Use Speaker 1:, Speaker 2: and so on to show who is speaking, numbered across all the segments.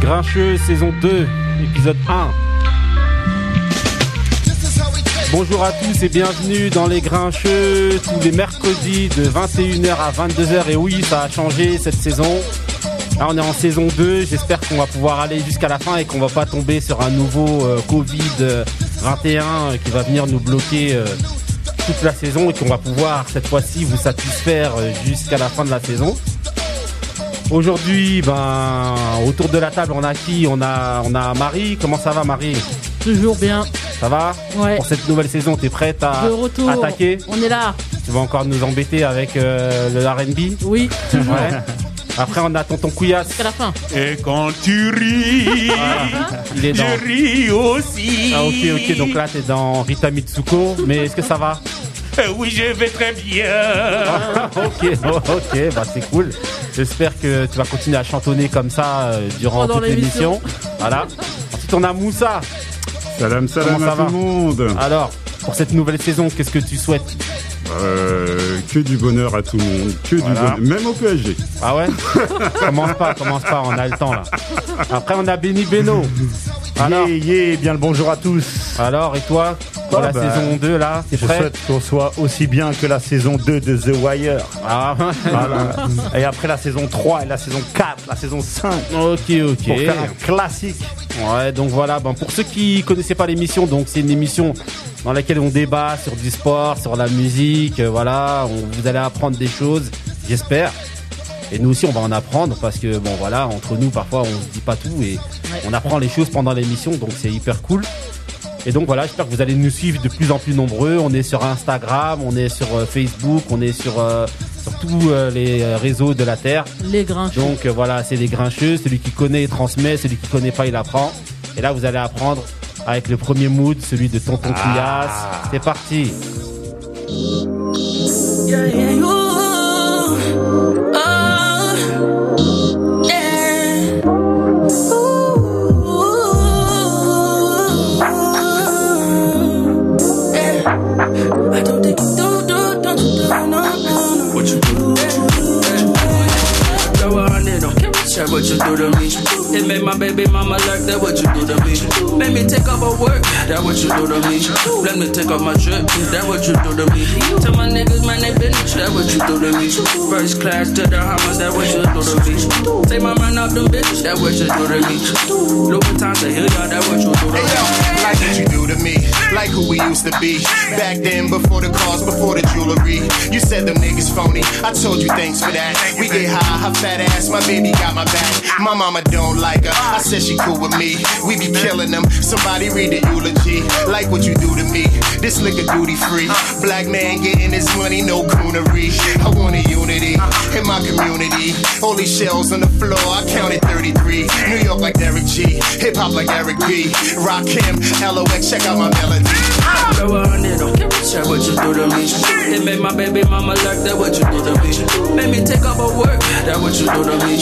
Speaker 1: Grincheux, saison 2, épisode 1. Bonjour à tous et bienvenue dans les Grincheux tous les mercredis de 21h à 22h. Et oui, ça a changé cette saison. Là, on est en saison 2. J'espère qu'on va pouvoir aller jusqu'à la fin et qu'on va pas tomber sur un nouveau euh, Covid-21 euh, qui va venir nous bloquer euh, toute la saison et qu'on va pouvoir cette fois-ci vous satisfaire euh, jusqu'à la fin de la saison. Aujourd'hui, ben, autour de la table, on a qui On a, on a Marie. Comment ça va, Marie
Speaker 2: Toujours bien.
Speaker 1: Ça va
Speaker 2: Ouais.
Speaker 1: Pour cette nouvelle saison, t'es prête à
Speaker 2: De retour.
Speaker 1: attaquer
Speaker 2: On est là.
Speaker 1: Tu vas encore nous embêter avec euh, le R&B
Speaker 2: Oui. Toujours.
Speaker 1: Ouais. Après, on a Tonton Couillasse.
Speaker 2: Jusqu'à la fin.
Speaker 3: Et quand tu ris,
Speaker 1: Il est dans.
Speaker 3: je ris aussi.
Speaker 1: Ah, ok, ok, donc là, t'es dans Rita Mitsuko. Mais est-ce que ça va
Speaker 3: Eh Oui, je vais très
Speaker 1: Ah,
Speaker 3: bien.
Speaker 1: Ok, ok, bah c'est cool. J'espère que tu vas continuer à chantonner comme ça euh, durant
Speaker 2: Pendant
Speaker 1: toute l'émission.
Speaker 2: l'émission.
Speaker 1: Voilà. Ensuite, on a Moussa.
Speaker 4: Salam, salam
Speaker 1: Comment ça
Speaker 4: à
Speaker 1: va
Speaker 4: tout le monde.
Speaker 1: Alors, pour cette nouvelle saison, qu'est-ce que tu souhaites
Speaker 4: Euh, que du bonheur à tout le monde, que
Speaker 1: Voilà.
Speaker 4: du bonheur, même au PSG.
Speaker 1: Ah ouais Commence pas, commence pas, on a le temps là. Après, on a Benny Beno. Alors,
Speaker 5: Yeah, yeah, Eh, bien le bonjour à tous.
Speaker 1: alors et toi pour
Speaker 5: Ah
Speaker 1: la
Speaker 5: bah,
Speaker 1: saison 2 là, c'est
Speaker 5: Je
Speaker 1: prêt
Speaker 5: souhaite qu'on soit aussi bien que la saison 2 de The Wire.
Speaker 1: Ah,
Speaker 5: Voilà. et après la saison 3 et la saison 4, la saison 5.
Speaker 1: Ok, ok.
Speaker 5: Pour faire un classique.
Speaker 1: Ouais, donc voilà, ben pour ceux qui connaissaient pas l'émission, donc c'est une émission dans laquelle on débat sur du sport, sur la musique, euh, voilà, on, vous allez apprendre des choses, j'espère. Et nous aussi on va en apprendre parce que bon voilà, entre nous parfois on se dit pas tout et on apprend les choses pendant l'émission, donc c'est hyper cool. Et donc voilà, j'espère que vous allez nous suivre de plus en plus nombreux. On est sur Instagram, on est sur euh, Facebook, on est sur, euh, sur tous euh, les euh, réseaux de la Terre.
Speaker 2: Les grincheux.
Speaker 1: Donc euh, voilà, c'est des grincheux. Celui qui connaît, il transmet. Celui qui connaît pas, il apprend. Et là, vous allez apprendre avec le premier mood, celui de Tonton Couillasse. C'est parti.
Speaker 6: ah, ah. What you do, what you do, what you do. Girl, we're on it, don't care what you do to me. It made my baby mama lurk, that what you do to me. Made me take off her work, that what you do to me. Let me take off my trip, that what you do to me. Tell my niggas, man, they bitch, that what you do to me. First class to the Hamas, that what you do to me. Take my mind off them bitches, that what you do to me. Louis Vuitton to Hill, that what you do to
Speaker 7: Hey,
Speaker 6: me.
Speaker 7: yo, like what you do to me, like who we used to be. Back then, before the cars, before the jewelry. You said them niggas phony, I told you thanks for that. We get high, her fat ass, my baby got my back. My mama don't like her, I said she cool with me. We be killing them, somebody read the eulogy. Like what you do to me, this liquor duty free. Black man getting his money, no coonery. I want a unity in my community. Only shells on the floor, I counted 33. New York like Derek G, hip hop like Eric B. Rock him, LOX, check out my melody.
Speaker 6: Throw a hundred, don't give a shit what you do to me. It made my baby mama lurk, that what you do to me. Made me take off her work, that what you do to me.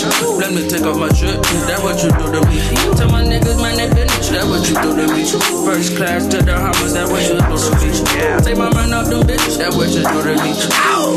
Speaker 6: Let me take off my trip, that what you do to me. Tell my niggas, man, they bitch, that what you do to me. First class to the Hamas, that what you do to me. Take my mind off them bitches, that what you do to me.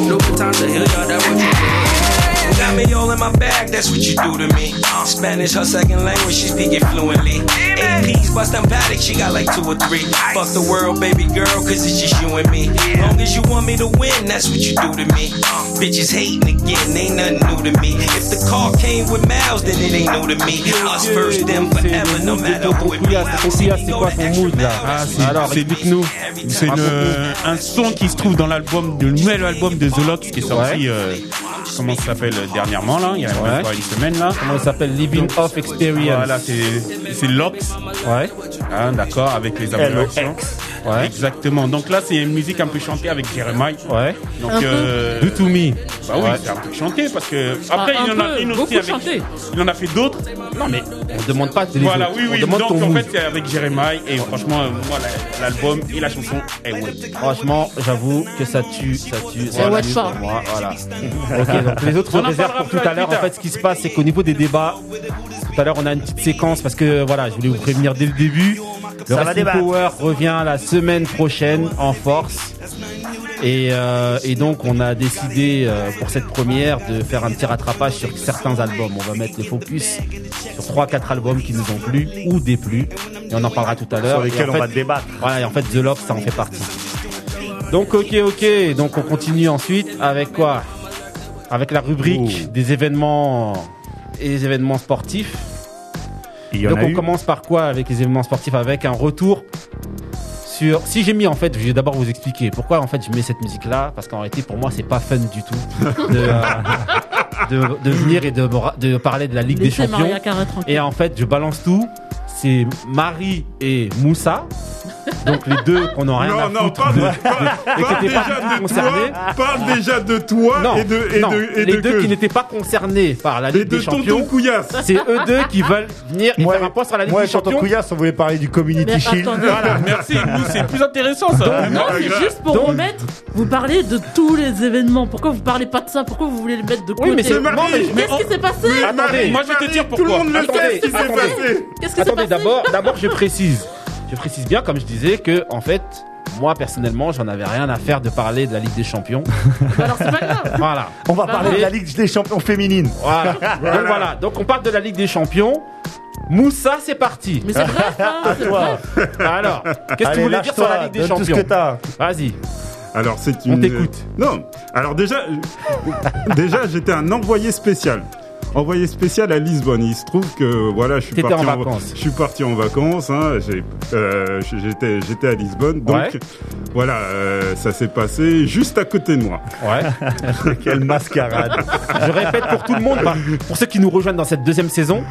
Speaker 6: Louis Vuitton to Hill, y'all, that what you do to me.
Speaker 8: Got me all in my bag, that's what you do to me. Spanish, her second language, she speak it fluently. APs, bust them paddock, she got like two or three. Fuck the world, baby girl, cause it's just you and me. Long as you want me to win, that's what you do to me. Bitches hating again, ain't nothing new to me. If the car came with miles, then it ain't new to me. Us first, them
Speaker 1: C'est
Speaker 8: forever,
Speaker 1: le
Speaker 8: no
Speaker 1: mood de
Speaker 8: matter
Speaker 1: Tonton
Speaker 8: what.
Speaker 1: Couillasse. Tonton Couillasse, c'est quoi ton mood là
Speaker 8: Ah,
Speaker 3: c'est-
Speaker 1: Alors,
Speaker 3: c'est-
Speaker 1: explique-nous.
Speaker 3: C'est une, euh, un son qui se trouve dans l'album, le nouvel album de The Lox qui est sorti,
Speaker 1: Ouais.
Speaker 3: euh, comment ça s'appelle, euh, dernièrement, là, il y a même
Speaker 1: Ouais.
Speaker 3: pas une semaine, là.
Speaker 1: Comment ça s'appelle Living Off Experience.
Speaker 3: Voilà, c'est c'est Lox,
Speaker 1: Ouais.
Speaker 3: hein, d'accord, avec les abréviations.
Speaker 1: Ouais.
Speaker 3: Exactement. Donc là, c'est une musique un peu chantée avec Jeremiah.
Speaker 1: Ouais.
Speaker 3: Donc,
Speaker 2: Un peu.
Speaker 3: euh,
Speaker 1: Do to me.
Speaker 3: Bah oui,
Speaker 1: Ouais. Ah,
Speaker 3: c'est un peu chanté parce que après
Speaker 2: un
Speaker 3: il y en a
Speaker 2: peu,
Speaker 3: une aussi
Speaker 2: beaucoup
Speaker 3: avec
Speaker 2: chanté.
Speaker 3: il en a fait d'autres.
Speaker 1: Non mais on demande pas de les
Speaker 3: Voilà,
Speaker 1: autres.
Speaker 3: oui oui.
Speaker 1: On demande
Speaker 3: Donc
Speaker 1: ton
Speaker 3: en
Speaker 1: mood.
Speaker 3: fait c'est avec Jeremiah et franchement euh, moi la- l'album et la chanson eh est ouais.
Speaker 1: Ah, Franchement, j'avoue que ça tue, ça tue. ça
Speaker 2: ouais,
Speaker 1: tue
Speaker 2: ça.
Speaker 1: pour moi, voilà. Ok, donc les autres
Speaker 3: On
Speaker 1: on
Speaker 3: en
Speaker 1: réserve
Speaker 3: parlera
Speaker 1: pour
Speaker 3: plus
Speaker 1: tout à
Speaker 3: plus
Speaker 1: l'heure. En
Speaker 3: tard.
Speaker 1: fait, ce qui se passe, c'est qu'au niveau des débats, tout à l'heure, on a une petite séquence parce que voilà, je voulais vous prévenir dès le début. Le
Speaker 5: va
Speaker 1: Wrestling
Speaker 5: débattre.
Speaker 1: Power revient la semaine prochaine en force. Et, euh, et donc on a décidé euh, pour cette première de faire un petit rattrapage sur certains albums. On va mettre le focus sur trois quatre albums qui nous ont plu ou déplu. Et on en parlera tout à l'heure.
Speaker 5: Sur lesquels
Speaker 1: Et en
Speaker 5: on
Speaker 1: fait-
Speaker 5: va débattre.
Speaker 1: Voilà, et en fait The Love ça en fait partie. Donc ok ok, donc on continue ensuite avec quoi Avec la rubrique des événements et des événements sportifs.
Speaker 5: Il y en
Speaker 1: Donc
Speaker 5: a
Speaker 1: on
Speaker 5: eu.
Speaker 1: commence par quoi avec les événements sportifs Avec un retour sur... Si j'ai mis en fait, je vais d'abord vous expliquer pourquoi en fait je mets cette musique là, parce qu'en réalité pour moi c'est pas fun du tout de, euh, de, de venir et de, me ra- de parler de la Ligue des
Speaker 2: Laissez
Speaker 1: Champions.
Speaker 2: Maria Carré tranquille.
Speaker 1: Et en fait je balance tout, c'est Marie et Moussa, donc les deux qu'on n'a rien à
Speaker 4: Non, non,
Speaker 1: foutre
Speaker 4: parle,
Speaker 1: de-
Speaker 4: parle-
Speaker 1: et
Speaker 4: parle
Speaker 1: qui n'étaient
Speaker 4: déjà
Speaker 1: pas
Speaker 4: de toi,
Speaker 1: concernés.
Speaker 4: parle déjà de toi
Speaker 1: Non,
Speaker 4: et de, et
Speaker 1: non,
Speaker 4: de, et
Speaker 1: les
Speaker 4: de
Speaker 1: deux
Speaker 4: que-
Speaker 1: qui n'étaient pas concernés par la
Speaker 4: et
Speaker 1: Ligue
Speaker 4: de
Speaker 1: des
Speaker 4: tonton
Speaker 1: Champions.
Speaker 4: Couillasse.
Speaker 1: C'est eux deux qui veulent venir et
Speaker 5: Moi,
Speaker 1: faire un poste à la Ligue
Speaker 5: moi
Speaker 1: des
Speaker 5: et Tonton
Speaker 1: Champions.
Speaker 5: Couillasse, on voulait parler du Community
Speaker 2: Mais
Speaker 5: Shield.
Speaker 2: attendez.
Speaker 5: Voilà.
Speaker 3: Merci, nous, c'est plus intéressant ça.
Speaker 2: Non, c'est juste pour
Speaker 1: Donc-
Speaker 2: remettre. Vous parlez de tous les événements. Pourquoi vous parlez pas de ça Pourquoi vous voulez le mettre de côté
Speaker 1: mais c'est-
Speaker 4: Marie,
Speaker 1: non, mais-
Speaker 4: mais
Speaker 2: Qu'est-ce qui s'est passé
Speaker 1: Attendez,
Speaker 3: Moi, je vais te dire
Speaker 4: tout le
Speaker 3: pourquoi.
Speaker 4: monde le sait
Speaker 1: Attendez,
Speaker 4: ce qui s'est
Speaker 1: attendez.
Speaker 4: passé.
Speaker 2: Qu'est-ce qui s'est
Speaker 1: Attendez,
Speaker 2: passé
Speaker 1: d'abord, d'abord, je précise. Je précise bien, comme je disais, que, en fait, moi, personnellement, j'en avais rien à faire de parler de la Ligue des Champions.
Speaker 2: Bah Alors c'est pas grave.
Speaker 1: Voilà.
Speaker 5: On va parler de la Ligue des champions féminines.
Speaker 1: Voilà. Donc, voilà. Donc, on parle de la Ligue des Champions. Moussa, c'est parti.
Speaker 2: Mais c'est hein. vrai, ça. c'est vrai.
Speaker 1: Alors, qu'est-ce que
Speaker 5: Allez,
Speaker 1: vous voulez dire sur la
Speaker 5: lâche-toi,
Speaker 1: Ligue des
Speaker 5: donne tout ce
Speaker 1: Champions
Speaker 5: que t'as.
Speaker 1: Vas-y.
Speaker 4: Alors c'est
Speaker 1: On
Speaker 4: une.
Speaker 1: t'écoute.
Speaker 4: Non. Alors déjà, euh, déjà j'étais un envoyé spécial. Envoyé spécial à Lisbonne. Il se trouve que voilà, je suis
Speaker 1: T'étais
Speaker 4: parti
Speaker 1: en
Speaker 4: va-
Speaker 1: vacances.
Speaker 4: Je suis parti en vacances. hein, j'ai- euh, j'étais j'étais à Lisbonne. Donc
Speaker 1: Ouais.
Speaker 4: voilà, euh, ça s'est passé juste à côté de moi.
Speaker 1: Ouais.
Speaker 5: Quelle mascarade.
Speaker 1: Je répète pour tout le monde, bah, pour ceux qui nous rejoignent dans cette deuxième saison,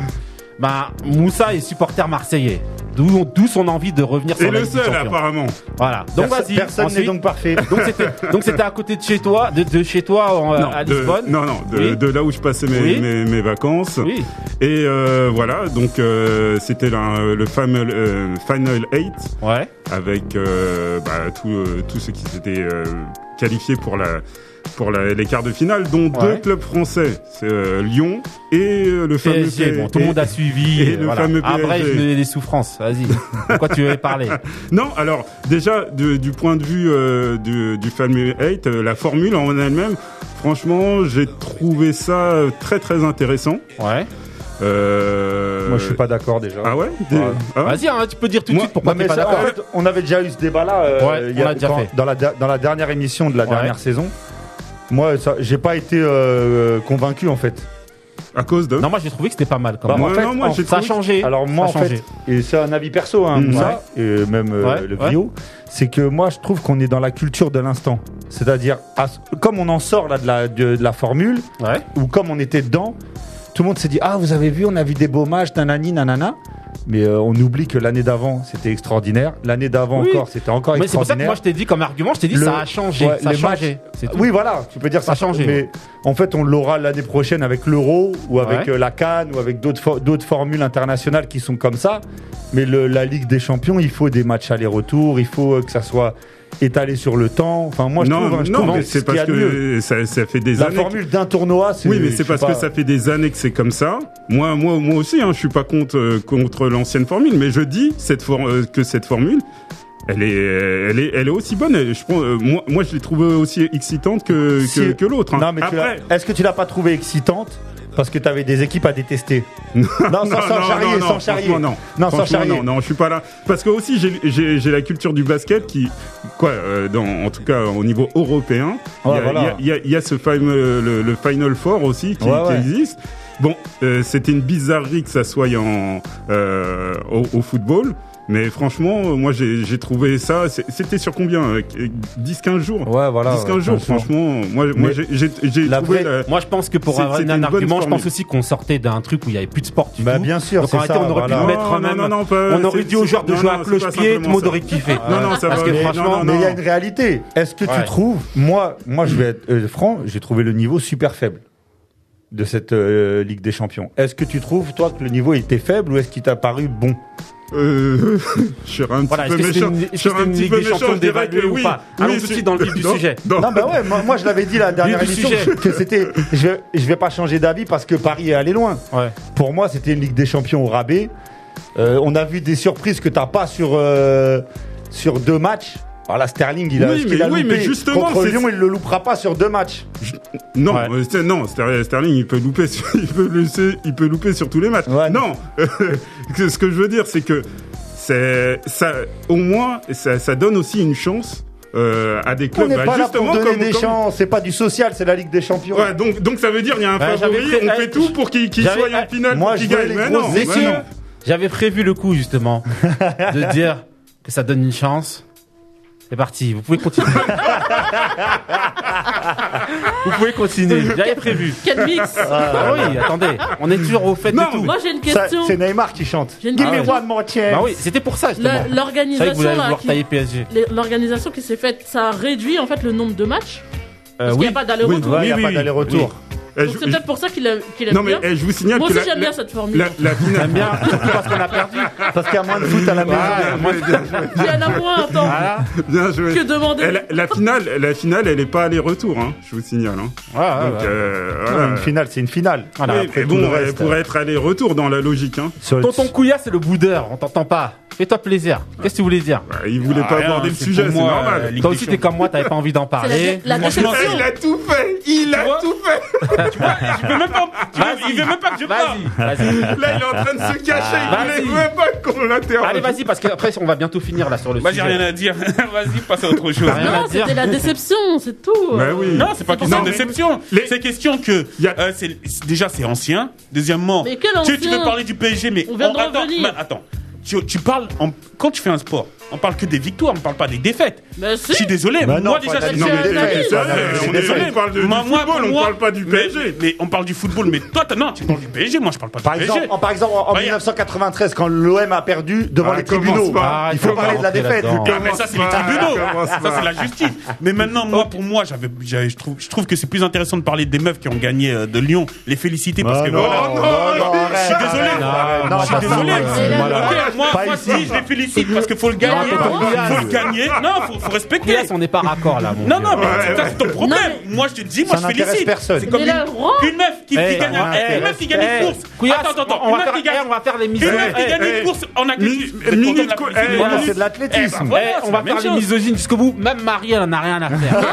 Speaker 1: bah, Moussa est supporter marseillais. D'où d'où son envie de revenir sur
Speaker 4: Et
Speaker 1: la
Speaker 4: le
Speaker 1: Ligue des
Speaker 4: seul
Speaker 1: Champions.
Speaker 4: apparemment.
Speaker 1: Voilà. Donc,
Speaker 5: Perso-
Speaker 1: vas-y.
Speaker 5: Personne n'est
Speaker 1: Ensuite,
Speaker 5: donc parfait.
Speaker 1: Donc c'était donc c'était à côté de chez toi, de, de chez toi en-
Speaker 4: Non,
Speaker 1: à
Speaker 4: de-
Speaker 1: Lisbonne.
Speaker 4: non, non, de,
Speaker 1: Oui.
Speaker 4: de là où je passais mes,
Speaker 1: Oui.
Speaker 4: mes, mes vacances.
Speaker 1: Oui.
Speaker 4: Et euh, voilà, donc euh, c'était la- le fameux euh, Final 8.
Speaker 1: Ouais.
Speaker 4: avec euh, bah, tout, euh, tous ceux qui s'étaient euh, qualifiés pour la pour la- les quarts de finale, dont
Speaker 1: Ouais.
Speaker 4: deux clubs français, c'est euh, Lyon et euh, le fameux
Speaker 1: PSG,
Speaker 4: P-
Speaker 1: bon, tout le
Speaker 4: et-
Speaker 1: monde a suivi.
Speaker 4: et
Speaker 1: euh,
Speaker 4: le
Speaker 1: voilà.
Speaker 4: fameux
Speaker 1: Ah, bref,
Speaker 4: PSG.
Speaker 1: je donnais des souffrances. Vas-y. Pourquoi tu veux parler
Speaker 4: Non, alors déjà de- du point de vue euh, du, du fameux 8, euh, la formule en elle-même, franchement, j'ai trouvé ça euh, très très intéressant.
Speaker 1: Ouais.
Speaker 4: Euh,
Speaker 5: Moi, je suis pas d'accord déjà.
Speaker 4: Ah ouais, Des-
Speaker 5: Ouais.
Speaker 4: ah
Speaker 1: Vas-y, hein, tu peux dire tout de
Speaker 4: Moi-
Speaker 1: suite pourquoi
Speaker 5: Non,
Speaker 1: t'es
Speaker 5: mais
Speaker 1: pas
Speaker 5: ça, en
Speaker 1: d'accord.
Speaker 5: fait, on avait déjà eu ce débat-là euh,
Speaker 1: Ouais,
Speaker 5: il y
Speaker 1: on
Speaker 5: a-
Speaker 1: l'a déjà
Speaker 5: quand-
Speaker 1: fait.
Speaker 5: Dans, la, da- dans la dernière émission de la dernière
Speaker 1: Ouais.
Speaker 5: saison. Moi, ça- j'ai pas été euh, convaincu en fait.
Speaker 4: À cause de.
Speaker 1: Non, moi j'ai trouvé que c'était pas mal quand même.
Speaker 5: Bah,
Speaker 4: moi,
Speaker 5: en fait,
Speaker 4: non, moi,
Speaker 5: en-
Speaker 4: j'ai
Speaker 1: Ça a
Speaker 4: trouvé-
Speaker 1: changé.
Speaker 5: Alors moi,
Speaker 1: Ça
Speaker 5: en
Speaker 1: a changé.
Speaker 5: fait, et c'est un avis perso, hein,
Speaker 4: Mm.
Speaker 5: ça, et même euh,
Speaker 1: Ouais,
Speaker 5: le
Speaker 1: ouais.
Speaker 5: bio, c'est que moi, je trouve qu'on est dans la culture de l'instant. C'est-à-dire, à ce- comme on en sort là de la, de, de la formule,
Speaker 1: Ouais.
Speaker 5: ou comme on était dedans, tout le monde s'est dit ah vous avez vu, on a vu des beaux matchs, nanani, nanana. Mais euh, on oublie que l'année d'avant, c'était extraordinaire. L'année d'avant
Speaker 1: Oui.
Speaker 5: encore, c'était encore
Speaker 1: Mais c'est pour ça que
Speaker 5: extraordinaire.
Speaker 1: moi je t'ai dit comme argument, je t'ai dit
Speaker 5: Le-
Speaker 1: ça a changé.
Speaker 5: ouais,
Speaker 1: ça a
Speaker 5: les
Speaker 1: changé.
Speaker 5: matchs-
Speaker 1: C'est tout.
Speaker 5: Oui, voilà, tu peux dire ça,
Speaker 1: Ça a changé,
Speaker 5: Mais
Speaker 1: ouais.
Speaker 5: en fait, on l'aura l'année prochaine avec l'Euro ou avec
Speaker 1: Ouais.
Speaker 5: euh, la Cannes ou avec d'autres for- d'autres formules internationales qui sont comme ça. Mais le- la Ligue des Champions, il faut des matchs aller-retour, il faut euh, que ça soit étalé sur le temps. Enfin, moi, je
Speaker 4: non,
Speaker 5: trouve, hein, je
Speaker 4: non,
Speaker 5: trouve
Speaker 4: mais
Speaker 5: que c'est
Speaker 4: c'est
Speaker 5: ce qu'il y
Speaker 4: parce
Speaker 5: a de mieux.
Speaker 4: que ça, ça fait des
Speaker 5: La
Speaker 4: années. que-
Speaker 5: formule d'un tournoi, c'est.
Speaker 4: Oui, mais
Speaker 5: je
Speaker 4: c'est
Speaker 5: sais
Speaker 4: parce
Speaker 5: pas.
Speaker 4: que ça fait des années que c'est comme ça. Moi, moi, moi aussi, hein, je suis pas contre euh, contre l'ancienne formule, mais je dis cette for- euh, que cette formule, elle est, euh, elle est, elle est aussi bonne. Elle- Je prends, euh, moi, moi, je l'ai trouvée aussi excitante que que,
Speaker 5: Si-
Speaker 4: que l'autre. hein.
Speaker 5: Non, mais tu
Speaker 4: Après,
Speaker 5: l'as- est-ce que tu l'as pas trouvée excitante parce que tu avais des équipes à détester Non, sans, sans charrier, sans charrier.
Speaker 4: franchement, non,
Speaker 5: non sans
Speaker 4: Franchement,
Speaker 5: charrier.
Speaker 4: non, non, je suis pas là. Parce que aussi, j'ai- j'ai j'ai la culture du basket qui, quoi, euh, dans, en tout cas au niveau européen, il
Speaker 5: Ouais,
Speaker 4: y a-
Speaker 5: voilà.
Speaker 4: il y, a- il y a ce fameux le, le Final Four aussi qui,
Speaker 5: Ouais,
Speaker 4: qui
Speaker 5: ouais.
Speaker 4: existe. Bon, euh, c'était une bizarrerie que ça soit en euh, au, au football. Mais franchement, euh, moi j'ai j'ai trouvé ça. c'est- C'était sur combien euh, 10-15 jours
Speaker 5: Ouais, voilà.
Speaker 4: 10-15 jours, franchement. Moi, moi
Speaker 5: Mais
Speaker 4: j'ai j'ai- j'ai
Speaker 5: la
Speaker 4: trouvé.
Speaker 5: vraie-
Speaker 4: la-
Speaker 1: Moi je pense que pour
Speaker 4: Euh, C'est-
Speaker 1: avoir
Speaker 4: c'était
Speaker 1: un
Speaker 4: une bonne
Speaker 1: argument, je pense
Speaker 4: formule.
Speaker 1: aussi qu'on sortait d'un truc où il y avait plus de sport du
Speaker 5: Bah,
Speaker 1: tout.
Speaker 5: bien sûr,
Speaker 1: Donc
Speaker 5: c'est
Speaker 1: en réalité,
Speaker 5: ça,
Speaker 1: on aurait
Speaker 5: voilà.
Speaker 1: pu le mettre
Speaker 4: Non,
Speaker 1: en même.
Speaker 4: non, non, pas- euh,
Speaker 1: on aurait
Speaker 4: c'est-
Speaker 1: dit aux
Speaker 4: c'est-
Speaker 1: joueurs de
Speaker 4: non,
Speaker 1: jouer
Speaker 4: non,
Speaker 1: à
Speaker 4: c'est pas
Speaker 1: cloche-pied, tout le
Speaker 4: simplement
Speaker 1: monde
Speaker 4: ça.
Speaker 1: aurait kiffé.
Speaker 4: Non, non, ça
Speaker 1: Parce
Speaker 4: va,
Speaker 1: que
Speaker 4: mais- non,
Speaker 1: franchement,
Speaker 4: non,
Speaker 5: Mais
Speaker 4: non.
Speaker 5: il y a une réalité. Est-ce que
Speaker 1: Ouais.
Speaker 5: tu trouves, moi, moi, je vais être euh, franc, j'ai trouvé le niveau super faible de cette euh, Ligue des Champions. Est-ce que tu trouves, toi, que le niveau était faible ou est-ce qu'il t'a paru bon
Speaker 4: Euh, je suis un petit
Speaker 1: Voilà, est-ce
Speaker 4: peu
Speaker 1: que c'était
Speaker 4: méchant.
Speaker 1: une- est-ce
Speaker 4: je suis
Speaker 1: que c'était
Speaker 4: un
Speaker 1: une
Speaker 4: petit
Speaker 1: Ligue
Speaker 4: peu
Speaker 1: des
Speaker 4: méchant,
Speaker 1: Champions
Speaker 4: je dirais
Speaker 1: d'évaluer
Speaker 4: que
Speaker 1: ou
Speaker 4: oui.
Speaker 1: pas
Speaker 4: Oui,
Speaker 1: Allons tout de
Speaker 4: c'est-
Speaker 1: suite dans le vif du
Speaker 4: non,
Speaker 1: sujet.
Speaker 4: non.
Speaker 5: Non, bah ouais, moi, moi, je l'avais dit la dernière
Speaker 1: Vif du
Speaker 5: émission
Speaker 1: sujet.
Speaker 5: que c'était. Je vais, je vais pas changer d'avis parce que Paris est allé loin.
Speaker 1: Ouais.
Speaker 5: Pour moi, c'était une Ligue des Champions au rabais. Euh, on a vu des surprises que t'as pas sur euh, sur deux matchs. Voilà, Sterling, il a,
Speaker 4: Oui,
Speaker 5: ce qu'il
Speaker 4: mais-
Speaker 5: a
Speaker 4: oui,
Speaker 5: loupé
Speaker 4: mais justement,
Speaker 5: contre
Speaker 4: c'est-
Speaker 5: Lyon, il le loupera pas sur deux matchs.
Speaker 4: Non,
Speaker 5: Ouais.
Speaker 4: euh, c'est- non, Ster- Sterling, il peut louper, sur- il peut, laisser- il peut louper sur tous les matchs.
Speaker 5: Ouais.
Speaker 4: non, que- ce que je veux dire, c'est que c'est ça, au moins, ça, ça donne aussi une chance euh, à des
Speaker 5: On
Speaker 4: clubs.
Speaker 5: n'est
Speaker 4: Bah,
Speaker 5: pas là pour donner
Speaker 4: comme-
Speaker 5: des
Speaker 4: comme-
Speaker 5: chances, c'est pas du social, c'est la Ligue des Champions.
Speaker 4: Ouais, donc, donc ça veut dire il y a un
Speaker 1: Ouais,
Speaker 4: favori,
Speaker 1: j'avais fait-
Speaker 4: on
Speaker 1: eh,
Speaker 4: fait tout pour qu'il qu'il
Speaker 1: j'avais-
Speaker 4: soit en
Speaker 1: eh,
Speaker 4: finale,
Speaker 5: Ah, moi,
Speaker 4: pour qu'il
Speaker 5: je veux
Speaker 4: gagne.
Speaker 5: les
Speaker 4: Mais non,
Speaker 5: grosses
Speaker 4: mais
Speaker 5: équipes.
Speaker 4: non.
Speaker 1: J'avais prévu le coup justement de dire que ça donne une chance. C'est parti, vous pouvez continuer. vous pouvez continuer, j'avais prévu.
Speaker 2: Quel mix
Speaker 1: Ah oui, attendez, on est toujours au fait
Speaker 4: Non,
Speaker 1: de tout.
Speaker 2: Moi j'ai une
Speaker 5: Ça,
Speaker 2: question.
Speaker 5: C'est Neymar qui chante.
Speaker 2: J'ai une
Speaker 5: Give me
Speaker 2: question.
Speaker 5: one more chance.
Speaker 1: Bah oui, c'était pour ça justement.
Speaker 2: La-
Speaker 1: Je savais que
Speaker 2: L'organisation
Speaker 1: vous allez
Speaker 2: là,
Speaker 1: vouloir
Speaker 2: qui-
Speaker 1: tailler PSG.
Speaker 2: les- l'organisation qui s'est faite, ça a réduit en fait le nombre de matchs.
Speaker 1: Euh,
Speaker 2: Parce qu'il n'y a
Speaker 1: oui,
Speaker 2: pas d'aller-retour.
Speaker 5: Ouais, il Bah, y a
Speaker 1: oui,
Speaker 5: pas
Speaker 1: oui.
Speaker 5: d'aller-retour.
Speaker 4: Eh,
Speaker 2: Donc
Speaker 4: je-
Speaker 2: c'est peut-être pour ça qu'il aime qu'il aime
Speaker 4: non mais
Speaker 2: bien.
Speaker 4: eh, je vous signale
Speaker 2: Moi
Speaker 4: que
Speaker 2: aussi
Speaker 4: la,
Speaker 2: j'aime
Speaker 4: la-
Speaker 2: bien cette formule.
Speaker 4: la- la finale.
Speaker 1: j'aime bien, surtout parce qu'on a perdu.
Speaker 5: Parce qu'il y a moins de foot à la maison.
Speaker 4: Ah, bien joué,
Speaker 2: Il y en a moins, attends.
Speaker 1: Ah,
Speaker 4: bien joué.
Speaker 2: Que demander
Speaker 4: Eh, la, la finale, la finale, elle est pas aller-retour, hein, je vous signale. Hein.
Speaker 1: Ouais, ouais,
Speaker 3: Bah,
Speaker 4: Donc,
Speaker 1: ouais.
Speaker 4: euh,
Speaker 5: Non,
Speaker 4: voilà.
Speaker 5: mais Une finale, c'est une finale.
Speaker 1: Voilà,
Speaker 4: Oui,
Speaker 5: après
Speaker 4: mais
Speaker 5: tout
Speaker 4: bon,
Speaker 5: le reste,
Speaker 4: elle pourrait être aller-retour dans la logique. Hein.
Speaker 5: Sur le-
Speaker 1: Tonton Couilla, c'est le boudeur, on t'entend pas. Fais-toi plaisir. Qu'est-ce que tu voulais dire
Speaker 4: Bah, il voulait pas
Speaker 3: Ah, rien,
Speaker 4: aborder le
Speaker 3: c'est
Speaker 4: sujet, c'est
Speaker 3: pour moi, euh,
Speaker 4: normal. Eh,
Speaker 3: Ligue
Speaker 1: Toi
Speaker 3: des
Speaker 1: aussi, t'es comme moi, t'avais pas envie d'en
Speaker 2: C'est
Speaker 1: parler.
Speaker 2: la, la
Speaker 3: Franchement,
Speaker 2: déception.
Speaker 4: a tout fait Il a tout fait
Speaker 3: Tu veux même pas, tu veux- Ah, il veut même pas que je parle.
Speaker 1: Vas-y,
Speaker 4: Ah.
Speaker 1: vas-y.
Speaker 4: Là, il est en train de se cacher,
Speaker 1: Vas-y.
Speaker 4: il voulait même pas qu'on l'interroge.
Speaker 1: Allez, vas-y, parce qu'après, on va bientôt finir là sur le
Speaker 3: Moi j'ai
Speaker 1: sujet.
Speaker 3: rien à dire. Vas-y, passe à autre chose.
Speaker 1: T'as rien à
Speaker 2: Non,
Speaker 1: dire.
Speaker 2: c'était la déception, c'est tout.
Speaker 4: Bah oui.
Speaker 3: Non, c'est pas question
Speaker 4: Non,
Speaker 3: de
Speaker 4: mais-
Speaker 3: déception.
Speaker 4: les-
Speaker 3: C'est question que
Speaker 4: Y a-
Speaker 3: euh, c'est- c'est- déjà c'est ancien. Deuxièmement,
Speaker 2: Mais quel
Speaker 3: tu, tu
Speaker 2: ancien
Speaker 3: veux parler du PSG, mais
Speaker 2: On vient de
Speaker 3: attends,
Speaker 2: revenir.
Speaker 3: mais attends. Tu, tu parles en- quand tu fais un sport, on parle que des victoires, on parle pas des défaites.
Speaker 2: Mais
Speaker 3: Je suis
Speaker 2: si.
Speaker 3: désolé,
Speaker 5: Bah non,
Speaker 3: moi
Speaker 5: faut
Speaker 3: déjà
Speaker 5: analyser
Speaker 3: je
Speaker 4: Non,
Speaker 3: suis
Speaker 4: mais
Speaker 2: C'est
Speaker 4: c'est-
Speaker 2: la
Speaker 4: c'est-
Speaker 2: vie.
Speaker 4: c'est-
Speaker 5: Voilà,
Speaker 4: on
Speaker 5: c'est-
Speaker 4: est- on parle de- du
Speaker 3: Moi, moi,
Speaker 4: football, on
Speaker 3: moi,
Speaker 4: parle pas du
Speaker 3: mais-
Speaker 4: PSG.
Speaker 3: Mais, on parle du football, mais toi, t'as- non, tu parles du PSG, moi je parle pas
Speaker 5: Par
Speaker 3: du
Speaker 5: exemple,
Speaker 3: PSG.
Speaker 5: en, par exemple, en
Speaker 3: Bah, y a-
Speaker 5: 1993, quand l'OM a perdu devant
Speaker 4: Ah,
Speaker 5: les
Speaker 4: commence
Speaker 5: tribunaux,
Speaker 4: pas.
Speaker 5: il faut
Speaker 1: Commence
Speaker 5: parler de la
Speaker 1: pas
Speaker 5: défaite.
Speaker 1: là-dedans.
Speaker 3: Ah, mais ça, c'est les
Speaker 4: Commence pas,
Speaker 3: tribunaux.
Speaker 4: commence
Speaker 3: Ça,
Speaker 4: pas.
Speaker 3: c'est la justice. Mais maintenant, moi, pour moi, j'avais, j'avais- je, trouve, je trouve que c'est plus intéressant de parler des meufs qui ont gagné euh, de Lyon, les féliciter parce
Speaker 5: Ah
Speaker 3: que
Speaker 5: non,
Speaker 3: voilà.
Speaker 4: Oh,
Speaker 5: non,
Speaker 4: non,
Speaker 5: non,
Speaker 4: je suis
Speaker 5: arrête,
Speaker 3: désolé.
Speaker 5: arrête, arrête.
Speaker 3: Je
Speaker 5: Non, pas
Speaker 3: suis
Speaker 5: ça,
Speaker 3: désolé.
Speaker 5: voilà.
Speaker 2: Voilà.
Speaker 3: Ok, moi,
Speaker 5: Pas
Speaker 3: moi
Speaker 5: ici.
Speaker 3: si, je les félicite parce que faut le gagner.
Speaker 2: mais
Speaker 3: Faut
Speaker 2: Couillasse.
Speaker 3: le gagner. Non, faut, faut respecter.
Speaker 1: Couillasse, on n'est pas raccord là, mon
Speaker 3: Non,
Speaker 1: vieux.
Speaker 3: non, mais
Speaker 4: Ouais,
Speaker 3: c'est- ça, c'est ton problème.
Speaker 2: Non,
Speaker 3: Moi, je te dis, moi,
Speaker 5: Ça
Speaker 3: je
Speaker 5: n'intéresse
Speaker 3: félicite.
Speaker 5: personne.
Speaker 3: C'est comme
Speaker 2: Mais
Speaker 3: une,
Speaker 2: la roi-
Speaker 3: une meuf qui, qui
Speaker 1: Eh,
Speaker 3: gagne,
Speaker 1: on va
Speaker 3: un-
Speaker 1: faire-
Speaker 3: une meuf qui gagne
Speaker 1: eh,
Speaker 3: une course.
Speaker 1: Couillasse,
Speaker 3: Attends, attends,
Speaker 1: on
Speaker 3: une
Speaker 1: va
Speaker 3: meuf
Speaker 1: faire,
Speaker 3: qui gagne.
Speaker 1: eh, on va faire les
Speaker 3: Une meuf qui
Speaker 1: misogynes.
Speaker 3: gagne une
Speaker 4: eh,
Speaker 3: course, on a
Speaker 4: mi-
Speaker 3: vous êtes
Speaker 4: minute
Speaker 3: content de la
Speaker 4: co-
Speaker 3: féliciter.
Speaker 4: eh,
Speaker 5: Voilà,
Speaker 4: minute-
Speaker 5: c'est de l'athlétisme.
Speaker 3: voilà,
Speaker 1: Eh,
Speaker 3: c'est
Speaker 1: on
Speaker 3: la
Speaker 1: va
Speaker 3: même
Speaker 1: faire les
Speaker 3: chose.
Speaker 1: misogynes jusqu'au bout. Même Marie, elle en a rien à faire.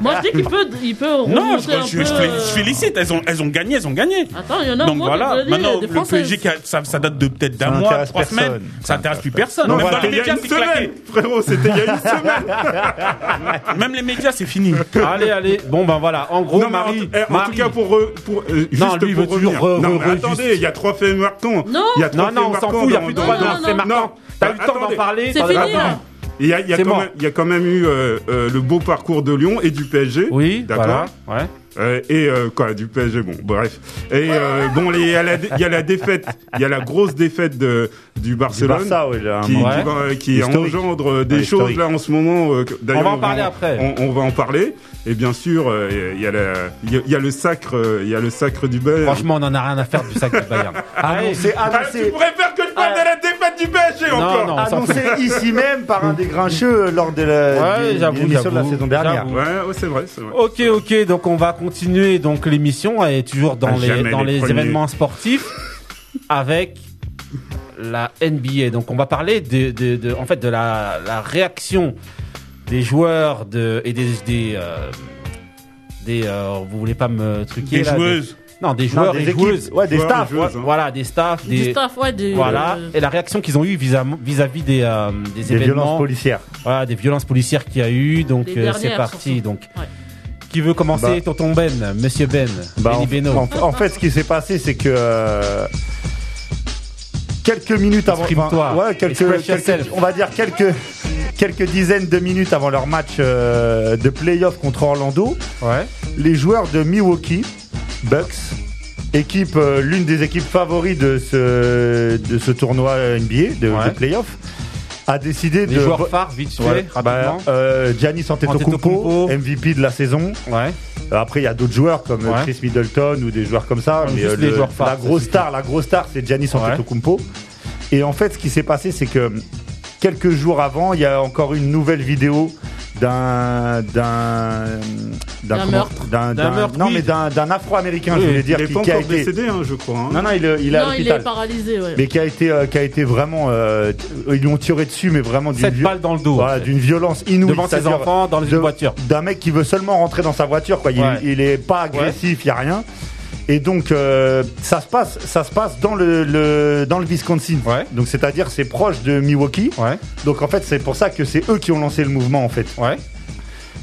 Speaker 2: Moi je dis qu'il peut, il peut
Speaker 3: Non, je,
Speaker 2: remonter un
Speaker 3: je-
Speaker 2: peu,
Speaker 3: je
Speaker 2: euh,
Speaker 3: fé- je félicite. Elles ont, elles ont gagné, elles ont gagné.
Speaker 2: Attends, il y en a
Speaker 3: Donc
Speaker 2: moins
Speaker 3: voilà,
Speaker 2: qui
Speaker 3: maintenant
Speaker 2: euh, des
Speaker 3: le PSG, qui a- ça, ça date de peut-être d'un
Speaker 5: Ça
Speaker 3: mois,
Speaker 5: intéresse
Speaker 3: trois
Speaker 5: personne.
Speaker 3: semaines. Ça intéresse plus personne.
Speaker 5: Non,
Speaker 3: Même
Speaker 5: voilà.
Speaker 3: dans les
Speaker 4: Il y a
Speaker 3: médias,
Speaker 4: une
Speaker 3: c'est
Speaker 4: semaine,
Speaker 3: claqué.
Speaker 4: frérot, c'était il y a une semaine.
Speaker 3: Ah, Même les médias, c'est fini.
Speaker 1: allez, allez. Bon, ben voilà. En gros,
Speaker 4: Non, mais en-
Speaker 1: Marie.
Speaker 4: eh, en,
Speaker 1: Marie.
Speaker 4: tout cas, pour, re- pour euh, juste
Speaker 1: Non, lui, il veut
Speaker 4: pour
Speaker 1: toujours
Speaker 4: revenir.
Speaker 1: re-
Speaker 4: non,
Speaker 1: re-
Speaker 4: mais
Speaker 1: re-
Speaker 4: attendez,
Speaker 1: juste.
Speaker 4: il y a trois faits marquants.
Speaker 2: Non.
Speaker 4: il y a
Speaker 1: Non,
Speaker 4: trois
Speaker 1: non, on
Speaker 4: faits
Speaker 1: s'en
Speaker 4: marquants
Speaker 1: fout. Il n'y a
Speaker 4: dans-
Speaker 1: plus de
Speaker 4: dans-
Speaker 1: droit de
Speaker 2: non,
Speaker 1: faire fait
Speaker 2: non.
Speaker 1: marquant. T'as eu le temps d'en
Speaker 4: Bah, Attendez.
Speaker 1: parler.
Speaker 2: C'est
Speaker 1: t'en as
Speaker 2: fini,
Speaker 1: pas
Speaker 2: là.
Speaker 1: parlé.
Speaker 4: Il y a, il y a
Speaker 1: C'est
Speaker 4: quand
Speaker 1: mort.
Speaker 4: même- il y a quand même eu euh, euh, le beau parcours de Lyon et du PSG.
Speaker 1: Oui,
Speaker 4: d'accord.
Speaker 1: voilà. Ouais.
Speaker 4: Euh, et euh, quoi, du PSG, bon, bref. Et euh, bon, les- il y, a la dé- il y a la défaite, il y a la grosse défaite de, du Barcelone.
Speaker 5: Barça, ouais, là, un
Speaker 4: qui,
Speaker 5: moment.
Speaker 1: Ouais.
Speaker 4: qui va- euh, qui
Speaker 5: Historique.
Speaker 4: engendre euh, des
Speaker 5: Ouais,
Speaker 4: choses
Speaker 5: historique.
Speaker 4: là en ce moment. euh, que- d'ailleurs,
Speaker 1: On va en parler après.
Speaker 4: On, on va en parler. Et bien sûr, euh, il y, a la- il y a- il y a le sacre, euh, il y a le sacre du Bayern.
Speaker 1: Franchement, on en a rien à faire du sac du Bayern. Allez.
Speaker 5: Annoncé,
Speaker 4: Ah, tu
Speaker 5: annoncé,
Speaker 4: préfères que je parle de la défaite du PSG
Speaker 1: Non,
Speaker 4: encore
Speaker 1: non. on s'en
Speaker 5: annoncé ici même par un des grincheux euh, lors de la
Speaker 1: Ouais,
Speaker 5: des-
Speaker 1: j'avoue,
Speaker 5: des émissions de la
Speaker 1: j'avoue,
Speaker 5: saison dernière.
Speaker 1: j'avoue.
Speaker 4: Ouais, ouais, c'est vrai, c'est vrai.
Speaker 1: Ok, ok, donc on va continuer donc l'émission et toujours dans
Speaker 4: Ah,
Speaker 1: les,
Speaker 4: jamais
Speaker 1: dans
Speaker 4: les
Speaker 1: les,
Speaker 4: premiers.
Speaker 1: événements sportifs avec la NBA. Donc on va parler de, de, de- en fait de la, la réaction des joueurs de, et des des, euh, des euh, vous voulez pas me truquer
Speaker 3: Des
Speaker 1: là, des-
Speaker 3: joueuses.
Speaker 1: non des
Speaker 5: Non,
Speaker 1: joueurs
Speaker 5: des
Speaker 1: et
Speaker 5: équipes,
Speaker 1: joueuses
Speaker 5: ouais, des
Speaker 4: Joueurs,
Speaker 5: staffs.
Speaker 4: joueuses, hein.
Speaker 1: voilà des staffs des euh,
Speaker 2: Du staff, ouais, du.
Speaker 1: voilà et la réaction qu'ils ont eu vis-à- vis-à-vis des euh, des,
Speaker 5: Des
Speaker 1: événements
Speaker 5: violences policières.
Speaker 1: voilà des violences policières qu'il y a eu donc
Speaker 2: Les
Speaker 1: euh, c'est
Speaker 2: dernières,
Speaker 1: parti
Speaker 2: surtout.
Speaker 1: donc
Speaker 2: Ouais.
Speaker 1: qui veut commencer
Speaker 5: Bah.
Speaker 1: Tonton Ben, Monsieur Ben,
Speaker 5: Bah,
Speaker 1: Benny
Speaker 5: en,
Speaker 1: Beno.
Speaker 5: en- en fait, ce qui s'est passé, c'est que euh, quelques minutes avant,
Speaker 1: Exprime-toi.
Speaker 5: ouais, quelques,
Speaker 1: Express
Speaker 5: quelques-
Speaker 1: yourself.
Speaker 5: on va dire quelques quelques dizaines de minutes avant leur match euh, de playoff contre Orlando,
Speaker 1: Ouais.
Speaker 5: les joueurs de Milwaukee Bucks, équipe euh, l'une des équipes favoris de ce de ce tournoi NBA de,
Speaker 1: Ouais.
Speaker 5: de playoff, a décidé
Speaker 1: Les
Speaker 5: de
Speaker 1: joueurs phares, vite fait,
Speaker 5: Ouais, bah,
Speaker 1: rapidement.
Speaker 5: euh, Giannis Antetokounmpo,
Speaker 1: Antetokounmpo.
Speaker 5: MVP de la saison.
Speaker 1: ouais.
Speaker 5: Euh, Après, il y a d'autres joueurs comme euh,
Speaker 1: Ouais.
Speaker 5: Chris Middleton ou des joueurs comme ça.
Speaker 1: Comme
Speaker 5: mais
Speaker 1: juste
Speaker 5: euh,
Speaker 1: les
Speaker 5: le-
Speaker 1: joueurs phares,
Speaker 5: la
Speaker 1: ça
Speaker 5: grosse
Speaker 1: suffit.
Speaker 5: star, la grosse star, c'est Giannis Antetokounmpo. Et en fait, ce qui s'est passé, c'est que quelques jours avant, il y a encore une nouvelle vidéo d'un d'un
Speaker 2: D'un
Speaker 5: comment-
Speaker 2: meurtre.
Speaker 5: d'un
Speaker 1: D'un
Speaker 5: d'un-
Speaker 1: meurtre,
Speaker 5: non
Speaker 1: oui.
Speaker 5: mais d'un d'un Afro-américain
Speaker 4: Oui,
Speaker 5: je voulais dire
Speaker 4: il est
Speaker 5: qui,
Speaker 4: pas
Speaker 5: qui a
Speaker 4: encore
Speaker 5: été
Speaker 4: décédé, hein, je crois. hein.
Speaker 5: non non il, il est à
Speaker 2: Non, il est
Speaker 5: l'hôpital
Speaker 2: paralysé, ouais.
Speaker 5: mais qui a été euh, qui a été vraiment euh, ils l'ont tiré dessus mais vraiment d'une
Speaker 1: 7
Speaker 5: vie-
Speaker 1: balles dans le dos.
Speaker 5: voilà, d'une violence inouïe
Speaker 1: Devant ses
Speaker 5: c'est-à-dire-
Speaker 1: enfants, dans une
Speaker 5: de-
Speaker 1: voiture.
Speaker 5: D'un mec qui veut seulement rentrer dans sa voiture, quoi. Il,
Speaker 1: Ouais.
Speaker 5: il est pas agressif, il y a rien. Et donc euh, ça se passe, ça se passe dans le, le- dans le Wisconsin.
Speaker 1: Ouais.
Speaker 5: Donc c'est-à-dire c'est proche de Milwaukee.
Speaker 1: Ouais,
Speaker 5: Donc en fait c'est pour ça que c'est eux qui ont lancé le mouvement en fait.
Speaker 1: ouais.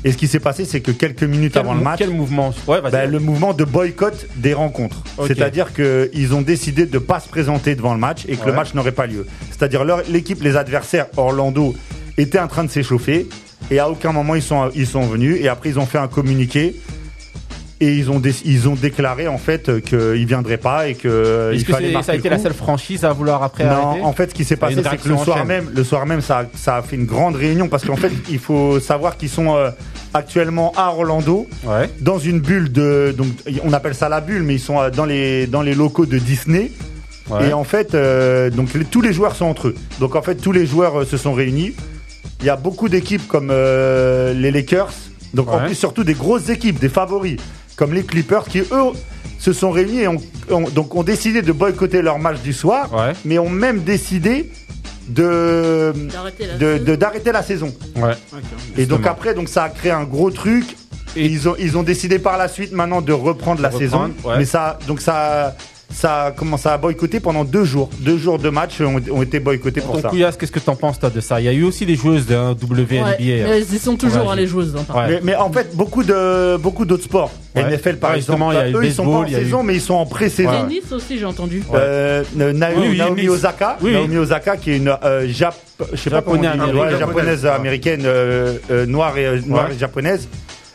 Speaker 5: Et ce qui s'est passé c'est que quelques minutes avant le
Speaker 1: mou-
Speaker 5: match,
Speaker 1: quel mouvement Ouais, vas-y.
Speaker 5: ben, le mouvement de boycott des rencontres.
Speaker 1: Ok.
Speaker 5: C'est-à-dire que ils ont décidé de pas se présenter devant le match et que le
Speaker 1: Ouais.
Speaker 5: match n'aurait pas lieu. C'est-à-dire leur- l'équipe, les adversaires Orlando étaient en train de s'échauffer et à aucun moment ils sont, ils sont venus et après ils ont fait un communiqué. Et ils ont, dé- ils ont déclaré en fait qu'ils viendraient pas et que euh,
Speaker 1: Est-ce
Speaker 5: il
Speaker 1: que
Speaker 5: fallait
Speaker 1: c'est-
Speaker 5: marquer
Speaker 1: ça a été
Speaker 5: le
Speaker 1: la
Speaker 5: coup.
Speaker 1: seule franchise à vouloir après arrêter
Speaker 5: Non, en fait, ce qui s'est
Speaker 1: Il y a
Speaker 5: passé,
Speaker 1: une
Speaker 5: c'est que le
Speaker 1: réaction en
Speaker 5: soir
Speaker 1: chaîne.
Speaker 5: même, le soir même, ça, a- ça a fait une grande réunion parce qu'en fait, il faut savoir qu'ils sont euh, actuellement à Orlando
Speaker 1: Ouais.
Speaker 5: dans une bulle de donc on appelle ça la bulle mais ils sont euh, dans les dans les locaux de Disney
Speaker 1: Ouais.
Speaker 5: et en fait euh, donc les- tous les joueurs sont entre eux donc en fait tous les joueurs euh, se sont réunis il y a beaucoup d'équipes comme euh, les Lakers donc en
Speaker 1: Ouais.
Speaker 5: plus surtout des grosses équipes des favoris comme les Clippers qui eux se sont réunis et ont, ont- donc ont décidé de boycotter leur match du soir
Speaker 1: Ouais.
Speaker 5: mais ont même décidé de
Speaker 2: D'arrêter la
Speaker 5: de-
Speaker 2: saison.
Speaker 5: de- d'arrêter la saison
Speaker 1: Ouais.
Speaker 5: et donc
Speaker 1: Justement.
Speaker 5: après, donc ça a créé un gros truc. Et
Speaker 1: Et-
Speaker 5: ils ont ils ont décidé par la suite maintenant de reprendre la
Speaker 1: Reprendre,
Speaker 5: saison.
Speaker 1: ouais.
Speaker 5: Mais ça donc ça ça a commencé à boycotter pendant deux jours. Deux jours de matchs ont, ont été boycottés pour
Speaker 1: Donc,
Speaker 5: ça.
Speaker 1: Kouyas, qu'est-ce que t'en penses, toi, de ça Il y a eu aussi des joueuses de hein, WNBA.
Speaker 2: Ouais,
Speaker 1: hein.
Speaker 2: mais ils y sont toujours,
Speaker 1: Ouais.
Speaker 2: hein, les joueuses. hein, par
Speaker 1: Ouais.
Speaker 5: Mais, mais en fait, beaucoup de beaucoup d'autres sports.
Speaker 1: Ouais.
Speaker 5: NFL par
Speaker 1: Ouais,
Speaker 5: exemple. bah,
Speaker 1: justement, il y a eu
Speaker 5: eux, ils sont pas en
Speaker 1: baseball, il y a eu-
Speaker 5: saison, mais ils sont en pré-saison.
Speaker 2: contre. Tennis aussi, j'ai entendu.
Speaker 5: Euh, Na-
Speaker 1: Oui, oui,
Speaker 5: Naomi
Speaker 1: mais-
Speaker 5: Osaka,
Speaker 1: oui, oui.
Speaker 5: Naomi Osaka qui est une euh, Jap- je sais pas comment on dit,
Speaker 1: Japonaise,
Speaker 5: ouais,
Speaker 1: américaine.
Speaker 5: japonaise américaine euh, euh, noire et euh, noire
Speaker 1: Ouais.
Speaker 5: et japonaise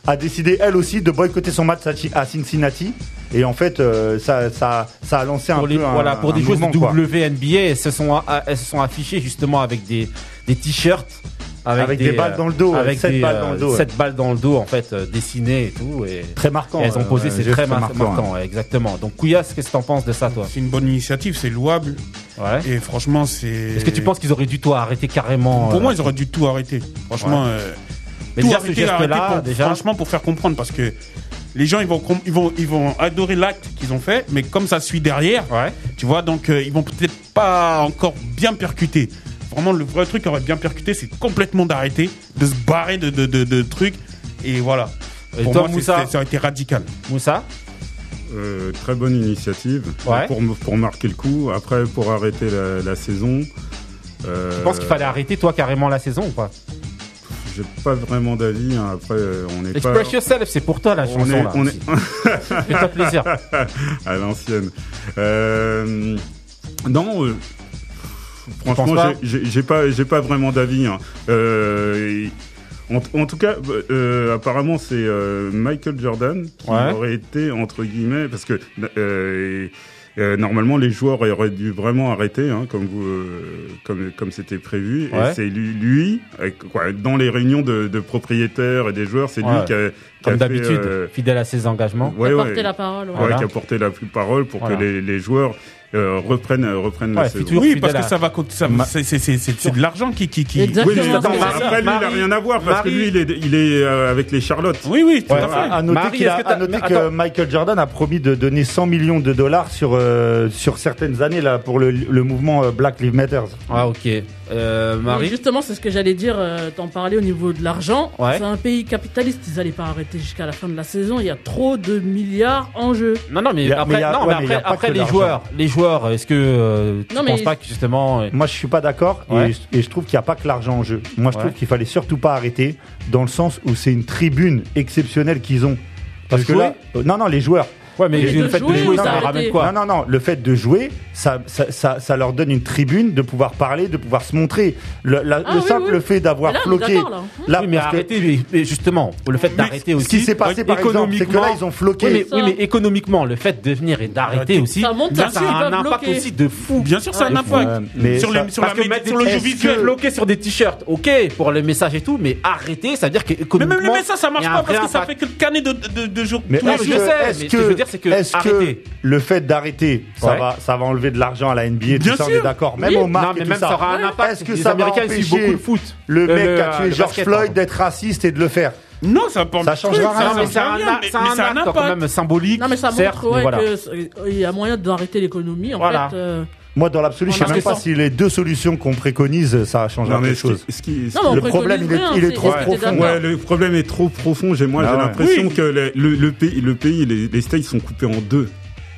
Speaker 5: a décidé elle aussi de boycotter son match à Chi- à Cincinnati et en fait euh, ça ça ça a lancé un
Speaker 1: pour, les-
Speaker 5: peu un-
Speaker 1: voilà, pour
Speaker 5: un
Speaker 1: des joueuses de
Speaker 5: mouvement, quoi.
Speaker 1: WNBA, elles se sont, a- elles se sont affichées justement avec des, des t-shirts. euh,
Speaker 5: Avec des balles dans le dos,
Speaker 1: Avec
Speaker 5: sept
Speaker 1: des,
Speaker 5: balles dans le dos,
Speaker 1: 7 balles dans le dos, en fait, euh, dessinées et tout. Et,
Speaker 5: très
Speaker 1: et
Speaker 5: marquant.
Speaker 1: elles ont posé,
Speaker 5: euh,
Speaker 1: c'est
Speaker 5: geste
Speaker 1: très mar- marquant.
Speaker 5: hein.
Speaker 1: ouais, exactement. Donc, Kouyas, qu'est-ce que t'en penses de ça, toi
Speaker 3: C'est une bonne initiative, c'est louable.
Speaker 1: ouais.
Speaker 3: Et franchement, c'est.
Speaker 1: Est-ce que tu penses qu'ils auraient dû, toi, arrêter carrément
Speaker 3: Pour
Speaker 1: euh,
Speaker 3: moi, ils auraient dû tout arrêter. Franchement, euh,
Speaker 1: mais
Speaker 3: tout
Speaker 1: déjà, ce
Speaker 3: arrêter, arrêter
Speaker 1: geste-là,
Speaker 3: pour-
Speaker 1: déjà.
Speaker 3: franchement, pour faire comprendre, parce que les gens, ils vont, com- ils vont, ils vont adorer l'acte qu'ils ont fait, mais comme ça suit derrière,
Speaker 1: Ouais.
Speaker 3: tu vois, donc euh, ils vont peut-être pas encore bien percuter. Vraiment, le vrai truc qui aurait bien percuté, c'est complètement d'arrêter, de se barrer de, de, de, de trucs, et voilà.
Speaker 1: Et
Speaker 3: pour
Speaker 1: toi,
Speaker 3: moi, c'est-
Speaker 1: Moussa
Speaker 3: c'est- ça aurait été radical.
Speaker 1: Moussa
Speaker 4: Euh, très bonne initiative
Speaker 1: Ouais.
Speaker 4: pour, pour marquer le coup. Après, pour arrêter la, la saison. euh,
Speaker 1: Tu penses qu'il fallait arrêter, toi, carrément la saison ou pas
Speaker 4: J'ai pas vraiment d'avis. hein. Après, euh, on n'est pas.
Speaker 1: Express Yourself, c'est pour toi, la
Speaker 4: On
Speaker 1: chanson,
Speaker 4: est,
Speaker 1: là.
Speaker 4: on est,
Speaker 1: Fais-toi plaisir.
Speaker 4: à l'ancienne. Euh, non, euh,
Speaker 1: penses
Speaker 4: franchement,
Speaker 1: pas
Speaker 4: j'ai- j'ai j'ai pas, j'ai pas vraiment d'avis. hein. Euh, en, en tout cas, euh, apparemment, c'est euh, Michael Jordan qui
Speaker 1: Ouais.
Speaker 4: aurait été entre guillemets parce que. euh, euh, normalement, les joueurs auraient dû vraiment arrêter, hein, comme vous, euh, comme comme c'était prévu.
Speaker 1: Ouais.
Speaker 4: Et c'est lui, lui, euh, quoi, dans les réunions de, de propriétaires et des joueurs, c'est
Speaker 1: Ouais.
Speaker 4: lui qui a, qui a
Speaker 1: Comme
Speaker 4: fait,
Speaker 1: d'habitude,
Speaker 4: euh,
Speaker 1: fidèle à ses engagements.
Speaker 4: ouais,
Speaker 2: T'as
Speaker 4: ouais.
Speaker 2: porté la parole. ouais.
Speaker 4: Ouais,
Speaker 1: Voilà.
Speaker 4: qui a porté la plus parole pour
Speaker 1: Voilà.
Speaker 4: que les, les joueurs euh, reprennent, euh, reprennent
Speaker 1: Ouais,
Speaker 4: la saison.
Speaker 1: futur-
Speaker 4: Oui,
Speaker 3: Oui,
Speaker 1: fidèle
Speaker 3: parce que
Speaker 1: à-
Speaker 3: ça va coûter. ça- c'est- c'est- C'est c'est- c'est de l'argent qui. qui, qui...
Speaker 2: Exactement.
Speaker 4: mais
Speaker 2: Justement,
Speaker 4: attends,
Speaker 2: c'est
Speaker 4: mais
Speaker 2: ça.
Speaker 4: après, lui, il n'a
Speaker 1: Marie-
Speaker 4: rien à voir parce que lui, il est, il est euh, avec les Charlottes.
Speaker 3: Oui, oui, tout
Speaker 5: Ouais,
Speaker 3: à fait.
Speaker 5: à noter,
Speaker 1: Marie,
Speaker 5: qu'il a-
Speaker 1: est-ce que t'as-
Speaker 5: à noter
Speaker 1: mais
Speaker 5: que
Speaker 1: attends.
Speaker 5: Michael Jordan a promis de donner 100 millions de dollars sur, euh, sur certaines années là, pour le, le mouvement euh, Black Lives Matter.
Speaker 1: Ah, ok. Euh,
Speaker 2: Mais
Speaker 1: Marie
Speaker 2: justement, c'est ce que j'allais dire, euh, t'en parlais au niveau de l'argent.
Speaker 1: Ouais.
Speaker 2: C'est un pays capitaliste, ils allaient pas arrêter jusqu'à la fin de la saison. Il y a trop de milliards en jeu.
Speaker 1: Non, non, mais
Speaker 5: Y a- mais
Speaker 1: après,
Speaker 5: y a-
Speaker 1: non,
Speaker 5: ouais,
Speaker 1: mais
Speaker 5: mais
Speaker 1: après,
Speaker 5: y a pas
Speaker 1: après,
Speaker 5: que
Speaker 1: les
Speaker 5: l'argent.
Speaker 1: joueurs, les joueurs, est-ce que euh, tu
Speaker 2: Non, mais-
Speaker 1: penses pas que justement, euh,
Speaker 5: Moi, je suis pas d'accord et-
Speaker 1: Ouais.
Speaker 5: et, je trouve qu'il n'y a pas que l'argent en jeu. Moi, je
Speaker 1: Ouais.
Speaker 5: trouve qu'il fallait surtout pas arrêter dans le sens où c'est une tribune exceptionnelle qu'ils ont. Parce
Speaker 1: De
Speaker 5: que
Speaker 1: jouer
Speaker 5: là, euh, non, non, les joueurs.
Speaker 1: ouais, mais
Speaker 2: Mais
Speaker 1: le
Speaker 2: de
Speaker 1: fait de
Speaker 2: jouer
Speaker 1: jouer,
Speaker 2: ou
Speaker 1: ça les
Speaker 2: d'arrêter
Speaker 1: ramène quoi
Speaker 5: Non, non, non. Le fait de jouer, ça, ça, ça, ça leur donne une tribune de pouvoir parler, de pouvoir se montrer. Le, la-
Speaker 2: Ah
Speaker 5: le
Speaker 2: oui,
Speaker 5: simple
Speaker 2: oui.
Speaker 5: fait d'avoir
Speaker 2: Là, on est
Speaker 5: floqué.
Speaker 2: d'accord, là. hein.
Speaker 5: là,
Speaker 1: Oui, mais
Speaker 5: parce que-
Speaker 1: arrêter, mais- mais justement, le fait d'arrêter
Speaker 5: ce
Speaker 1: aussi.
Speaker 5: qui s'est passé, par exemple, c'est que là, ils ont floqué.
Speaker 1: Oui, mais, oui,
Speaker 2: Ça.
Speaker 1: mais économiquement, le fait de venir et d'arrêter
Speaker 3: Ça
Speaker 1: aussi,
Speaker 2: monte,
Speaker 1: ça,
Speaker 2: ça
Speaker 1: a un
Speaker 2: va
Speaker 1: impact
Speaker 2: bloquer.
Speaker 1: aussi de fou.
Speaker 3: Bien sûr, ça
Speaker 2: Ah.
Speaker 3: a un
Speaker 1: Ouais.
Speaker 3: impact.
Speaker 5: Ouais, mais
Speaker 3: sur,
Speaker 5: ça-
Speaker 3: les- sur la
Speaker 1: Parce que
Speaker 3: médi-
Speaker 1: mettre des
Speaker 3: sur le jeu
Speaker 1: t-shirts
Speaker 3: visuel.
Speaker 1: bloqués sur des t-shirts, ok, pour le message et tout, mais arrêter, ça veut dire que
Speaker 3: Mais
Speaker 1: économiquement.
Speaker 3: même le message, ça marche
Speaker 1: il y a un
Speaker 3: pas parce
Speaker 1: vrai
Speaker 3: que ça
Speaker 1: impact.
Speaker 3: fait que canner de, de, de jours.
Speaker 5: Mais
Speaker 3: tous les
Speaker 1: Oui,
Speaker 5: est-ce
Speaker 1: je
Speaker 3: jours.
Speaker 5: que-
Speaker 1: sais, mais
Speaker 5: est-ce
Speaker 1: ce que je veux
Speaker 5: que-
Speaker 1: dire, c'est que
Speaker 5: Est-ce que
Speaker 1: arrêtez.
Speaker 5: le fait d'arrêter, ça,
Speaker 1: Ouais.
Speaker 5: va, ça va enlever de l'argent à la NBA tout
Speaker 3: Bien
Speaker 5: ça, on
Speaker 3: sûr.
Speaker 5: est d'accord. Même
Speaker 1: Oui.
Speaker 5: au marques
Speaker 1: Non, mais
Speaker 5: et tout
Speaker 1: même ça aura un impact.
Speaker 5: Est-ce que
Speaker 1: Les
Speaker 5: ça va
Speaker 1: Américains, ils suivent
Speaker 5: empêcher
Speaker 1: beaucoup le foot.
Speaker 5: Le
Speaker 1: Euh,
Speaker 5: mec
Speaker 1: le-
Speaker 5: qui a tué
Speaker 1: le
Speaker 5: George
Speaker 1: basket,
Speaker 5: Floyd
Speaker 1: pardon.
Speaker 5: d'être raciste et de le faire
Speaker 3: Non, ça pas
Speaker 5: Ça changera rien.
Speaker 1: Non, mais c'est un, a- c'est un acte quand même symbolique.
Speaker 2: Non, mais ça montre
Speaker 1: certes,
Speaker 2: ouais,
Speaker 1: mais voilà.
Speaker 2: que c'est- il y a moyen d'arrêter l'économie. En
Speaker 1: Voilà.
Speaker 2: fait, euh,
Speaker 5: Moi, dans l'absolu, je sais
Speaker 2: Parce
Speaker 5: même
Speaker 2: que
Speaker 5: pas
Speaker 2: sans-
Speaker 5: si les deux solutions qu'on préconise, ça changera
Speaker 4: Non, mais
Speaker 5: quelque
Speaker 4: ce qui-
Speaker 5: chose.
Speaker 4: ce qui- ce
Speaker 2: Non, mais on
Speaker 5: Le
Speaker 2: préconise
Speaker 5: problème, il est-
Speaker 2: rien,
Speaker 5: il est
Speaker 2: c'est-
Speaker 5: trop
Speaker 2: est-ce que t'es
Speaker 5: profond.
Speaker 2: d'accord
Speaker 4: Ouais, le problème est trop profond. J'ai moi,
Speaker 5: Ah
Speaker 4: j'ai
Speaker 5: ouais.
Speaker 4: l'impression
Speaker 3: Oui.
Speaker 4: que le, le- le pays, le pays, les, les States sont coupés en deux.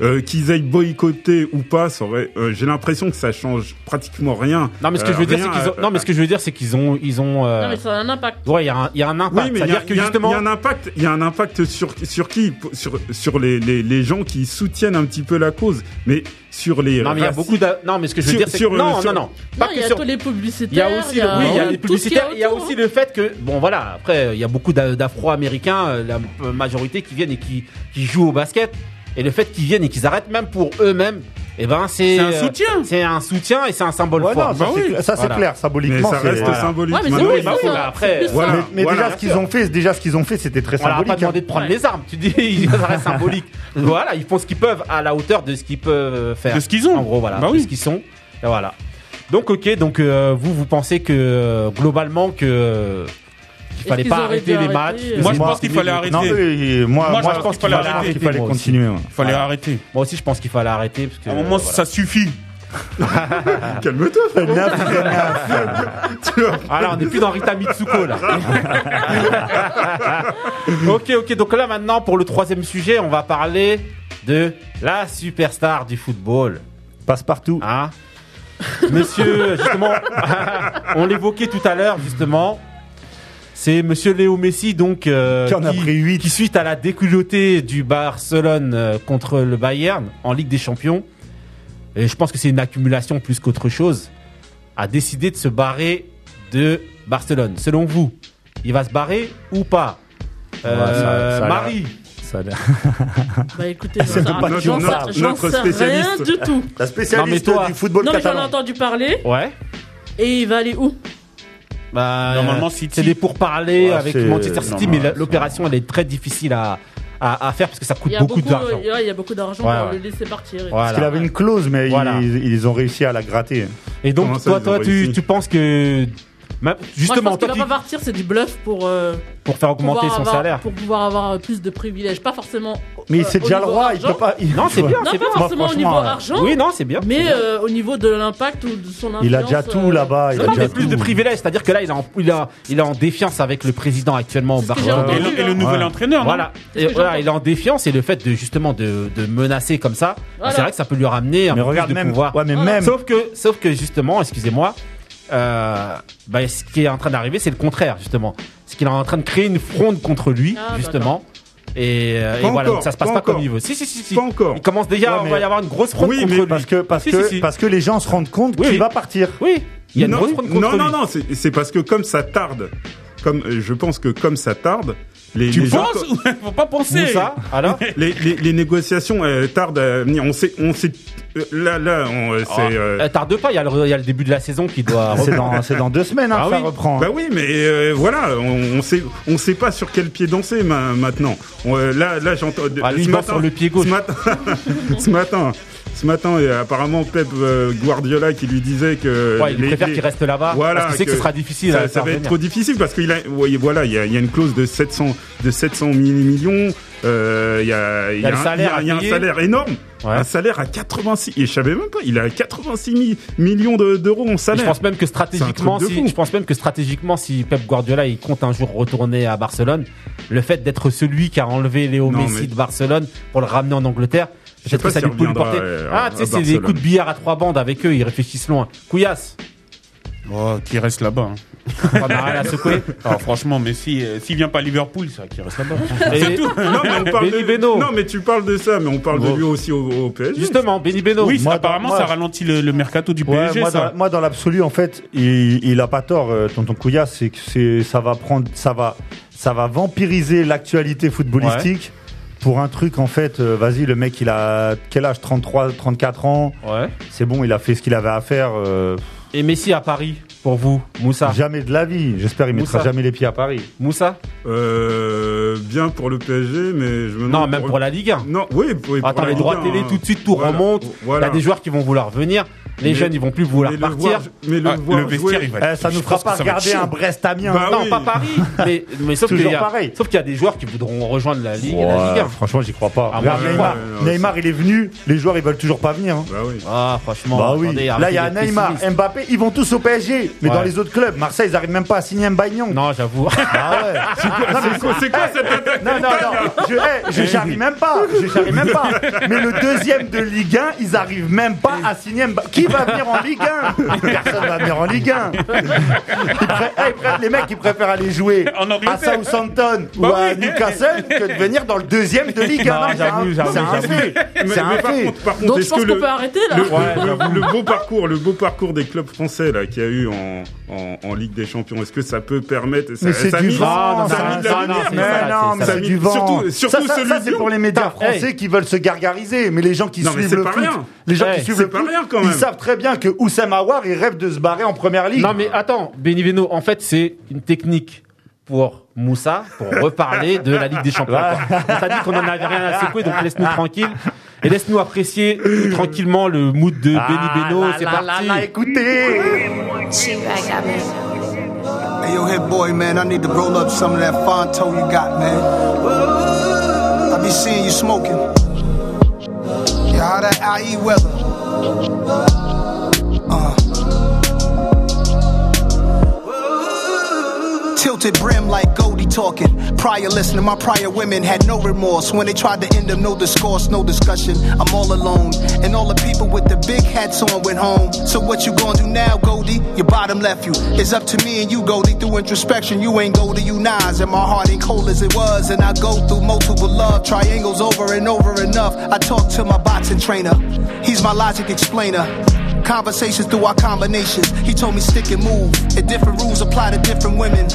Speaker 4: Euh, Qu'ils aillent boycotter ou pas, ça aurait- euh, j'ai l'impression que ça change pratiquement rien.
Speaker 1: Non, mais ce que
Speaker 4: Euh,
Speaker 1: je veux dire,
Speaker 4: rien
Speaker 1: c'est qu'ils ont.
Speaker 4: à-
Speaker 1: Non, mais ce que je veux dire, c'est qu'ils ont. Ils ont. euh,
Speaker 2: Non, mais ça a un impact.
Speaker 1: Ouais, il y, a un- il y a un impact.
Speaker 4: Oui, mais il y, a-
Speaker 1: C'est-à-dire que
Speaker 4: il y a-
Speaker 1: justement.
Speaker 4: il y a un impact. Il y a un impact sur sur qui sur sur les, les, les gens qui soutiennent un petit peu la cause, mais sur les.
Speaker 1: Non, mais il y a
Speaker 4: racistes-
Speaker 1: beaucoup d'a- Non, mais ce que je veux
Speaker 4: Sur-
Speaker 1: dire, c'est. que-
Speaker 4: sur-
Speaker 1: Non,
Speaker 4: sur-
Speaker 1: non, non.
Speaker 2: Non,
Speaker 1: Pas
Speaker 2: il y
Speaker 1: que
Speaker 2: a
Speaker 1: sur.
Speaker 2: tous les publicitaires.
Speaker 1: Il y a aussi le, oui, il y a les
Speaker 2: tout ce qu'il y a
Speaker 1: publicitaires, il y a
Speaker 2: autour,
Speaker 1: aussi
Speaker 2: hein.
Speaker 1: le fait que, bon voilà, après, il y a beaucoup d'a- d'afro-américains, euh, la euh, majorité qui viennent et qui, qui jouent au basket, et le fait qu'ils viennent et qu'ils arrêtent même pour eux-mêmes, et ben c'est.
Speaker 3: C'est un
Speaker 1: euh,
Speaker 3: soutien.
Speaker 1: C'est un soutien et c'est un symbole
Speaker 5: Ouais,
Speaker 1: fort.
Speaker 5: non, ça, c'est cl- ça, c'est
Speaker 1: Voilà.
Speaker 5: clair,
Speaker 4: Mais
Speaker 5: symboliquement.
Speaker 4: ça
Speaker 5: c'est-
Speaker 4: reste
Speaker 5: voilà.
Speaker 4: symbolique.
Speaker 2: Ouais, mais
Speaker 4: Maintenant,
Speaker 2: c'est
Speaker 1: oui, bah oui,
Speaker 2: ça,
Speaker 1: bah après,
Speaker 2: c'est plus
Speaker 4: voilà.
Speaker 2: ça.
Speaker 5: Mais, mais
Speaker 4: Voilà,
Speaker 5: déjà,
Speaker 4: bien
Speaker 5: ce qu'ils ont fait, déjà, ce qu'ils ont fait, c'était très
Speaker 1: On leur a pas
Speaker 5: symbolique.
Speaker 1: demandé de prendre
Speaker 3: hein.
Speaker 1: les armes. Tu dis, ils ça reste symbolique. voilà, ils font ce qu'ils peuvent à la hauteur de ce qu'ils peuvent faire.
Speaker 3: De ce qu'ils ont.
Speaker 1: En gros, voilà.
Speaker 3: Bah
Speaker 1: de
Speaker 3: oui.
Speaker 1: ce qu'ils sont. Et voilà. Donc, ok, donc euh, vous, vous pensez que euh, globalement, que. euh, qu'il fallait
Speaker 2: qu'ils
Speaker 1: pas
Speaker 2: auraient
Speaker 1: arrêter
Speaker 2: dû
Speaker 1: les
Speaker 2: arrêter,
Speaker 1: matchs.
Speaker 2: euh,
Speaker 3: Moi, je
Speaker 5: Moi,
Speaker 3: pense qu'il fallait
Speaker 5: Non,
Speaker 3: arrêter.
Speaker 5: mais moi, moi, je pense qu'il
Speaker 3: fallait
Speaker 5: fallait, qu'il
Speaker 1: arrêter,
Speaker 5: fallait
Speaker 1: moi aussi.
Speaker 5: continuer. ouais.
Speaker 3: Il fallait arrêter.
Speaker 1: Moi aussi, je pense qu'il fallait arrêter. Parce que,
Speaker 3: À un moment,
Speaker 1: euh, voilà.
Speaker 3: ça suffit.
Speaker 4: Calme-toi. frérot.
Speaker 1: Ah là, on n'est plus dans Rita Mitsuko là. ok, ok. Donc là, maintenant, pour le troisième sujet, on va parler de la superstar du football.
Speaker 5: Passe partout.
Speaker 1: Hein Monsieur, justement, on l'évoquait tout à l'heure, justement. C'est Monsieur Léo Messi, donc, euh,
Speaker 5: Qui en a pris huit.
Speaker 1: qui, suite à la déculottée du Barcelone euh, contre le Bayern en Ligue des Champions, et je pense que c'est une accumulation plus qu'autre chose, a décidé de se barrer de Barcelone. Selon vous, il va se barrer ou pas Euh,
Speaker 5: Ouais, ça- ça a
Speaker 1: Marie,
Speaker 5: Ça a l'air-
Speaker 2: Bah écoutez, j'en sais-
Speaker 5: pas
Speaker 2: j'en
Speaker 5: du
Speaker 2: sais-
Speaker 5: notre-
Speaker 2: j'en
Speaker 4: notre
Speaker 2: sais rien
Speaker 4: spécialiste.
Speaker 2: du tout.
Speaker 5: La spécialiste
Speaker 1: Non, mais toi-
Speaker 5: du football
Speaker 2: Non, mais j'en ai
Speaker 5: catalan.
Speaker 2: entendu parler.
Speaker 1: ouais.
Speaker 2: Et il va aller où
Speaker 1: Bah,
Speaker 3: Normalement,
Speaker 1: euh,
Speaker 3: City-
Speaker 1: C'est des pourparlers
Speaker 5: Ouais,
Speaker 1: avec
Speaker 5: c'est-
Speaker 1: Manchester City,
Speaker 5: non,
Speaker 1: mais
Speaker 5: non,
Speaker 1: la-
Speaker 5: c'est-
Speaker 1: l'opération, elle est très difficile à, à, à faire parce que ça coûte
Speaker 2: Il y a
Speaker 1: beaucoup,
Speaker 2: beaucoup,
Speaker 1: d'argent.
Speaker 2: ouais, il y a beaucoup d'argent
Speaker 1: Ouais,
Speaker 2: pour
Speaker 1: ouais.
Speaker 2: le laisser partir. et-
Speaker 1: Voilà.
Speaker 5: Parce qu'il avait une clause, mais ils-
Speaker 1: Voilà.
Speaker 5: ils, ils ont réussi à la gratter.
Speaker 1: Et
Speaker 4: Comment
Speaker 1: donc,
Speaker 4: ça,
Speaker 1: toi,
Speaker 4: ils ont
Speaker 1: toi tu,
Speaker 4: réussi
Speaker 1: tu penses que. Ma-
Speaker 2: Moi, je
Speaker 1: Justement,
Speaker 2: pense qu'il
Speaker 1: toi,
Speaker 2: va
Speaker 1: tu-
Speaker 2: pas partir, c'est du bluff pour, euh,
Speaker 1: pour faire augmenter
Speaker 2: pouvoir
Speaker 1: son
Speaker 2: avoir-
Speaker 1: salaire.
Speaker 2: pour pouvoir avoir euh, plus de privilèges. Pas forcément.
Speaker 5: Mais
Speaker 2: euh,
Speaker 5: c'est
Speaker 2: au
Speaker 5: déjà le
Speaker 2: niveau
Speaker 5: roi, il
Speaker 2: argent.
Speaker 5: peut pas. il-
Speaker 1: Non, c'est bien,
Speaker 2: Non, pas
Speaker 1: c'est bien.
Speaker 5: Moi,
Speaker 2: forcément au niveau
Speaker 5: franchement, euh,
Speaker 2: argent,
Speaker 1: Oui, non, c'est bien. c'est
Speaker 2: mais
Speaker 1: bien.
Speaker 2: euh, au niveau de l'impact ou de son influence.
Speaker 5: Il a déjà tout
Speaker 2: euh,
Speaker 5: là-bas. Il
Speaker 1: Non,
Speaker 5: a
Speaker 1: non, mais
Speaker 5: déjà
Speaker 1: plus
Speaker 5: tout.
Speaker 1: de privilèges, c'est-à-dire que là, il est en, il est en- il est en défiance avec le président actuellement au
Speaker 2: C'est ce que j'ai
Speaker 1: Barcelone.
Speaker 3: Et le, et le nouvel
Speaker 5: Ouais.
Speaker 3: entraîneur. non
Speaker 1: Voilà,
Speaker 2: C'est ce
Speaker 1: Et
Speaker 2: que
Speaker 1: voilà,
Speaker 2: j'entends.
Speaker 1: il est en défiance et le fait de justement de, de menacer comme ça,
Speaker 2: Voilà.
Speaker 1: c'est vrai que ça peut lui ramener un
Speaker 5: Mais
Speaker 1: peu plus
Speaker 5: regarde
Speaker 1: de
Speaker 5: même.
Speaker 1: pouvoir.
Speaker 5: Ouais, mais
Speaker 2: Ah.
Speaker 5: même.
Speaker 1: Sauf que, sauf que justement, excusez-moi, euh, bah, ce qui est en train d'arriver, c'est le contraire justement. C'est qu'il est en train de créer une fronde contre lui,
Speaker 2: Ah,
Speaker 1: justement. Et, euh, et
Speaker 4: Pas
Speaker 1: voilà,
Speaker 4: encore,
Speaker 1: donc ça se passe pas,
Speaker 4: pas
Speaker 1: comme
Speaker 4: encore.
Speaker 1: il veut. Si, si, si, si.
Speaker 4: Pas encore.
Speaker 1: Il commence déjà,
Speaker 5: Ouais,
Speaker 1: on
Speaker 5: mais-
Speaker 1: va y avoir une grosse fronde
Speaker 4: Oui,
Speaker 1: contre
Speaker 4: mais
Speaker 1: lui.
Speaker 5: Parce que, parce,
Speaker 1: Si,
Speaker 5: que,
Speaker 1: si, si.
Speaker 5: parce que les gens se rendent compte
Speaker 1: Oui.
Speaker 5: qu'il va partir.
Speaker 1: Oui, il y a une
Speaker 4: non,
Speaker 1: grosse fronde contre
Speaker 4: non,
Speaker 1: lui.
Speaker 4: non, non, c'est c'est parce que comme ça tarde, comme euh, je pense que comme ça tarde, les,
Speaker 3: Tu
Speaker 4: les gens-
Speaker 3: penses ou- Faut pas penser.
Speaker 1: Moussa, alors
Speaker 4: les, les- les négociations euh, tardent à venir. On sait, on sait, euh, là, là, on, euh, c'est. euh,
Speaker 1: Euh, Tarde pas, il y, a le- il y a le début de la saison qui doit.
Speaker 5: C'est dans, c'est dans deux semaines hein,
Speaker 1: Ah
Speaker 5: que ça
Speaker 1: oui.
Speaker 5: reprend.
Speaker 4: bah oui, mais euh, voilà, on, on sait, on sait pas sur quel pied danser ma- maintenant. On, euh, là, là, j'entends.
Speaker 1: Ah, lui, il
Speaker 4: ce
Speaker 1: danse sur le pied gauche.
Speaker 4: Ce matin, ce matin, ce matin, il y a apparemment Pep euh, Guardiola qui lui disait que.
Speaker 1: Ouais, il
Speaker 4: les-
Speaker 1: préfère
Speaker 4: les-
Speaker 1: qu'il reste là-bas.
Speaker 4: Voilà,
Speaker 1: parce qu'il sait que,
Speaker 4: que
Speaker 1: ce sera difficile euh, à
Speaker 4: ça,
Speaker 1: le
Speaker 4: ça
Speaker 1: faire
Speaker 4: va être
Speaker 1: venir.
Speaker 4: trop difficile parce qu'il a, oui, voilà, il y a, il y a une clause de 700, de 700 000 millions. euh, il y a, il y a
Speaker 1: le
Speaker 4: un-
Speaker 1: salaire
Speaker 4: il y a-
Speaker 1: à
Speaker 4: il y a
Speaker 1: payer.
Speaker 4: un salaire énorme.
Speaker 1: Ouais.
Speaker 4: Un salaire à 86, et je savais même pas, il est à 86 mi- millions de- d'euros en
Speaker 1: Et Je
Speaker 4: salaire.
Speaker 1: pense même que stratégiquement,
Speaker 4: C'est un truc de
Speaker 1: si,
Speaker 4: fou.
Speaker 1: je pense même que stratégiquement, si Pep Guardiola il compte un jour retourner à Barcelone, le fait d'être celui qui a enlevé Léo
Speaker 4: Non,
Speaker 1: Messi
Speaker 4: mais-
Speaker 1: de Barcelone pour le ramener en Angleterre,
Speaker 4: sais
Speaker 1: peut-être
Speaker 4: pas
Speaker 1: que ça
Speaker 4: s'il
Speaker 1: lui peut lui
Speaker 4: reviendra,
Speaker 1: porter.
Speaker 4: euh,
Speaker 1: ah,
Speaker 4: à-
Speaker 1: tu sais,
Speaker 4: à
Speaker 1: c'est des
Speaker 4: Barcelone.
Speaker 1: coups de billard à trois bandes avec eux, ils réfléchissent loin. Couillasse,
Speaker 3: Oh, qui reste là-bas. hein.
Speaker 1: on a rien à secouer.
Speaker 3: Alors, franchement, mais si, euh, s'il vient pas à Liverpool, ça, qui reste là-bas.
Speaker 1: Et
Speaker 4: Non, mais on parle
Speaker 1: Benny
Speaker 4: de-
Speaker 1: Beno.
Speaker 4: non, mais tu parles de ça, mais on parle de lui aussi au, au PSG.
Speaker 1: justement, Benny Beno.
Speaker 3: Oui,
Speaker 5: Moi,
Speaker 3: apparemment,
Speaker 5: dans- moi,
Speaker 3: ça
Speaker 5: je-
Speaker 3: ralentit le, le mercato du
Speaker 5: Ouais,
Speaker 3: PSG.
Speaker 5: moi,
Speaker 3: ça.
Speaker 5: dans, moi, dans l'absolu, en fait, il, il a pas tort, euh, tonton Kouya, c'est que c'est, ça va prendre, ça va, ça va vampiriser l'actualité footballistique pour un truc, en fait, euh, vas-y, le mec, il a quel âge 33, 34 ans,
Speaker 1: Ouais.
Speaker 5: c'est bon, il a fait ce qu'il avait à faire. euh,
Speaker 1: Et Messi à Paris. pour vous, Moussa
Speaker 5: Jamais de la vie. J'espère qu'il mettra
Speaker 1: Moussa.
Speaker 5: jamais les pieds à Paris.
Speaker 1: Moussa
Speaker 4: Euh, bien pour le PSG, mais je me
Speaker 1: Non,
Speaker 4: demande
Speaker 1: même pour la Ligue 1.
Speaker 4: Non, oui, oui, pour
Speaker 1: Attends,
Speaker 4: la
Speaker 1: les
Speaker 4: Ligue
Speaker 1: droits
Speaker 4: 1,
Speaker 1: télé,
Speaker 4: hein.
Speaker 1: tout de suite, tout
Speaker 4: Voilà.
Speaker 1: remonte. Il
Speaker 4: Voilà.
Speaker 1: y a des joueurs qui vont vouloir venir. Les
Speaker 4: Mais-
Speaker 1: jeunes, ils vont plus vouloir
Speaker 4: Mais le
Speaker 1: partir.
Speaker 4: voir- mais le
Speaker 3: Ah,
Speaker 4: voir
Speaker 3: le
Speaker 4: jouer-
Speaker 3: vestiaire, il va.
Speaker 5: Eh, ça
Speaker 3: je
Speaker 5: nous fera
Speaker 3: pense que
Speaker 5: pas
Speaker 3: ça va être
Speaker 5: regarder
Speaker 3: chaud.
Speaker 5: un Brest-Amiens.
Speaker 4: Bah
Speaker 1: non,
Speaker 4: oui.
Speaker 1: pas Paris. Mais, mais sauf qu'il
Speaker 5: Ah Toujours
Speaker 1: y, a-
Speaker 5: pareil.
Speaker 1: sauf qu'il y a des joueurs qui voudront rejoindre la Ligue et la
Speaker 5: Ouais,
Speaker 1: Ligue 1.
Speaker 5: Franchement, j'y crois pas.
Speaker 1: Ah,
Speaker 5: Regarde,
Speaker 1: moi, je
Speaker 5: Neymar,
Speaker 4: crois, ouais, ouais,
Speaker 5: Neymar, il est venu. Les joueurs, ils veulent toujours pas venir. hein.
Speaker 4: Bah oui.
Speaker 1: Ah, franchement.
Speaker 5: Bah oui.
Speaker 1: attendez,
Speaker 5: Là,
Speaker 1: arrêtez
Speaker 5: il y a
Speaker 1: d'être
Speaker 5: Neymar,
Speaker 1: pessimiste.
Speaker 5: Mbappé, ils vont tous au PSG. Mais
Speaker 1: Ouais.
Speaker 5: dans les autres clubs, Marseille, ils arrivent même pas à signer un Bagnon.
Speaker 1: Non, j'avoue.
Speaker 5: Ah ouais. C'est quoi,
Speaker 4: C'est quoi cette attaque
Speaker 5: Non, non, non. Je, eh, je j'arrive même pas. Je j'arrive même pas. Mais le deuxième de Ligue 1, ils arrivent même pas à signer Mba- Qui va venir en Ligue 1 Personne va venir en Ligue 1. Ils pré- eh, ils pré- les mecs, ils préfèrent aller jouer
Speaker 3: En
Speaker 5: à
Speaker 3: Angleterre.
Speaker 5: Southampton ou
Speaker 3: Bah
Speaker 5: à
Speaker 3: oui.
Speaker 5: Newcastle que de venir dans le deuxième de Ligue 1.
Speaker 1: Non,
Speaker 5: Non, c'est un-
Speaker 1: j'avoue, j'avoue,
Speaker 5: c'est un
Speaker 1: j'avoue.
Speaker 5: fait.
Speaker 4: Mais-
Speaker 5: C'est un
Speaker 4: mais par
Speaker 5: fait.
Speaker 4: contre, par contre,
Speaker 2: Donc je
Speaker 4: est-ce
Speaker 2: pense
Speaker 4: que
Speaker 2: qu'on
Speaker 4: le-
Speaker 2: peut arrêter là.
Speaker 4: Le, le- le beau parcours, le beau parcours des clubs français là qu'il y a eu en, en, en Ligue des Champions, est-ce que ça peut permettre ça,
Speaker 5: Mais c'est
Speaker 4: ça
Speaker 5: du
Speaker 4: mise-
Speaker 5: vent,
Speaker 1: non,
Speaker 4: ça mise
Speaker 1: non,
Speaker 4: la
Speaker 1: non,
Speaker 4: lumière,
Speaker 1: c'est
Speaker 5: Mais
Speaker 1: ça,
Speaker 5: non, mais
Speaker 1: ça,
Speaker 5: c'est
Speaker 4: mise-
Speaker 5: du vent.
Speaker 4: Surtout, surtout
Speaker 5: ça, ça,
Speaker 4: celui
Speaker 5: ça, c'est
Speaker 4: de
Speaker 5: pour les médias français qui veulent se gargariser. Mais les gens qui
Speaker 4: Non, mais
Speaker 5: suivent
Speaker 4: c'est
Speaker 5: le
Speaker 4: pas
Speaker 5: foot,
Speaker 4: rien.
Speaker 5: les gens
Speaker 1: Ouais,
Speaker 5: qui suivent
Speaker 4: c'est
Speaker 5: le
Speaker 4: pas
Speaker 5: foot,
Speaker 4: rien, quand
Speaker 5: ils
Speaker 4: même.
Speaker 5: savent très bien que Oussem Aouar, il rêve de se barrer en première ligue.
Speaker 1: Non mais attends, Benny Beno, en fait c'est une technique pour Moussa, pour reparler de la Ligue des Champions. quoi. On t'a dit qu'on n'en avait rien à secouer, donc laisse-nous tranquille. Et laisse-nous apprécier tranquillement le mood de Benny Beno.
Speaker 5: Ah
Speaker 1: C'est
Speaker 5: là là
Speaker 1: parti.
Speaker 5: là, écoutez.
Speaker 9: Hey, yo, hit boy, man, I need to roll up some of that Fonto you got, man. I be seeing you smoking. Yeah, how that IE weather? Uh. Tilted brim like Goldie talking. Prior listening, my prior women had no remorse. When they tried to end them, no discourse, no discussion. I'm all alone. And all the people with the big hats on went home. So what you gonna do now, Goldie? Your bottom left you. It's up to me and you, Goldie. Through introspection, you ain't Goldie, you nines. And my heart ain't cold as it was. And I go through multiple love triangles over and over enough. I talk to my boxing trainer. He's my logic explainer. Conversations through our combinations. He told me stick and move, and different rules apply to different women.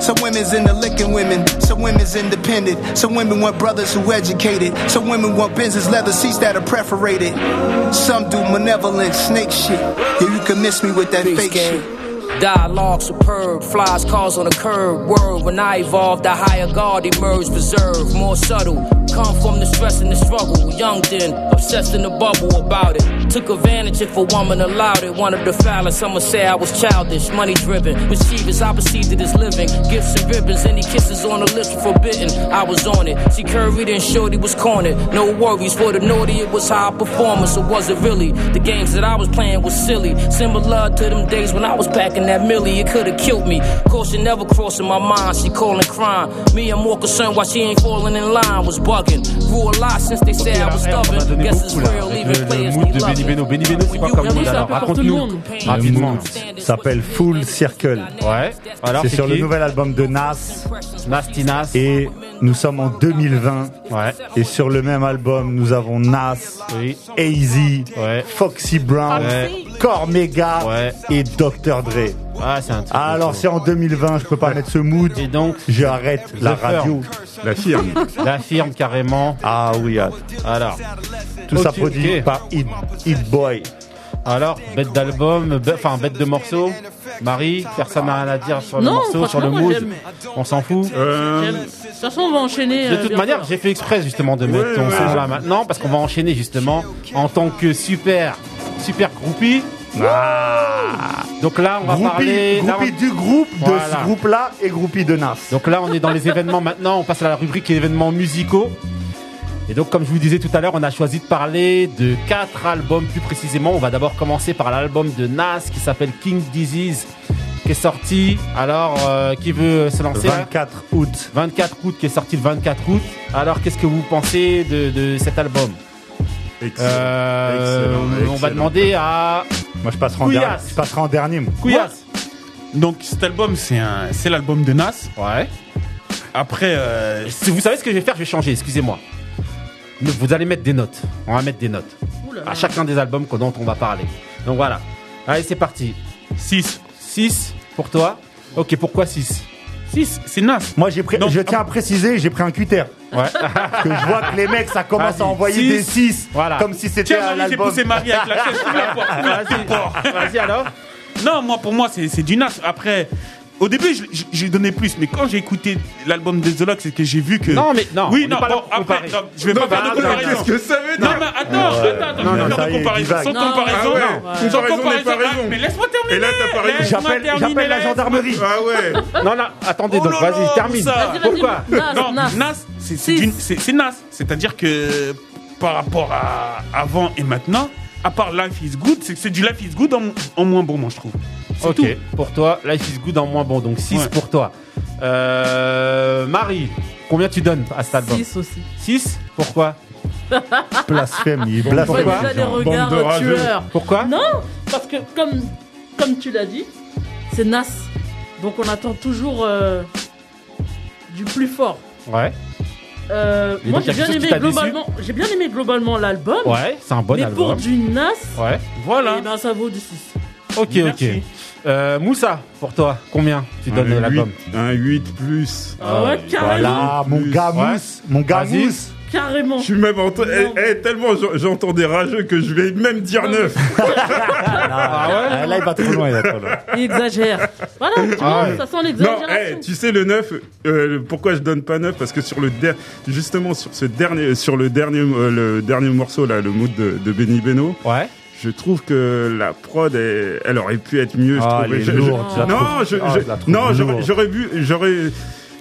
Speaker 9: Some women's into licking women, some women's independent, some women want brothers who educated, some women want business leather seats that are perforated. Some do malevolent snake shit. Yeah, you can miss me with that fake shit.
Speaker 10: Dialogue superb, flies cars on the curb. Word when I evolved, the higher guard emerged, preserved, more subtle. Come from the stress and the struggle. Young then, obsessed in the bubble about it. Took advantage if a woman allowed it. One of the foulest, some would say I was childish, money driven. Receivers, I perceived it as living. Gifts and ribbons, any kisses on the lips were forbidden. I was on it. She curried and shorty was cornered. No worries for the naughty, it was high performance, or was it really? The games that I was playing was silly. Similar to them days when I was packing that millie, it could've killed me. Caution never crossing my mind, she calling crime. Me, I'm more concerned why she ain't falling in line, was bugging. Grew a lot since they said
Speaker 1: Ok,
Speaker 10: I was
Speaker 1: là, on en a
Speaker 10: stubborn.
Speaker 1: donné
Speaker 10: Guess it's
Speaker 1: beaucoup, là,
Speaker 10: real,
Speaker 1: avec
Speaker 10: even
Speaker 1: le- le
Speaker 10: players
Speaker 1: mood
Speaker 10: be
Speaker 1: de Benny
Speaker 10: loving.
Speaker 1: Beno. Benny Beno, c'est pas comme nous,
Speaker 10: When you
Speaker 2: alors.
Speaker 10: young,
Speaker 2: Raconte-nous
Speaker 1: rapidement.
Speaker 5: s'appelle Full Circle.
Speaker 1: Ouais. Alors
Speaker 5: C'est
Speaker 1: c'est
Speaker 5: sur le
Speaker 1: qui
Speaker 5: nouvel album de Nas.
Speaker 1: Nasty Nas.
Speaker 5: Et nous sommes en 2020.
Speaker 1: Ouais.
Speaker 5: Et sur le même album, nous avons Nas,
Speaker 1: Oui.
Speaker 5: AZ,
Speaker 1: Ouais.
Speaker 5: Foxy Brown,
Speaker 1: Ouais.
Speaker 5: Cormega
Speaker 1: Ouais,
Speaker 5: et Dr. Dre.
Speaker 1: ah, c'est un truc. de
Speaker 5: Alors
Speaker 1: fou.
Speaker 5: c'est en 2020, je peux pas mettre ce mood.
Speaker 1: Et donc
Speaker 5: Je arrête la
Speaker 1: The
Speaker 5: radio.
Speaker 4: La firme.
Speaker 1: la firme carrément.
Speaker 5: Ah oui, ah.
Speaker 1: Alors,
Speaker 5: tout ça
Speaker 1: Ok,
Speaker 5: produit
Speaker 1: ok.
Speaker 5: par Hit, Hit Boy.
Speaker 1: alors bête d'album, be- enfin bête de morceaux. Marie, personne n'a rien à dire sur le
Speaker 2: Non,
Speaker 1: morceau, sur le
Speaker 2: franchement, moi,
Speaker 1: mood.
Speaker 2: j'aime.
Speaker 1: On s'en fout.
Speaker 4: Euh,
Speaker 2: J'aime. De toute façon, on va enchaîner. euh,
Speaker 1: De toute
Speaker 2: bientôt.
Speaker 1: manière, j'ai fait exprès justement de mettre
Speaker 4: Ouais,
Speaker 1: ton
Speaker 4: ouais.
Speaker 1: son là maintenant parce qu'on va enchaîner justement en tant que super super groupie. Donc là, on va
Speaker 5: Ah. Groupie,
Speaker 1: parler. là,
Speaker 5: groupie
Speaker 1: on-
Speaker 5: du groupe, de
Speaker 1: Voilà.
Speaker 5: ce groupe-là et groupie de Nas.
Speaker 1: Donc là, on est dans les événements maintenant. On passe à la rubrique événements musicaux. Et donc, comme je vous disais tout à l'heure, on a choisi de parler de quatre albums plus précisément. On va d'abord commencer par l'album de Nas qui s'appelle King Disease qui est sorti. Alors, euh, qui veut se lancer là
Speaker 5: 24 août.
Speaker 1: 24 août qui est sorti le 24 août. Alors, qu'est-ce que vous pensez de, de cet album
Speaker 4: excellent,
Speaker 1: Euh,
Speaker 4: excellent,
Speaker 1: On va
Speaker 4: excellent.
Speaker 1: demander à
Speaker 5: Moi, je passerai en,
Speaker 1: Couillasse.
Speaker 5: dernier. je passerai en dernier. moi.
Speaker 1: Kouyas.
Speaker 3: Donc cet album, c'est un, c'est l'album de Nas.
Speaker 1: Ouais.
Speaker 3: Après, euh,
Speaker 1: Si vous savez ce que je vais faire, je vais changer, excusez-moi. Nous- Vous allez mettre des notes. On va mettre des notes
Speaker 2: Ouh là là.
Speaker 1: à chacun des albums qu'on- dont on va parler. Donc voilà. Allez, c'est parti.
Speaker 3: 6.
Speaker 1: 6 pour toi. Ok, pourquoi 6
Speaker 3: 6, c'est Nas.
Speaker 5: Moi, j'ai pris,
Speaker 3: Donc-
Speaker 5: je tiens à préciser, j'ai pris un cutter.
Speaker 1: Ouais.
Speaker 5: Parce que je vois que les mecs, ça commence
Speaker 1: Vas-y,
Speaker 5: à envoyer
Speaker 1: six.
Speaker 5: des 6.
Speaker 1: Voilà.
Speaker 5: Comme si c'était
Speaker 3: Tiens,
Speaker 5: un
Speaker 3: Marie, j'ai
Speaker 5: album.
Speaker 3: poussé Marie avec la chaise. Ouvre la porte, ouvre la
Speaker 1: Vas-y,
Speaker 3: porte.
Speaker 1: vas-y alors.
Speaker 3: Non, moi, pour moi, c'est c'est du nas. Après, au début, je- je- je donnais plus, mais quand j'ai écouté l'album de Zoloc, c'est que j'ai vu que.
Speaker 1: Non, mais non, on
Speaker 3: Oui,
Speaker 1: est
Speaker 3: non,
Speaker 1: pas là
Speaker 3: bon,
Speaker 1: pour
Speaker 3: après,
Speaker 1: comparer.
Speaker 3: non, je vais
Speaker 1: Non,
Speaker 3: pas
Speaker 2: Ah,
Speaker 1: bah,
Speaker 3: faire de
Speaker 1: attends,
Speaker 3: comparaison.
Speaker 1: qu'est-ce que ça
Speaker 4: veut
Speaker 3: Non,
Speaker 4: dire
Speaker 3: mais attends,
Speaker 5: Ouais.
Speaker 3: attends, attends,
Speaker 5: Non,
Speaker 3: je vais
Speaker 5: non,
Speaker 3: faire
Speaker 5: ça y
Speaker 3: de
Speaker 5: est,
Speaker 3: comparaison.
Speaker 5: divague.
Speaker 3: Sans
Speaker 2: Non,
Speaker 3: comparaison,
Speaker 2: ouais.
Speaker 3: sans
Speaker 4: Comparaison n'est
Speaker 3: comparaison.
Speaker 4: pas raison.
Speaker 3: Ah, Mais laisse-moi terminer.
Speaker 4: Et là, t'as pas raison.
Speaker 3: Laisse-moi
Speaker 5: J'appelle
Speaker 3: terminer,
Speaker 5: j'appelle la
Speaker 3: laisse-moi
Speaker 5: gendarmerie.
Speaker 4: Ah ouais.
Speaker 1: Non, non, attendez,
Speaker 3: Oh
Speaker 1: donc
Speaker 3: là là,
Speaker 1: vas-y, termine.
Speaker 3: ça.
Speaker 2: Vas-y, vas-y,
Speaker 1: Pourquoi
Speaker 2: Nas,
Speaker 3: Non,
Speaker 2: Nas.
Speaker 3: Nas, c'est- c'est
Speaker 2: Six.
Speaker 3: d'une- c'est c'est Nas. C'est-à-dire que par rapport à avant et maintenant, à part Life is Good, c'est c'est du Life is Good en, en moins bon, moi, je trouve. C'est
Speaker 1: Ok,
Speaker 3: tout.
Speaker 1: pour toi, Life is Good en moins bon, donc 6
Speaker 3: Ouais.
Speaker 1: pour toi. Euh, Marie, combien tu donnes à cet album
Speaker 2: 6 aussi.
Speaker 1: 6 Pourquoi
Speaker 5: Blasphème, il
Speaker 1: Pourquoi
Speaker 5: blasphème.
Speaker 2: Pourquoi
Speaker 5: les
Speaker 2: les
Speaker 5: gens.
Speaker 2: regards
Speaker 4: Bande de rageux.
Speaker 2: tueurs
Speaker 1: Pourquoi
Speaker 2: Non, parce que comme, comme tu l'as dit, c'est Nas. Donc on attend toujours euh, du plus fort.
Speaker 1: Ouais,
Speaker 2: Euh,
Speaker 1: Et
Speaker 2: moi
Speaker 1: donc,
Speaker 2: j'ai
Speaker 1: y
Speaker 2: bien,
Speaker 1: a quelque chose qui
Speaker 2: aimé
Speaker 1: t'a déçu
Speaker 2: globalement, j'ai bien aimé globalement l'album,
Speaker 1: ouais, c'est un bon
Speaker 2: mais pour
Speaker 1: album.
Speaker 2: du Nas,
Speaker 1: Ouais,
Speaker 3: Voilà.
Speaker 2: eh ben, ça vaut du 6.
Speaker 1: ok, ok.
Speaker 3: Merci.
Speaker 1: Euh, Moussa, pour toi, combien tu donnes de
Speaker 4: Un
Speaker 1: l'album
Speaker 4: huit- Un 8 plus.
Speaker 2: Ah ouais, carrément,
Speaker 5: Ah, mon gars
Speaker 1: Ouais.
Speaker 5: mousse, mon gars
Speaker 1: Vas-y.
Speaker 5: mousse.
Speaker 2: carrément.
Speaker 4: Je suis même en train-
Speaker 2: Non.
Speaker 4: eh, eh, tellement j'en- j'entends des rageux que je vais même dire
Speaker 2: Non.
Speaker 4: 9.
Speaker 1: Ah
Speaker 5: Ah, Là, il va trop loin, il va trop loin.
Speaker 2: Il exagère. Voilà, tu
Speaker 1: Ah
Speaker 2: vois,
Speaker 1: ouais.
Speaker 2: ça sent
Speaker 4: Non,
Speaker 2: l'exagération.
Speaker 4: eh, tu sais le 9 euh, pourquoi je donne pas 9 parce que sur le der- justement sur ce dernier sur le dernier euh, le dernier morceau là le mood de, de Benny Beno,
Speaker 1: Ouais,
Speaker 4: je trouve que la prod est- elle aurait pu être mieux je
Speaker 5: Ah,
Speaker 4: trouve.
Speaker 5: elle est
Speaker 4: Je- je-
Speaker 5: lourde, je la
Speaker 4: non,
Speaker 5: trouve.
Speaker 4: je,
Speaker 5: Ah,
Speaker 4: je-
Speaker 5: je la trouve
Speaker 4: non, j'aurais-
Speaker 5: lourde.
Speaker 4: j'aurais vu j'aurais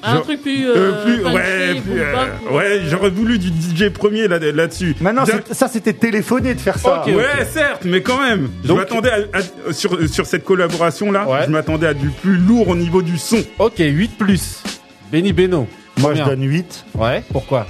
Speaker 2: Un
Speaker 4: genre-
Speaker 2: truc plus...
Speaker 4: euh,
Speaker 2: euh,
Speaker 4: plus
Speaker 2: funky,
Speaker 4: ouais,
Speaker 2: boom
Speaker 4: plus, euh,
Speaker 2: bap, boom
Speaker 4: ouais,
Speaker 2: bap.
Speaker 4: j'aurais voulu du DJ premier là là-dessus.
Speaker 5: Maintenant,
Speaker 4: D'un-
Speaker 5: c'est- ça, c'était téléphoné de faire ça.
Speaker 1: Ok,
Speaker 4: Ouais, certes, mais quand même. je
Speaker 1: Donc-
Speaker 4: m'attendais à- à- sur, sur cette collaboration là,
Speaker 1: Ouais.
Speaker 4: je m'attendais à du plus lourd au niveau du son.
Speaker 1: ok, 8 plus. Benny Beno.
Speaker 5: Moi, je
Speaker 1: combien
Speaker 5: donne 8.
Speaker 1: Ouais, pourquoi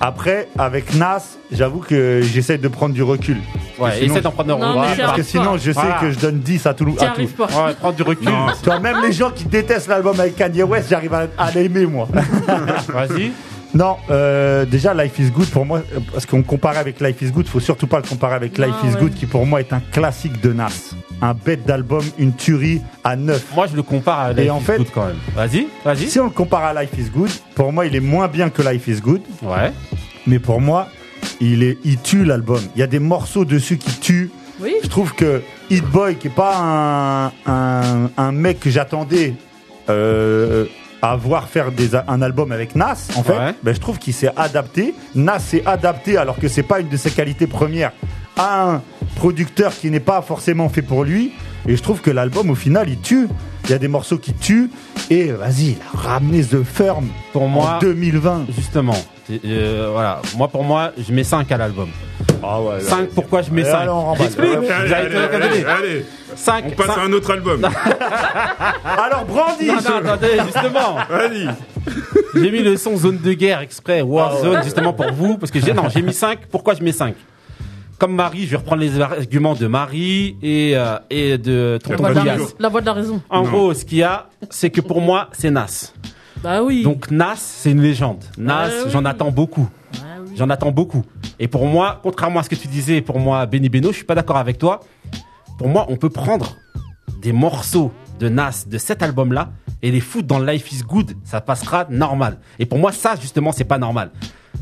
Speaker 5: Après, avec Nas, j'avoue que j'essaie de prendre du recul.
Speaker 1: Ouais,
Speaker 5: sinon-
Speaker 1: essaie d'en prendre
Speaker 2: Non,
Speaker 1: un
Speaker 2: mais
Speaker 1: ouais,
Speaker 2: j'y
Speaker 5: Parce que
Speaker 2: arrive
Speaker 5: sinon,
Speaker 2: pas.
Speaker 5: je sais
Speaker 1: Voilà.
Speaker 5: que je donne 10 à tout.
Speaker 2: T'y
Speaker 5: à tout.
Speaker 2: arrives pas.
Speaker 1: bah, ouais, prends du recul.
Speaker 4: Non,
Speaker 5: Toi, même les gens qui détestent l'album avec Kanye West, j'arrive à, à l'aimer, moi.
Speaker 1: Vas-y.
Speaker 5: non, euh, déjà, Life is Good, pour moi, euh, parce qu'on compare avec Life is Good, faut surtout pas le comparer avec Life
Speaker 2: Non,
Speaker 5: is
Speaker 2: ouais.
Speaker 5: Good, qui pour moi est un classique de Nas. Un bête d'album, une tuerie à 9.
Speaker 1: Moi, je le compare à Life
Speaker 5: Et en
Speaker 1: is
Speaker 5: fait-
Speaker 1: Good, quand même. Vas-y, vas-y.
Speaker 5: Si on le compare à Life is Good, pour moi, il est moins bien que Life is Good.
Speaker 1: Ouais.
Speaker 5: Mais pour moi, il, est, il tue l'album. Il y a des morceaux dessus qui tuent.
Speaker 2: Oui,
Speaker 5: Je trouve que Hit Boy, qui est pas un, un, un mec que j'attendais euh, à voir faire des, a- un album avec Nas, en fait,
Speaker 1: Ouais.
Speaker 5: ben, je trouve qu'il s'est adapté. Nas s'est adapté, alors que c'est pas une de ses qualités premières, à un producteur qui n'est pas forcément fait pour lui. Et je trouve que l'album, au final, il tue. Il y a des morceaux qui tuent. Et vas-y, il a ramené The Firm
Speaker 1: Pour
Speaker 5: en
Speaker 1: moi,
Speaker 5: 2020.
Speaker 1: justement, euh, voilà. Moi, pour moi, je mets 5 à l'album.
Speaker 5: Ah ouais,
Speaker 1: 5, pourquoi je mets
Speaker 5: Allez,
Speaker 1: 5
Speaker 5: allez, on remballe.
Speaker 1: J'explique.
Speaker 5: Allez,
Speaker 1: Vous avez tout
Speaker 4: allez,
Speaker 1: regardé.
Speaker 4: allez.
Speaker 1: 5.
Speaker 4: On passe à un autre album.
Speaker 5: Alors brandis
Speaker 1: Non, non, attendez, justement.
Speaker 4: Vas-y.
Speaker 1: J'ai mis le son zone de guerre exprès, Warzone, justement pour vous, parce que j'ai, non, j'ai mis 5. Pourquoi je mets 5 Comme Marie, je vais reprendre les arguments de Marie et, euh, et
Speaker 4: La
Speaker 1: de Tonton
Speaker 4: voix de la
Speaker 1: Diaz.
Speaker 4: raison.
Speaker 2: la voix de la raison.
Speaker 1: En gros, ce qu'il y a, c'est que pour moi, c'est Nas.
Speaker 2: Bah oui.
Speaker 1: Donc Nas, c'est une légende. Nas,
Speaker 2: Ah oui.
Speaker 1: j'en attends beaucoup.
Speaker 2: Ah oui.
Speaker 1: J'en attends beaucoup. Et pour moi, contrairement à ce que tu disais, pour moi, Benny Beno, je suis pas d'accord avec toi. Pour moi, on peut prendre des morceaux de Nas de cet album-là et les foutre dans Life is Good. Ça passera normal. Et pour moi, ça, justement, c'est pas normal.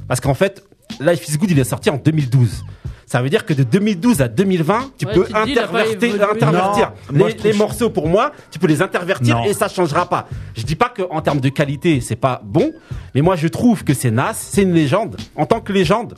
Speaker 1: Parce qu'en fait, Life is Good, il est sorti en 2012. Ça veut dire que de 2012 à 2020, tu
Speaker 2: Ouais,
Speaker 1: peux
Speaker 2: tu te dis, il a pas
Speaker 1: intervertir,
Speaker 2: évolué.
Speaker 1: intervertir.
Speaker 5: Non, moi, je
Speaker 1: les, les
Speaker 5: trouve-
Speaker 1: morceaux pour moi, tu peux les intervertir
Speaker 5: Non.
Speaker 1: et ça changera pas. Je dis pas que en termes de qualité c'est pas bon, mais moi je trouve que c'est Nas, c'est une légende. En tant que légende,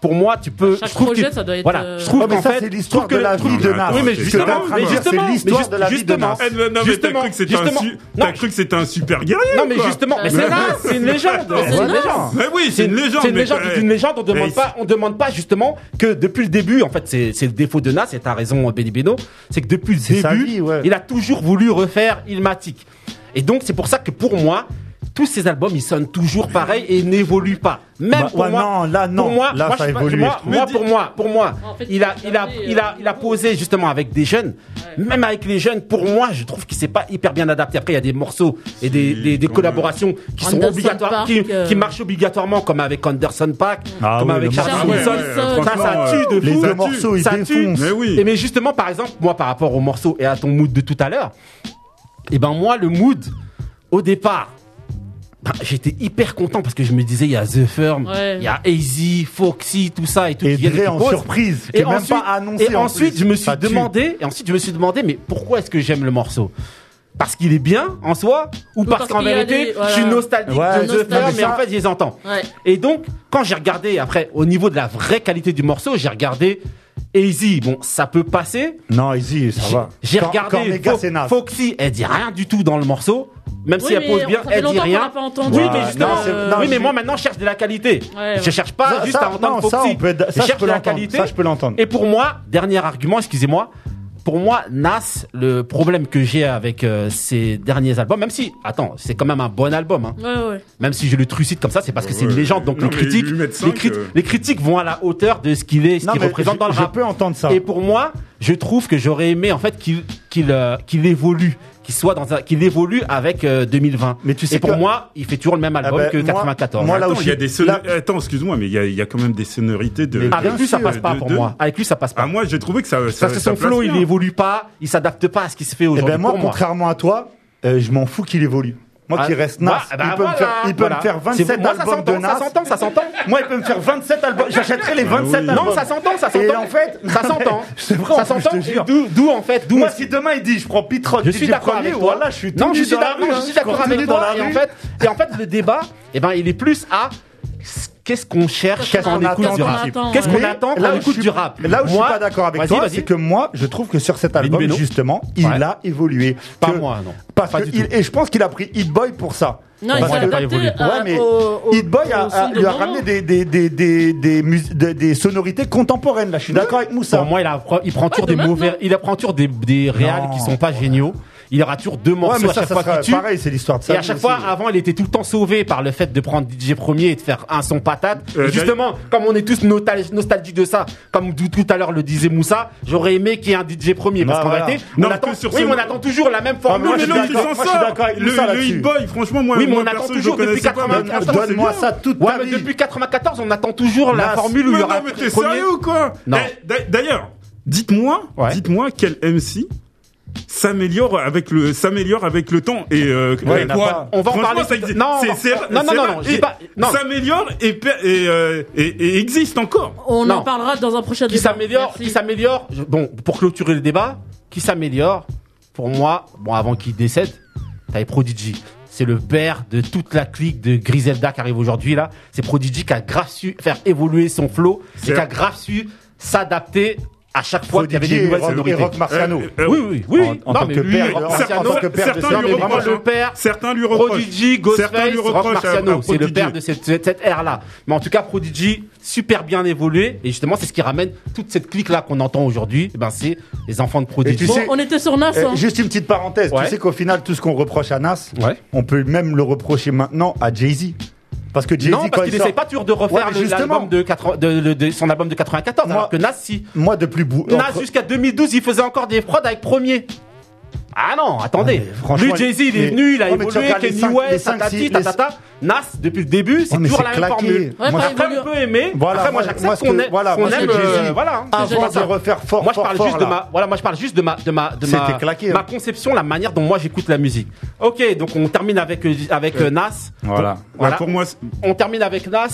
Speaker 1: pour moi tu peux.
Speaker 2: Chaque
Speaker 1: je trouve
Speaker 2: projet,
Speaker 1: que-
Speaker 2: ça doit être,
Speaker 1: Voilà,
Speaker 2: euh,
Speaker 1: je trouve
Speaker 5: Ouais, mais
Speaker 1: qu'en
Speaker 5: ça,
Speaker 1: fait,
Speaker 5: c'est
Speaker 1: je
Speaker 5: l'histoire
Speaker 1: trouve que
Speaker 5: de la
Speaker 1: la-
Speaker 5: vie de Nas.
Speaker 1: Oui, mais
Speaker 5: Ce que t'es en
Speaker 1: justement,
Speaker 5: train de
Speaker 1: mais
Speaker 5: dire,
Speaker 1: justement,
Speaker 5: c'est
Speaker 1: mais
Speaker 5: l'histoire de la vie de
Speaker 1: justement,
Speaker 5: Nas.
Speaker 4: Eh, non, non, mais t'as
Speaker 1: Justement,
Speaker 4: cru que c'était un,
Speaker 1: justement.
Speaker 4: su-
Speaker 1: Non.
Speaker 4: t'as cru que c'était un super guerrier
Speaker 1: non mais
Speaker 4: quoi.
Speaker 1: justement, mais
Speaker 2: Ouais.
Speaker 1: c'est Nas, c'est une légende,
Speaker 2: Ouais.
Speaker 1: c'est une
Speaker 2: Ouais.
Speaker 1: légende.
Speaker 4: Mais oui, c'est une légende.
Speaker 1: C'est une
Speaker 4: mais
Speaker 1: légende,
Speaker 4: quand-
Speaker 1: c'est une légende. On demande
Speaker 4: Eh,
Speaker 1: pas, on demande pas justement que depuis le début, en fait, c'est c'est le défaut de Nas. Et t'as raison, Benny Beno, c'est que depuis le
Speaker 5: C'est sa
Speaker 1: début,
Speaker 5: vie, ouais.
Speaker 1: il a toujours voulu refaire Ilmatic. Et donc c'est pour ça que pour moi, tous ces albums, ils sonnent toujours pareil et ils n'évoluent pas. Même
Speaker 5: Bah,
Speaker 1: pour
Speaker 5: ouais,
Speaker 1: moi,
Speaker 5: non, là, non.
Speaker 1: pour moi,
Speaker 5: Là,
Speaker 1: moi,
Speaker 5: ça
Speaker 1: je-
Speaker 5: a évolué,
Speaker 1: moi,
Speaker 5: je trouve.
Speaker 1: moi, pour moi, pour moi,
Speaker 2: En fait,
Speaker 1: il a, il a,
Speaker 2: regardez,
Speaker 1: il a,
Speaker 2: euh,
Speaker 1: il a posé justement avec des jeunes. Même avec les jeunes, pour moi, je trouve qu'il s'est pas hyper bien adapté. Après, il y a des morceaux et des, des, des
Speaker 4: quand
Speaker 1: collaborations qui sont
Speaker 2: Anderson
Speaker 1: obligatoires,
Speaker 2: Paak,
Speaker 1: qui,
Speaker 2: euh.
Speaker 1: qui marchent obligatoirement, comme avec Anderson Pack,
Speaker 5: Ah
Speaker 1: comme
Speaker 5: oui,
Speaker 1: avec
Speaker 5: le
Speaker 1: Charles
Speaker 2: morceau.
Speaker 1: Wilson.
Speaker 2: Ah ouais, ouais, ouais,
Speaker 1: ça, ça
Speaker 4: franchement,
Speaker 1: tue de
Speaker 5: euh, Les
Speaker 1: fou.
Speaker 5: deux
Speaker 1: Ça tue.
Speaker 5: morceaux, ils
Speaker 1: ça tue.
Speaker 5: défoncent.
Speaker 4: Mais oui.
Speaker 1: Et mais justement, par exemple, moi, par rapport au morceau eh et à ton mood de tout à l'heure, et ben moi, le mood, au départ, bah, j'étais hyper content parce que je me disais, il y a The Firm, il
Speaker 2: Ouais.
Speaker 1: y a Easy, Foxy, tout ça et tout.
Speaker 5: Et
Speaker 1: qui viennent
Speaker 5: Dre
Speaker 1: qui
Speaker 5: en
Speaker 1: posent.
Speaker 5: surprise, qui est même pas annoncé
Speaker 1: Et
Speaker 5: en
Speaker 1: ensuite,
Speaker 5: plus.
Speaker 1: je me suis
Speaker 5: Ça tue.
Speaker 1: demandé, et ensuite, je me suis demandé, mais pourquoi est-ce que j'aime le morceau Parce qu'il est bien en soi, ou parce,
Speaker 2: parce
Speaker 1: qu'en
Speaker 2: qu'il y a
Speaker 1: vérité,
Speaker 2: des- voilà.
Speaker 1: je suis nostalgique
Speaker 5: Ouais,
Speaker 1: de The
Speaker 2: nostalgique.
Speaker 1: Firm, mais en fait, je les entends.
Speaker 2: Ouais.
Speaker 1: Et donc, quand j'ai regardé, après, au niveau de la vraie qualité du morceau, j'ai regardé Easy. Bon, ça peut passer.
Speaker 5: Non, easy, ça va.
Speaker 1: J'ai
Speaker 5: Quand- quand
Speaker 1: regardé
Speaker 5: Mega,
Speaker 1: Fo-
Speaker 5: c'est naze.
Speaker 1: Foxy, elle dit rien du tout dans le morceau. Même si
Speaker 2: Oui,
Speaker 1: elle
Speaker 2: mais
Speaker 1: pose bien,
Speaker 2: ça fait
Speaker 1: elle dit
Speaker 2: longtemps qu'on l'a
Speaker 1: rien.
Speaker 2: pas entendu.
Speaker 1: Oui,
Speaker 5: Ouais,
Speaker 1: mais
Speaker 5: non,
Speaker 1: justement,
Speaker 5: c'est-
Speaker 1: euh,
Speaker 5: non,
Speaker 1: oui, mais
Speaker 5: j'ai-
Speaker 1: moi maintenant je cherche de la qualité.
Speaker 2: Ouais, ouais.
Speaker 1: Je cherche pas
Speaker 5: Ça-
Speaker 1: juste
Speaker 5: ça,
Speaker 1: à entendre
Speaker 5: non, ça,
Speaker 1: Foxy.
Speaker 5: on peut- ça, je
Speaker 1: cherche
Speaker 5: peux
Speaker 1: de la
Speaker 5: l'entendre.
Speaker 1: qualité.
Speaker 5: Ça, je peux l'entendre.
Speaker 1: Et pour moi, dernier argument, excusez-moi. Pour moi, Nas, le problème que j'ai avec euh, ses derniers albums, même si, attends, c'est quand même un bon album, hein.
Speaker 2: Ouais, ouais.
Speaker 1: même si je le trucide comme ça, c'est parce que c'est une
Speaker 4: Ouais.
Speaker 1: légende. Donc
Speaker 4: Non,
Speaker 1: les
Speaker 4: mais
Speaker 1: critiques,
Speaker 4: lui mettre
Speaker 1: les,
Speaker 4: cinq,
Speaker 1: crit-
Speaker 4: euh.
Speaker 1: les critiques vont à la hauteur de ce qu'il est, ce
Speaker 5: Non,
Speaker 1: qu'il
Speaker 5: mais
Speaker 1: représente
Speaker 5: je-
Speaker 1: dans le
Speaker 5: je
Speaker 1: rap.
Speaker 5: peux entendre ça.
Speaker 1: Et pour moi, je trouve que j'aurais aimé en fait qu'il qu'il euh, qu'il évolue, qu'il soit dans un- qu'il évolue avec euh, 2020.
Speaker 5: Mais tu sais
Speaker 1: Et pour
Speaker 5: que-
Speaker 1: moi, il fait toujours le même album
Speaker 5: ben,
Speaker 1: que
Speaker 5: moi-
Speaker 1: 94.
Speaker 5: moi, là
Speaker 4: Attends,
Speaker 5: où
Speaker 4: il y a
Speaker 5: je-
Speaker 4: des
Speaker 5: là-
Speaker 4: sonor- Attends, excuse-moi, mais il y, a- il y a quand même des sonorités de.
Speaker 1: Avec
Speaker 4: de-
Speaker 1: lui, ça passe
Speaker 5: euh,
Speaker 1: pas
Speaker 4: de-
Speaker 1: pour
Speaker 4: de-
Speaker 1: moi. Avec lui, ça passe pas.
Speaker 4: Ah, moi, j'ai trouvé que ça. ça
Speaker 1: Parce que
Speaker 4: ça
Speaker 1: son
Speaker 4: place
Speaker 1: flow, il
Speaker 4: bien.
Speaker 1: évolue pas, il s'adapte pas à ce qui se fait
Speaker 5: Et
Speaker 1: aujourd'hui.
Speaker 5: ben moi,
Speaker 1: pour
Speaker 5: contrairement à toi, euh, je m'en fous qu'il évolue. Moi
Speaker 1: Ah,
Speaker 5: qui reste
Speaker 1: bah,
Speaker 5: Nas,
Speaker 1: bah,
Speaker 5: il peut,
Speaker 1: voilà,
Speaker 5: me faire, il peut
Speaker 1: voilà.
Speaker 5: me faire
Speaker 1: C'est-
Speaker 5: 27
Speaker 1: moi, ça
Speaker 5: albums de Ah
Speaker 1: s'entend,
Speaker 5: Nas. Ah
Speaker 1: Ça s'entend, ça s'entend.
Speaker 5: Moi, il peut me faire 27 albums. J'achèterai les 27
Speaker 4: oui.
Speaker 5: albums.
Speaker 1: Non, ça s'entend, ça
Speaker 5: Et
Speaker 1: s'entend.
Speaker 5: en fait,
Speaker 1: ça
Speaker 5: non, mais
Speaker 1: s'entend.
Speaker 5: c'est vrai,
Speaker 1: ça
Speaker 5: en plus, je
Speaker 1: s'entend.
Speaker 5: te jure.
Speaker 1: D'où, d'où en fait, d'où
Speaker 5: Moi, si demain il dit je prends Pitrot,
Speaker 1: je suis d'accord avec toi.
Speaker 5: Voilà, je suis tout
Speaker 1: non, je
Speaker 5: nu
Speaker 1: suis
Speaker 5: dans la
Speaker 1: d'accord,
Speaker 5: rue, hein.
Speaker 1: je suis d'accord
Speaker 5: continue
Speaker 1: avec
Speaker 5: dans la
Speaker 1: toi. Et en
Speaker 5: rue.
Speaker 1: fait, et en fait, le débat, eh ben, il est plus à qu'est-ce qu'on cherche
Speaker 5: Qu'est-ce
Speaker 1: quand on
Speaker 5: qu'on
Speaker 1: écoute
Speaker 5: attend, hein.
Speaker 1: du
Speaker 5: qu'on
Speaker 1: rap.
Speaker 2: attend,
Speaker 1: Qu'est-ce qu'on
Speaker 5: Mais
Speaker 1: attend
Speaker 5: là
Speaker 1: quand
Speaker 5: où
Speaker 1: on
Speaker 5: je
Speaker 1: écoute
Speaker 5: suis-
Speaker 1: du rap.
Speaker 5: Là où je suis
Speaker 1: Moi-
Speaker 5: pas d'accord avec
Speaker 1: Vas-y,
Speaker 5: toi,
Speaker 1: vas-y.
Speaker 5: c'est que moi, je trouve que sur cet album,
Speaker 1: Beno.
Speaker 5: justement, il
Speaker 1: Ouais.
Speaker 5: a évolué.
Speaker 1: Pas
Speaker 5: Que-
Speaker 1: moi, non.
Speaker 5: Parce
Speaker 1: Pas
Speaker 5: que
Speaker 1: du
Speaker 5: il-
Speaker 1: tout.
Speaker 5: et je pense qu'il a pris Hit Boy pour ça.
Speaker 2: Non, il
Speaker 5: Parce
Speaker 2: s'est
Speaker 5: que-
Speaker 1: Ouais, t'as
Speaker 2: adapté
Speaker 1: évolué.
Speaker 2: à-
Speaker 5: Ouais, mais
Speaker 2: au, au-
Speaker 5: Hit Boy a,
Speaker 2: au son
Speaker 5: a-
Speaker 2: de
Speaker 5: lui a
Speaker 2: moment.
Speaker 5: ramené des, des, des, des, des, mus- des- des sonorités contemporaines. Là, je suis d'accord avec Moussa.
Speaker 1: Pour moi, il, a- il prend toujours
Speaker 2: de
Speaker 1: des
Speaker 2: maintenant.
Speaker 1: mauvais, il prend toujours des, des réals
Speaker 5: Non.
Speaker 1: qui sont pas géniaux. Il aura toujours deux
Speaker 5: ouais,
Speaker 1: morceaux
Speaker 5: mais
Speaker 1: à
Speaker 5: ça,
Speaker 1: chaque
Speaker 5: ça
Speaker 1: fois
Speaker 5: sera
Speaker 1: qu'il tue.
Speaker 5: pareil, c'est l'histoire de ça.
Speaker 1: Et à chaque fois, avant, il était tout le temps sauvé par le fait de prendre DJ premier et de faire un son patate.
Speaker 4: Euh,
Speaker 1: et justement, comme on est tous nostal- nostalgiques de ça, comme tout tout à l'heure le disait Moussa, j'aurais aimé qu'il y ait un DJ premier. Parce
Speaker 5: Ah,
Speaker 1: qu'en
Speaker 5: voilà.
Speaker 1: réalité,
Speaker 4: Non,
Speaker 1: on
Speaker 4: que
Speaker 1: attend,
Speaker 4: sur
Speaker 1: oui,
Speaker 4: ce-
Speaker 1: mais on attend toujours la même
Speaker 5: Ah,
Speaker 1: formule.
Speaker 5: moi,
Speaker 4: Mais
Speaker 5: je suis
Speaker 4: l'autre, il
Speaker 5: d'accord-
Speaker 4: s'en
Speaker 5: moi, je suis
Speaker 4: sort.
Speaker 5: d'accord avec
Speaker 4: Le-
Speaker 5: Moussa
Speaker 4: Le
Speaker 5: là-dessus.
Speaker 4: Hit Boy, franchement, moi,
Speaker 1: Oui, mais
Speaker 4: moi,
Speaker 1: on attend
Speaker 4: perso, je
Speaker 1: toujours
Speaker 4: le
Speaker 1: depuis
Speaker 4: connaissais pas, mais
Speaker 1: 95.
Speaker 4: franchement, c'est
Speaker 5: Donne-moi
Speaker 4: bien.
Speaker 5: ça toute
Speaker 1: Ouais,
Speaker 5: ta
Speaker 1: mais
Speaker 5: vie.
Speaker 1: depuis 94, on attend toujours la
Speaker 5: Nas,
Speaker 1: formule où il y
Speaker 4: Mais
Speaker 1: aura
Speaker 4: non, mais t'es
Speaker 1: le premier.
Speaker 4: sérieux ou quoi
Speaker 1: Non.
Speaker 4: Eh, d'a- D'ailleurs, dites-moi,
Speaker 1: Ouais.
Speaker 4: dites-moi quel MC s'améliore avec le s'améliore avec le temps et euh,
Speaker 5: Ouais,
Speaker 4: euh,
Speaker 5: il y en a pas.
Speaker 1: On va en
Speaker 4: Franchement,
Speaker 1: parler
Speaker 4: ça
Speaker 1: tout-
Speaker 4: existe.
Speaker 1: non, on va-
Speaker 4: C'est- c'est-
Speaker 1: non, non,
Speaker 4: c'est
Speaker 1: non,
Speaker 4: vrai.
Speaker 1: non, je dis
Speaker 4: Et
Speaker 1: pas- non.
Speaker 4: S'améliore et, per- et, euh, et- et existe encore.
Speaker 2: On en
Speaker 1: Non.
Speaker 2: parlera dans un prochain
Speaker 1: qui s'améliore, qui s'améliore. je- Bon, pour clôturer le débat, qui s'améliore Pour moi, bon, avant qu'il décède, t'avais Prodigy. C'est le père de toute la clique de Griselda qui arrive aujourd'hui là. C'est Prodigy qui a grave su faire évoluer son flow et
Speaker 4: C'est-
Speaker 1: qui a grave su s'adapter à chaque fois qu'il y avait des
Speaker 5: Prodigy et
Speaker 1: nouvelles
Speaker 5: Rock- et
Speaker 1: sonorités.
Speaker 5: Rock Marciano.
Speaker 4: Euh, euh,
Speaker 1: oui, oui, oui.
Speaker 5: en- en
Speaker 1: Non,
Speaker 5: tant
Speaker 1: mais
Speaker 5: que
Speaker 1: lui,
Speaker 5: père,
Speaker 1: Rock
Speaker 5: en- en
Speaker 1: Marciano,
Speaker 5: tant que père de
Speaker 1: certains lui
Speaker 5: Serge
Speaker 1: reprochent le
Speaker 4: Marciano.
Speaker 1: père.
Speaker 4: Certains lui reprochent.
Speaker 1: Prodigy,
Speaker 4: Certains
Speaker 1: Ghostface,
Speaker 4: lui
Speaker 1: Rock
Speaker 5: hein,
Speaker 4: reprochent à-
Speaker 1: Marciano,
Speaker 4: à
Speaker 1: c'est le
Speaker 4: Prodigy.
Speaker 1: père de cette, cette- cette ère-là. Mais en tout cas, Prodigy, super bien évolué, et justement, c'est ce qui ramène toute cette clique-là qu'on entend aujourd'hui, Eh ben, c'est les enfants de Prodigy.
Speaker 5: tu sais-
Speaker 2: on était sur Nas.
Speaker 5: Euh,
Speaker 2: hein.
Speaker 5: juste une petite parenthèse.
Speaker 1: Ouais.
Speaker 5: Tu sais qu'au final, tout ce qu'on reproche à Nas,
Speaker 1: Ouais.
Speaker 5: on peut même le reprocher maintenant à Jay-Z. Parce que Jay-Z,
Speaker 1: non,
Speaker 5: quand
Speaker 1: parce
Speaker 5: il
Speaker 1: qu'il
Speaker 5: sort-
Speaker 1: n'essaie pas toujours de refaire
Speaker 5: Ouais, mais
Speaker 1: le-
Speaker 5: justement.
Speaker 1: l'album de, 80 de- de- de- son album de 94,
Speaker 5: Moi-
Speaker 1: alors que Nas, si.
Speaker 5: Moi, depuis bou-
Speaker 1: Nas,
Speaker 5: entre- Oh,
Speaker 1: jusqu'à 2012, il faisait encore des prods avec Premier. Ah non,
Speaker 5: Ouais,
Speaker 1: attendez.
Speaker 5: mais franchement,
Speaker 1: Lui, Jay-Z, il
Speaker 5: mais-
Speaker 1: est venu, il a
Speaker 5: Ouais, mais tu
Speaker 1: évolué,
Speaker 5: regardes les
Speaker 1: Kenny
Speaker 5: cinq- les
Speaker 1: West,
Speaker 5: cinq, six-
Speaker 1: tatati,
Speaker 5: les-
Speaker 1: tatata. Nas, depuis le début, c'est
Speaker 5: Ouais, mais
Speaker 1: toujours
Speaker 5: c'est
Speaker 1: la même
Speaker 5: clavé.
Speaker 1: formule.
Speaker 5: Ouais,
Speaker 2: Moi,
Speaker 1: Après,
Speaker 2: évolue.
Speaker 1: on peut aimer.
Speaker 5: Voilà, moi,
Speaker 1: Après, moi,
Speaker 5: moi,
Speaker 1: j'accepte
Speaker 5: ce que-
Speaker 1: qu'on aime.
Speaker 5: voilà,
Speaker 1: qu'on
Speaker 5: moi,
Speaker 1: aime,
Speaker 5: ce que
Speaker 1: euh,
Speaker 5: j'ai dit,
Speaker 1: voilà.
Speaker 5: avant
Speaker 1: C'est comme
Speaker 5: de
Speaker 1: ça.
Speaker 5: refaire fort,
Speaker 1: Moi, je
Speaker 5: fort,
Speaker 1: parle
Speaker 5: fort,
Speaker 1: juste de
Speaker 5: là.
Speaker 1: ma, voilà, moi, je parle juste de ma, de ma, de ma,
Speaker 5: C'était claqué, hein.
Speaker 1: ma conception, la manière dont moi j'écoute la musique. Ok, donc on termine avec, euh, avec euh, Nas.
Speaker 5: Voilà.
Speaker 4: Ouais,
Speaker 1: Voilà.
Speaker 4: Bah, pour moi, c'est-
Speaker 1: On termine avec Nas.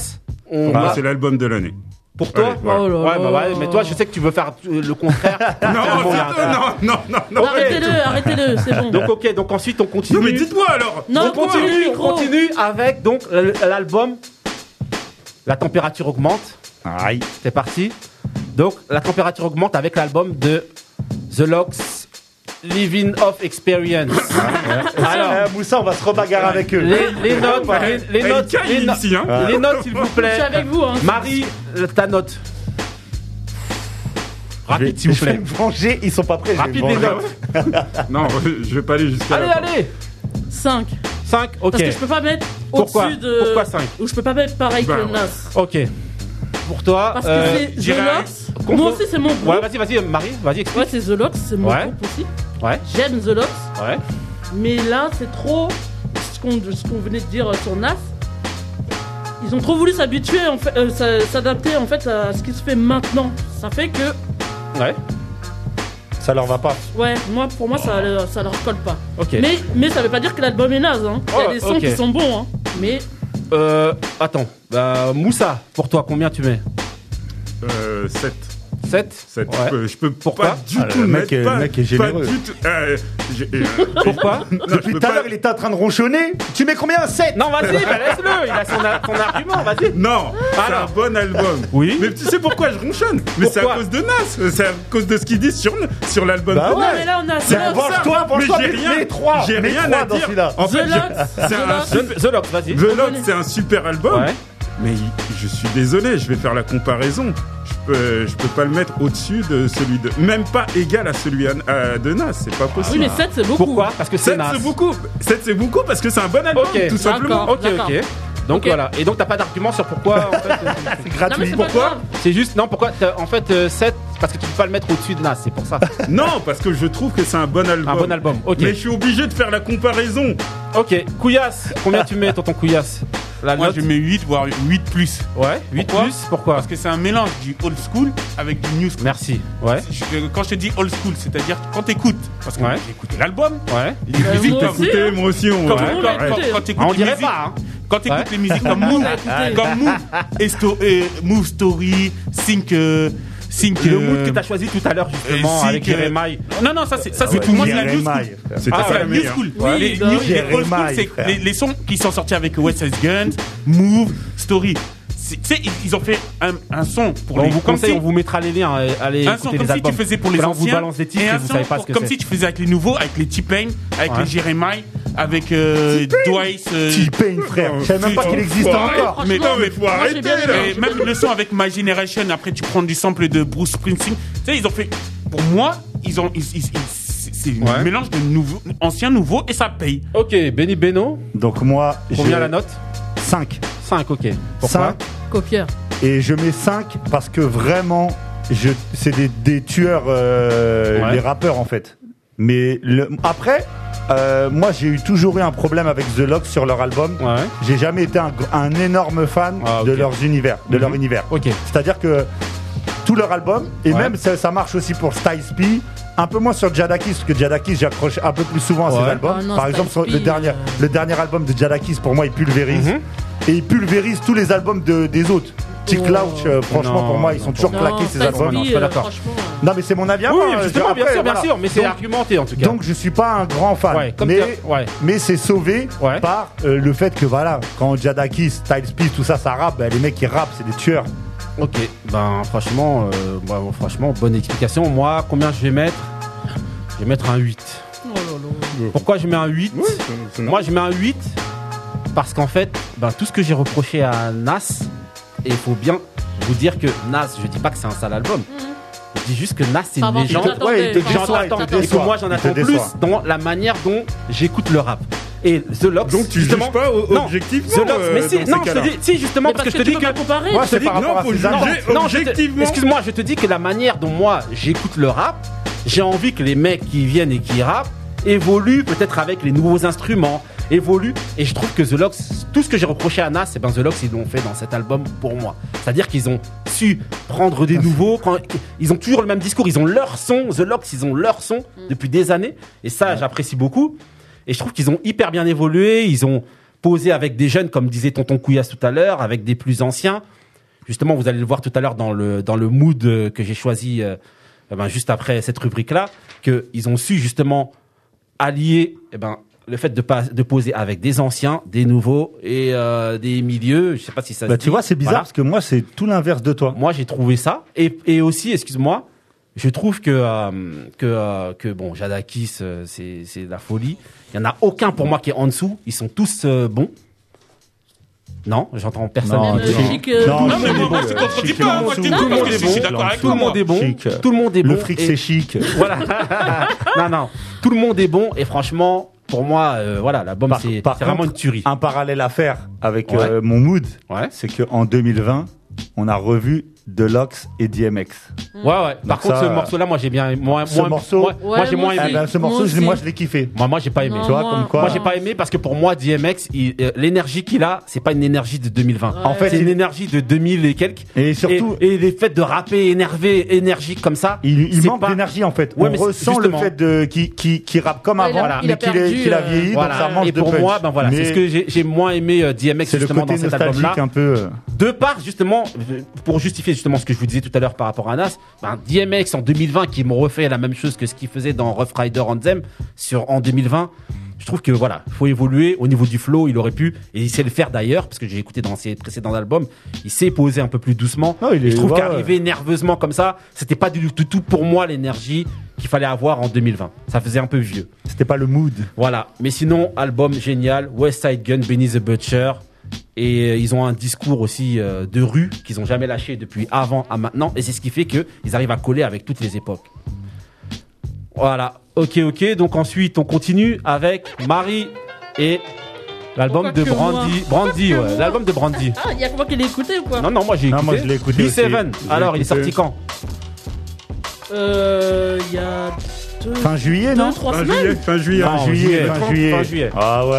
Speaker 1: On
Speaker 4: pour moi,
Speaker 1: va-
Speaker 4: c'est l'album de l'année.
Speaker 1: pour toi.
Speaker 4: Allez, voilà.
Speaker 2: Oh là
Speaker 1: ouais,
Speaker 2: là.
Speaker 1: bah ouais, mais toi, je sais que tu veux faire euh, le contraire.
Speaker 4: Non,
Speaker 1: Clairement, il y a un
Speaker 4: non,
Speaker 1: truc.
Speaker 4: non, non, non, non.
Speaker 2: Arrêtez-le, arrêtez-le, c'est bon.
Speaker 1: Donc, ok, donc ensuite, on continue.
Speaker 4: Non, mais dites-moi alors.
Speaker 2: Non,
Speaker 1: on continue,
Speaker 2: continue,
Speaker 1: on
Speaker 2: gros.
Speaker 1: continue avec donc l- l'album. La température augmente.
Speaker 5: Aïe.
Speaker 1: C'est parti. Donc la température augmente avec l'album de The Locks, Living Off Experience. Alors
Speaker 5: Alors, Eh, Moussa, on va se rebagarrer avec eux.
Speaker 1: les, les notes, les, les
Speaker 4: Eh,
Speaker 1: notes,
Speaker 4: il caille
Speaker 1: les, no-
Speaker 4: ici, hein.
Speaker 1: les notes, s'il vous
Speaker 2: Je suis
Speaker 1: plaît.
Speaker 2: avec vous. Hein.
Speaker 1: Marie, ta note.
Speaker 5: Je
Speaker 1: Rapide,
Speaker 5: vais-
Speaker 1: s'il vous
Speaker 5: je vais
Speaker 1: plaît.
Speaker 5: me venger, ils sont pas prêts. je vais me
Speaker 1: Rapide les
Speaker 5: venger.
Speaker 1: notes.
Speaker 4: Non, je vais pas aller jusqu'à
Speaker 1: Allez,
Speaker 4: là.
Speaker 1: allez.
Speaker 2: 5.
Speaker 1: 5, ok.
Speaker 2: Parce que je peux pas mettre
Speaker 1: Pourquoi
Speaker 2: au-dessus de.
Speaker 1: Pourquoi cinq
Speaker 2: Ou je peux pas mettre pareil
Speaker 4: Ben,
Speaker 2: que
Speaker 4: ouais.
Speaker 2: Nas.
Speaker 1: Ok. Pour toi,
Speaker 2: Parce
Speaker 1: euh,
Speaker 2: que c'est The
Speaker 1: j'irai-
Speaker 2: Locks.
Speaker 1: Confond-
Speaker 2: Moi aussi, c'est mon groupe.
Speaker 1: Ouais, vas-y, vas-y, Marie, vas-y, explique.
Speaker 2: Ouais, c'est The Locks, c'est mon
Speaker 1: Ouais.
Speaker 2: groupe aussi.
Speaker 1: Ouais.
Speaker 2: J'aime The Locks,
Speaker 1: Ouais.
Speaker 2: mais là, c'est trop ce qu'on ce qu'on venait de dire euh, sur Nas. Ils ont trop voulu s'habituer, en fait, euh, s'a- s'adapter en fait à ce qui se fait maintenant. Ça fait que,
Speaker 1: Ouais.
Speaker 5: Ça leur va pas.
Speaker 2: ouais, moi, pour moi, ça, le- ça leur colle pas.
Speaker 1: Ok.
Speaker 2: Mais, mais ça veut pas dire que l'album est naze. Hein. Il y
Speaker 1: Oh,
Speaker 2: a des sons
Speaker 1: ok.
Speaker 2: qui sont bons. Hein. Mais
Speaker 1: Euh, attends. Bah, Moussa, pour toi, combien tu mets
Speaker 4: Euh, 7.
Speaker 1: 7
Speaker 4: 7.
Speaker 1: Ouais.
Speaker 4: Je peux, je peux
Speaker 1: Pourquoi
Speaker 4: pas du
Speaker 5: Ah,
Speaker 4: tout
Speaker 5: le
Speaker 4: le
Speaker 5: mec est-
Speaker 4: mettre.
Speaker 5: le
Speaker 4: pas-
Speaker 5: mec est
Speaker 4: pas
Speaker 5: généreux.
Speaker 4: du tout- euh, j'ai- euh,
Speaker 1: Pourquoi
Speaker 4: non, je
Speaker 5: Depuis
Speaker 4: peux
Speaker 5: tout à
Speaker 4: pas-
Speaker 5: l'heure, il était en train de ronchonner. Tu mets combien 7
Speaker 1: Non, vas-y, bah, laisse-le. Il a son, a- son argument, vas-y.
Speaker 4: Non, c'est
Speaker 1: non.
Speaker 4: un bon album.
Speaker 1: Oui.
Speaker 4: Mais tu sais pourquoi je ronchonne Mais c'est à
Speaker 1: Pourquoi
Speaker 4: cause de Nas. C'est à cause de ce qu'ils disent sur, sur l'album
Speaker 5: Bah
Speaker 4: de
Speaker 1: Ah
Speaker 5: ouais.
Speaker 4: Nas.
Speaker 2: non, mais là on a
Speaker 4: C'est
Speaker 2: The Lox.
Speaker 5: pour ça. Penche-toi, penche-toi,
Speaker 4: mais j'ai
Speaker 5: mets-
Speaker 4: rien,
Speaker 5: mets trois,
Speaker 4: j'ai
Speaker 5: mets
Speaker 4: rien
Speaker 5: trois
Speaker 4: à
Speaker 5: dans
Speaker 4: dire.
Speaker 5: celui-là.
Speaker 4: En
Speaker 2: The
Speaker 4: fait, j'ai-
Speaker 2: Lox,
Speaker 4: c'est
Speaker 2: The
Speaker 4: un
Speaker 2: Lox.
Speaker 1: The, The Lox, vas-y.
Speaker 4: The Lock, c'est un super album.
Speaker 1: Ouais.
Speaker 4: Mais il- je suis désolé, je vais faire la comparaison. Je peux, je peux pas le mettre au-dessus de celui de. Même pas égal à celui à- à- de Nas, c'est
Speaker 2: Ah
Speaker 4: pas
Speaker 2: Oui,
Speaker 4: possible.
Speaker 2: mais 7 c'est beaucoup.
Speaker 1: Pourquoi Parce que c'est
Speaker 4: 7
Speaker 1: Nas.
Speaker 4: c'est beaucoup 7 c'est beaucoup parce que c'est un bon album,
Speaker 1: Ok,
Speaker 4: tout simplement.
Speaker 2: d'accord.
Speaker 1: Ok, ok. Donc
Speaker 2: Ok.
Speaker 1: voilà. Et donc t'as pas d'argument sur pourquoi. En fait, euh,
Speaker 5: C'est
Speaker 2: Non, mais
Speaker 5: gratuit.
Speaker 2: c'est pas grave.
Speaker 1: c'est juste non. Pourquoi t'as- En fait, 7 parce que tu peux pas le mettre au-dessus de Nas. C'est pour ça.
Speaker 4: Non, parce que je trouve que c'est un bon album.
Speaker 1: Un bon album. Ok.
Speaker 4: Mais je suis obligé de faire la comparaison.
Speaker 1: Ok. Couillasse. Combien tu mets, tonton Couillasse La
Speaker 3: Moi,
Speaker 1: note.
Speaker 3: je mets 8, voire 8 plus.
Speaker 1: Ouais. 8
Speaker 3: Pourquoi
Speaker 1: plus. Pourquoi
Speaker 3: Parce que c'est un mélange du old school avec du new school.
Speaker 1: Merci. Ouais.
Speaker 3: Je- euh, Quand je te dis old school, c'est-à-dire quand t'écoutes, parce que
Speaker 1: Ouais.
Speaker 3: j'ai écouté l'album,
Speaker 1: Ouais.
Speaker 3: les
Speaker 2: Euh,
Speaker 3: musiques
Speaker 2: moi
Speaker 3: comme-
Speaker 2: aussi.
Speaker 4: Écoutez,
Speaker 2: hein.
Speaker 4: moi aussi, on
Speaker 3: Quand,
Speaker 1: Ouais.
Speaker 3: quand-
Speaker 2: Ouais.
Speaker 3: quand-
Speaker 2: Ouais.
Speaker 3: quand t'écoutes
Speaker 1: Ah, on
Speaker 3: les
Speaker 1: dirait
Speaker 3: musiques-
Speaker 1: pas, hein.
Speaker 3: quand t'écoutes
Speaker 1: Ouais.
Speaker 3: les musiques comme Move,
Speaker 2: écouté.
Speaker 3: comme Move, et sto- et Move Story, Think, euh, Think,
Speaker 1: Le
Speaker 3: euh,
Speaker 1: mood que t'as choisi tout à l'heure justement
Speaker 3: euh, si
Speaker 1: avec
Speaker 3: que-
Speaker 1: Jeremiah.
Speaker 3: Non, non, ça c'est ça c'est
Speaker 5: ouais,
Speaker 3: tout le monde la new
Speaker 5: Jeremiah.
Speaker 3: school.
Speaker 4: C'était
Speaker 3: Ah,
Speaker 4: ça
Speaker 3: c'est
Speaker 4: la
Speaker 3: la new
Speaker 4: meilleure.
Speaker 3: school.
Speaker 2: Ouais.
Speaker 3: Les,
Speaker 2: Oui,
Speaker 3: new- les
Speaker 5: Jeremiah,
Speaker 3: old school, c'est
Speaker 5: frère.
Speaker 3: les, les sons qui sont sortis avec West Side Guns, Move, Story. C'est- Tu sais, ils, ils ont fait un, un son pour
Speaker 1: on
Speaker 3: les
Speaker 1: vous
Speaker 3: comme
Speaker 1: conseille,
Speaker 3: si-
Speaker 1: on vous mettra les liens. euh, Allez,
Speaker 3: un son
Speaker 1: écoutez
Speaker 3: comme si
Speaker 1: les albums.
Speaker 3: tu faisais pour les
Speaker 1: Là, on vous
Speaker 3: anciens
Speaker 1: balance des titres
Speaker 3: et
Speaker 1: et
Speaker 3: un
Speaker 1: vous
Speaker 3: son
Speaker 1: savez pas
Speaker 3: pour-
Speaker 1: ce que
Speaker 3: comme
Speaker 1: c'est.
Speaker 3: si tu faisais avec les nouveaux avec les T-Pain avec
Speaker 1: Ouais.
Speaker 3: les Jeremiah avec euh, Dwight euh,
Speaker 5: T-Pain,
Speaker 1: Oh,
Speaker 5: frère. Je savais même pas qu'il existait
Speaker 4: Enfoiré.
Speaker 5: encore.
Speaker 4: Mais non, mais
Speaker 2: Franchement,
Speaker 4: faut
Speaker 2: moi, j'ai
Speaker 4: arrêter
Speaker 2: bien aimé.
Speaker 4: là.
Speaker 3: Et même le son avec My Generation, après tu prends du sample de Bruce Springsteen. Tu sais, ils ont fait. Pour moi, ils ont. ils- ils- ils- c'est c'est
Speaker 1: Ouais.
Speaker 3: un mélange de nouveau, ancien, nouveau et ça paye.
Speaker 1: Ok, Benny Beno,
Speaker 5: Donc moi,
Speaker 1: combien la note
Speaker 5: 5.
Speaker 1: 5, ok. Pourquoi
Speaker 5: 5.
Speaker 2: Copieur.
Speaker 5: Et je mets 5 parce que vraiment, je, c'est des, des tueurs, euh,
Speaker 1: Ouais.
Speaker 5: les rappeurs en fait. Mais le, après, euh, moi j'ai eu toujours eu un problème avec The Lock sur leur album.
Speaker 1: Ouais.
Speaker 5: J'ai jamais été un, gr- un énorme fan
Speaker 1: Ah, ok. Mhm.
Speaker 5: de leurs univers, de leur univers.
Speaker 1: Ok.
Speaker 5: C'est-à-dire que tout leur album, et
Speaker 1: Ouais.
Speaker 5: même ça, ça marche aussi pour Styles P, un peu moins sur Jadakis, parce que Jadakis, j'accroche un peu plus souvent à
Speaker 1: Ouais.
Speaker 5: ses albums.
Speaker 2: Ah non,
Speaker 5: Par
Speaker 2: Styles
Speaker 5: exemple, sur
Speaker 2: P,
Speaker 5: le, dernier,
Speaker 2: euh.
Speaker 5: le dernier album de Jadakis, pour moi, il pulvérise.
Speaker 1: Mhm.
Speaker 5: Et il pulvérise tous les albums de- des autres. Tic
Speaker 2: Oh.
Speaker 5: Clouch, euh, franchement,
Speaker 1: Non,
Speaker 5: pour moi, ils
Speaker 1: non,
Speaker 5: sont toujours
Speaker 2: Non,
Speaker 5: claqués, ces
Speaker 2: Styles
Speaker 5: albums.
Speaker 2: P,
Speaker 1: non, je suis pas
Speaker 2: euh,
Speaker 1: d'accord.
Speaker 2: franchement, euh,
Speaker 5: Non, mais c'est mon avis.
Speaker 1: Oui,
Speaker 5: hein,
Speaker 1: justement,
Speaker 5: après,
Speaker 1: bien sûr, bien
Speaker 5: voilà.
Speaker 1: sûr, mais c'est argumenté en tout cas.
Speaker 5: Donc je suis pas un grand fan,
Speaker 1: Ouais, comme
Speaker 5: mais
Speaker 1: dire- ouais.
Speaker 5: mais c'est sauvé
Speaker 1: Ouais.
Speaker 5: par euh, le fait que voilà quand Jadakis, Styles P, tout ça, ça rappe, bah, les mecs qui rappent, c'est des tueurs.
Speaker 1: ok, ben franchement, euh, bravo, franchement, bonne explication. Moi, combien je vais mettre Je vais mettre un 8.
Speaker 2: oh là là.
Speaker 1: Pourquoi je mets un 8
Speaker 4: Ouais, c'est- c'est
Speaker 1: Moi, je mets un 8 parce qu'en fait, ben, tout ce que j'ai reproché à Nas, et il faut bien vous dire que Nas, je dis pas que c'est un sale album. Je dis juste que Nas, c'est
Speaker 2: Pas
Speaker 1: une
Speaker 2: avant qu'il
Speaker 1: légende.
Speaker 2: Attendez,
Speaker 5: ouais, il te
Speaker 2: attends,
Speaker 1: J'en
Speaker 5: déçoit, il te
Speaker 1: attends, et que
Speaker 5: déçoit.
Speaker 1: moi j'en
Speaker 5: Il te
Speaker 1: attends plus
Speaker 5: déçoit.
Speaker 1: dans la manière dont j'écoute le rap. Et The Lox,
Speaker 4: Donc tu
Speaker 1: justement,
Speaker 4: juges pas au-
Speaker 1: non,
Speaker 4: objectivement,
Speaker 1: The Lox,
Speaker 4: euh,
Speaker 1: mais si,
Speaker 4: dans ces
Speaker 1: non, je te
Speaker 4: cas-là.
Speaker 1: dis, si justement
Speaker 2: Mais
Speaker 1: parce, que je te dis
Speaker 2: peux pas
Speaker 1: que
Speaker 2: comparer.
Speaker 5: Ouais,
Speaker 1: te
Speaker 5: c'est
Speaker 1: dis-
Speaker 5: par rapport
Speaker 4: non,
Speaker 5: à
Speaker 4: faut
Speaker 5: ses
Speaker 4: juger.
Speaker 5: albums.
Speaker 4: Non,
Speaker 1: je te-
Speaker 4: Objectivement.
Speaker 1: Excuse-moi, je te dis que la manière dont moi j'écoute le rap, j'ai envie que les mecs qui viennent et qui rappent évoluent peut-être avec les nouveaux instruments, évoluent. Et je trouve que The Lox, tout ce que j'ai reproché à Nas, et ben The Lox, ils l'ont fait dans cet album pour moi. C'est-à-dire qu'ils ont su prendre des nouveaux, quand, ils ont toujours le même discours, ils ont leur son, The Lox, ils ont leur son
Speaker 4: Mm.
Speaker 1: depuis des années. Et ça, j'apprécie beaucoup. Et je trouve qu'ils ont hyper bien évolué, ils ont posé avec des jeunes, comme disait Tonton Couillasse tout à l'heure, avec des plus anciens justement, vous allez le voir tout à l'heure dans le, dans le mood euh, que j'ai choisi euh, eh ben, juste après cette rubrique-là, qu'ils ont su justement allier eh ben, le fait de, pas, de poser avec des anciens, des nouveaux et euh, des milieux. Je sais pas si ça
Speaker 5: Bah
Speaker 1: se
Speaker 5: tu
Speaker 1: dit.
Speaker 5: vois, c'est bizarre
Speaker 1: Voilà.
Speaker 5: parce que moi c'est tout l'inverse de toi.
Speaker 1: Moi, j'ai trouvé ça. Et, et aussi, excuse-moi, je trouve que, euh, que, euh, que bon, Jadakis, euh, c'est c'est de la folie. Il n'y en a aucun pour moi qui est en dessous. Ils sont tous euh, bons. Non, j'entends personne.
Speaker 5: Non,
Speaker 2: Même
Speaker 1: qui dit
Speaker 5: tu-
Speaker 1: bon.
Speaker 2: Chic, euh,
Speaker 5: Non,
Speaker 3: Non, mais
Speaker 5: Chic est
Speaker 3: moi, moi,
Speaker 5: bon,
Speaker 3: je te
Speaker 5: euh,
Speaker 3: contredis
Speaker 5: Chic est
Speaker 3: pas,
Speaker 5: bon,
Speaker 3: moi, je te
Speaker 5: tout le
Speaker 3: dis parce
Speaker 5: monde
Speaker 3: que
Speaker 5: est
Speaker 3: je suis
Speaker 5: bon.
Speaker 3: d'accord avec
Speaker 1: tout le
Speaker 3: toi.
Speaker 1: monde est bon.
Speaker 5: Chic.
Speaker 1: Tout le monde est bon.
Speaker 5: Le fric
Speaker 1: et-
Speaker 5: c'est chic.
Speaker 1: Voilà. non, non. Tout le monde est bon et franchement, pour moi, euh, voilà, l'album,
Speaker 5: Par-
Speaker 1: c'est
Speaker 5: par
Speaker 1: c'est vraiment une
Speaker 5: contre,
Speaker 1: tuerie.
Speaker 5: Un parallèle à faire avec
Speaker 1: Ouais.
Speaker 5: euh, mon mood,
Speaker 1: Ouais.
Speaker 5: c'est que en 2020, on a revu Deluxe et DMX.
Speaker 1: Ouais, ouais. Par
Speaker 5: Mm. Donc
Speaker 1: contre,
Speaker 5: ça,
Speaker 1: ce morceau-là, moi, j'ai bien. Moi,
Speaker 5: Ce
Speaker 1: moi-
Speaker 5: morceau-
Speaker 1: moi, moi,
Speaker 2: Ouais,
Speaker 1: j'ai
Speaker 2: moi
Speaker 1: moins
Speaker 5: Eh
Speaker 1: aimé.
Speaker 2: aussi.
Speaker 5: ben, ce
Speaker 2: Moi
Speaker 5: morceau, je-
Speaker 2: aussi.
Speaker 5: moi, je l'ai kiffé.
Speaker 1: Moi, moi, j'ai pas aimé.
Speaker 2: Non,
Speaker 5: Tu vois,
Speaker 2: moi-
Speaker 5: comme quoi.
Speaker 1: Moi, j'ai pas aimé parce que pour moi, DMX, il- euh, l'énergie qu'il a, c'est pas une énergie de 2020.
Speaker 5: En fait,
Speaker 1: c'est une
Speaker 5: il-
Speaker 1: énergie de 2000 et quelques.
Speaker 5: Et surtout,
Speaker 1: et, et les faits de rapper énervé, énergique comme ça.
Speaker 5: Il, il
Speaker 1: c'est
Speaker 5: manque
Speaker 1: pas-
Speaker 5: d'énergie en fait.
Speaker 1: Ouais,
Speaker 5: on
Speaker 1: mais c'est-
Speaker 5: ressent le
Speaker 1: justement.
Speaker 5: fait de qui qui qui rappe comme
Speaker 2: Ouais,
Speaker 5: avant,
Speaker 2: il a- il
Speaker 5: mais
Speaker 2: a
Speaker 5: qu'il est-
Speaker 2: perdu,
Speaker 5: qu'il a
Speaker 2: euh,
Speaker 5: vieilli, donc ça
Speaker 1: Voilà.
Speaker 5: mange
Speaker 1: Et
Speaker 5: de
Speaker 1: pour
Speaker 5: punch.
Speaker 1: moi, ben voilà, c'est ce que j'ai j'ai moins aimé euh, DMX
Speaker 5: c'est le
Speaker 1: justement
Speaker 5: côté
Speaker 1: dans cet album-là.
Speaker 5: nostalgique un peu. euh,
Speaker 1: De part, justement, euh, pour justifier justement ce que je vous disais tout à l'heure par rapport à Nas, ben, DMX en 2020 qui me refait la même chose que ce qu'il faisait dans Rough Rider Anthem sur, en 2020, je trouve que voilà, faut évoluer au niveau du flow, il aurait pu, et il sait le faire d'ailleurs, parce que j'ai écouté dans ses précédents albums, il s'est posé un peu plus doucement.
Speaker 5: Ah, il
Speaker 1: et
Speaker 5: est-
Speaker 1: je trouve
Speaker 5: ouais,
Speaker 1: qu'arriver nerveusement comme ça, c'était pas du tout, tout pour moi l'énergie qu'il fallait avoir en 2020. Ça faisait un peu vieux.
Speaker 5: C'était pas le mood.
Speaker 1: Voilà. Mais sinon, album génial. West Side Gun, Benny the Butcher. Et euh, ils ont un discours aussi euh, de rue qu'ils ont jamais lâché depuis avant à maintenant. Et c'est ce qui fait que ils arrivent à coller avec toutes les époques. Voilà. Ok, ok. Donc ensuite, on continue avec Marie et l'album
Speaker 2: Pourquoi
Speaker 1: de
Speaker 2: que
Speaker 1: Brandy.
Speaker 2: moi
Speaker 1: Brandy,
Speaker 2: Pourquoi que
Speaker 1: ouais.
Speaker 2: moi
Speaker 1: L'album de Brandy.
Speaker 2: Ah, il y a que moi qui l'ai écouté ou quoi
Speaker 1: Non, non, moi j'ai
Speaker 5: Non,
Speaker 1: écouté.
Speaker 5: moi, je l'ai écouté aussi.
Speaker 1: B7.
Speaker 5: Je l'ai
Speaker 1: Alors, il est
Speaker 5: écouté.
Speaker 1: sorti quand
Speaker 2: Euh. Il y a. Deux,
Speaker 5: Fin juillet,
Speaker 2: deux,
Speaker 5: non
Speaker 2: trois
Speaker 4: Fin
Speaker 2: semaines
Speaker 4: juillet, fin juillet.
Speaker 1: Non,
Speaker 5: Fin juillet,
Speaker 1: juillet.
Speaker 5: fin
Speaker 1: Fin
Speaker 5: juillet.
Speaker 1: juillet.
Speaker 5: Ah ouais.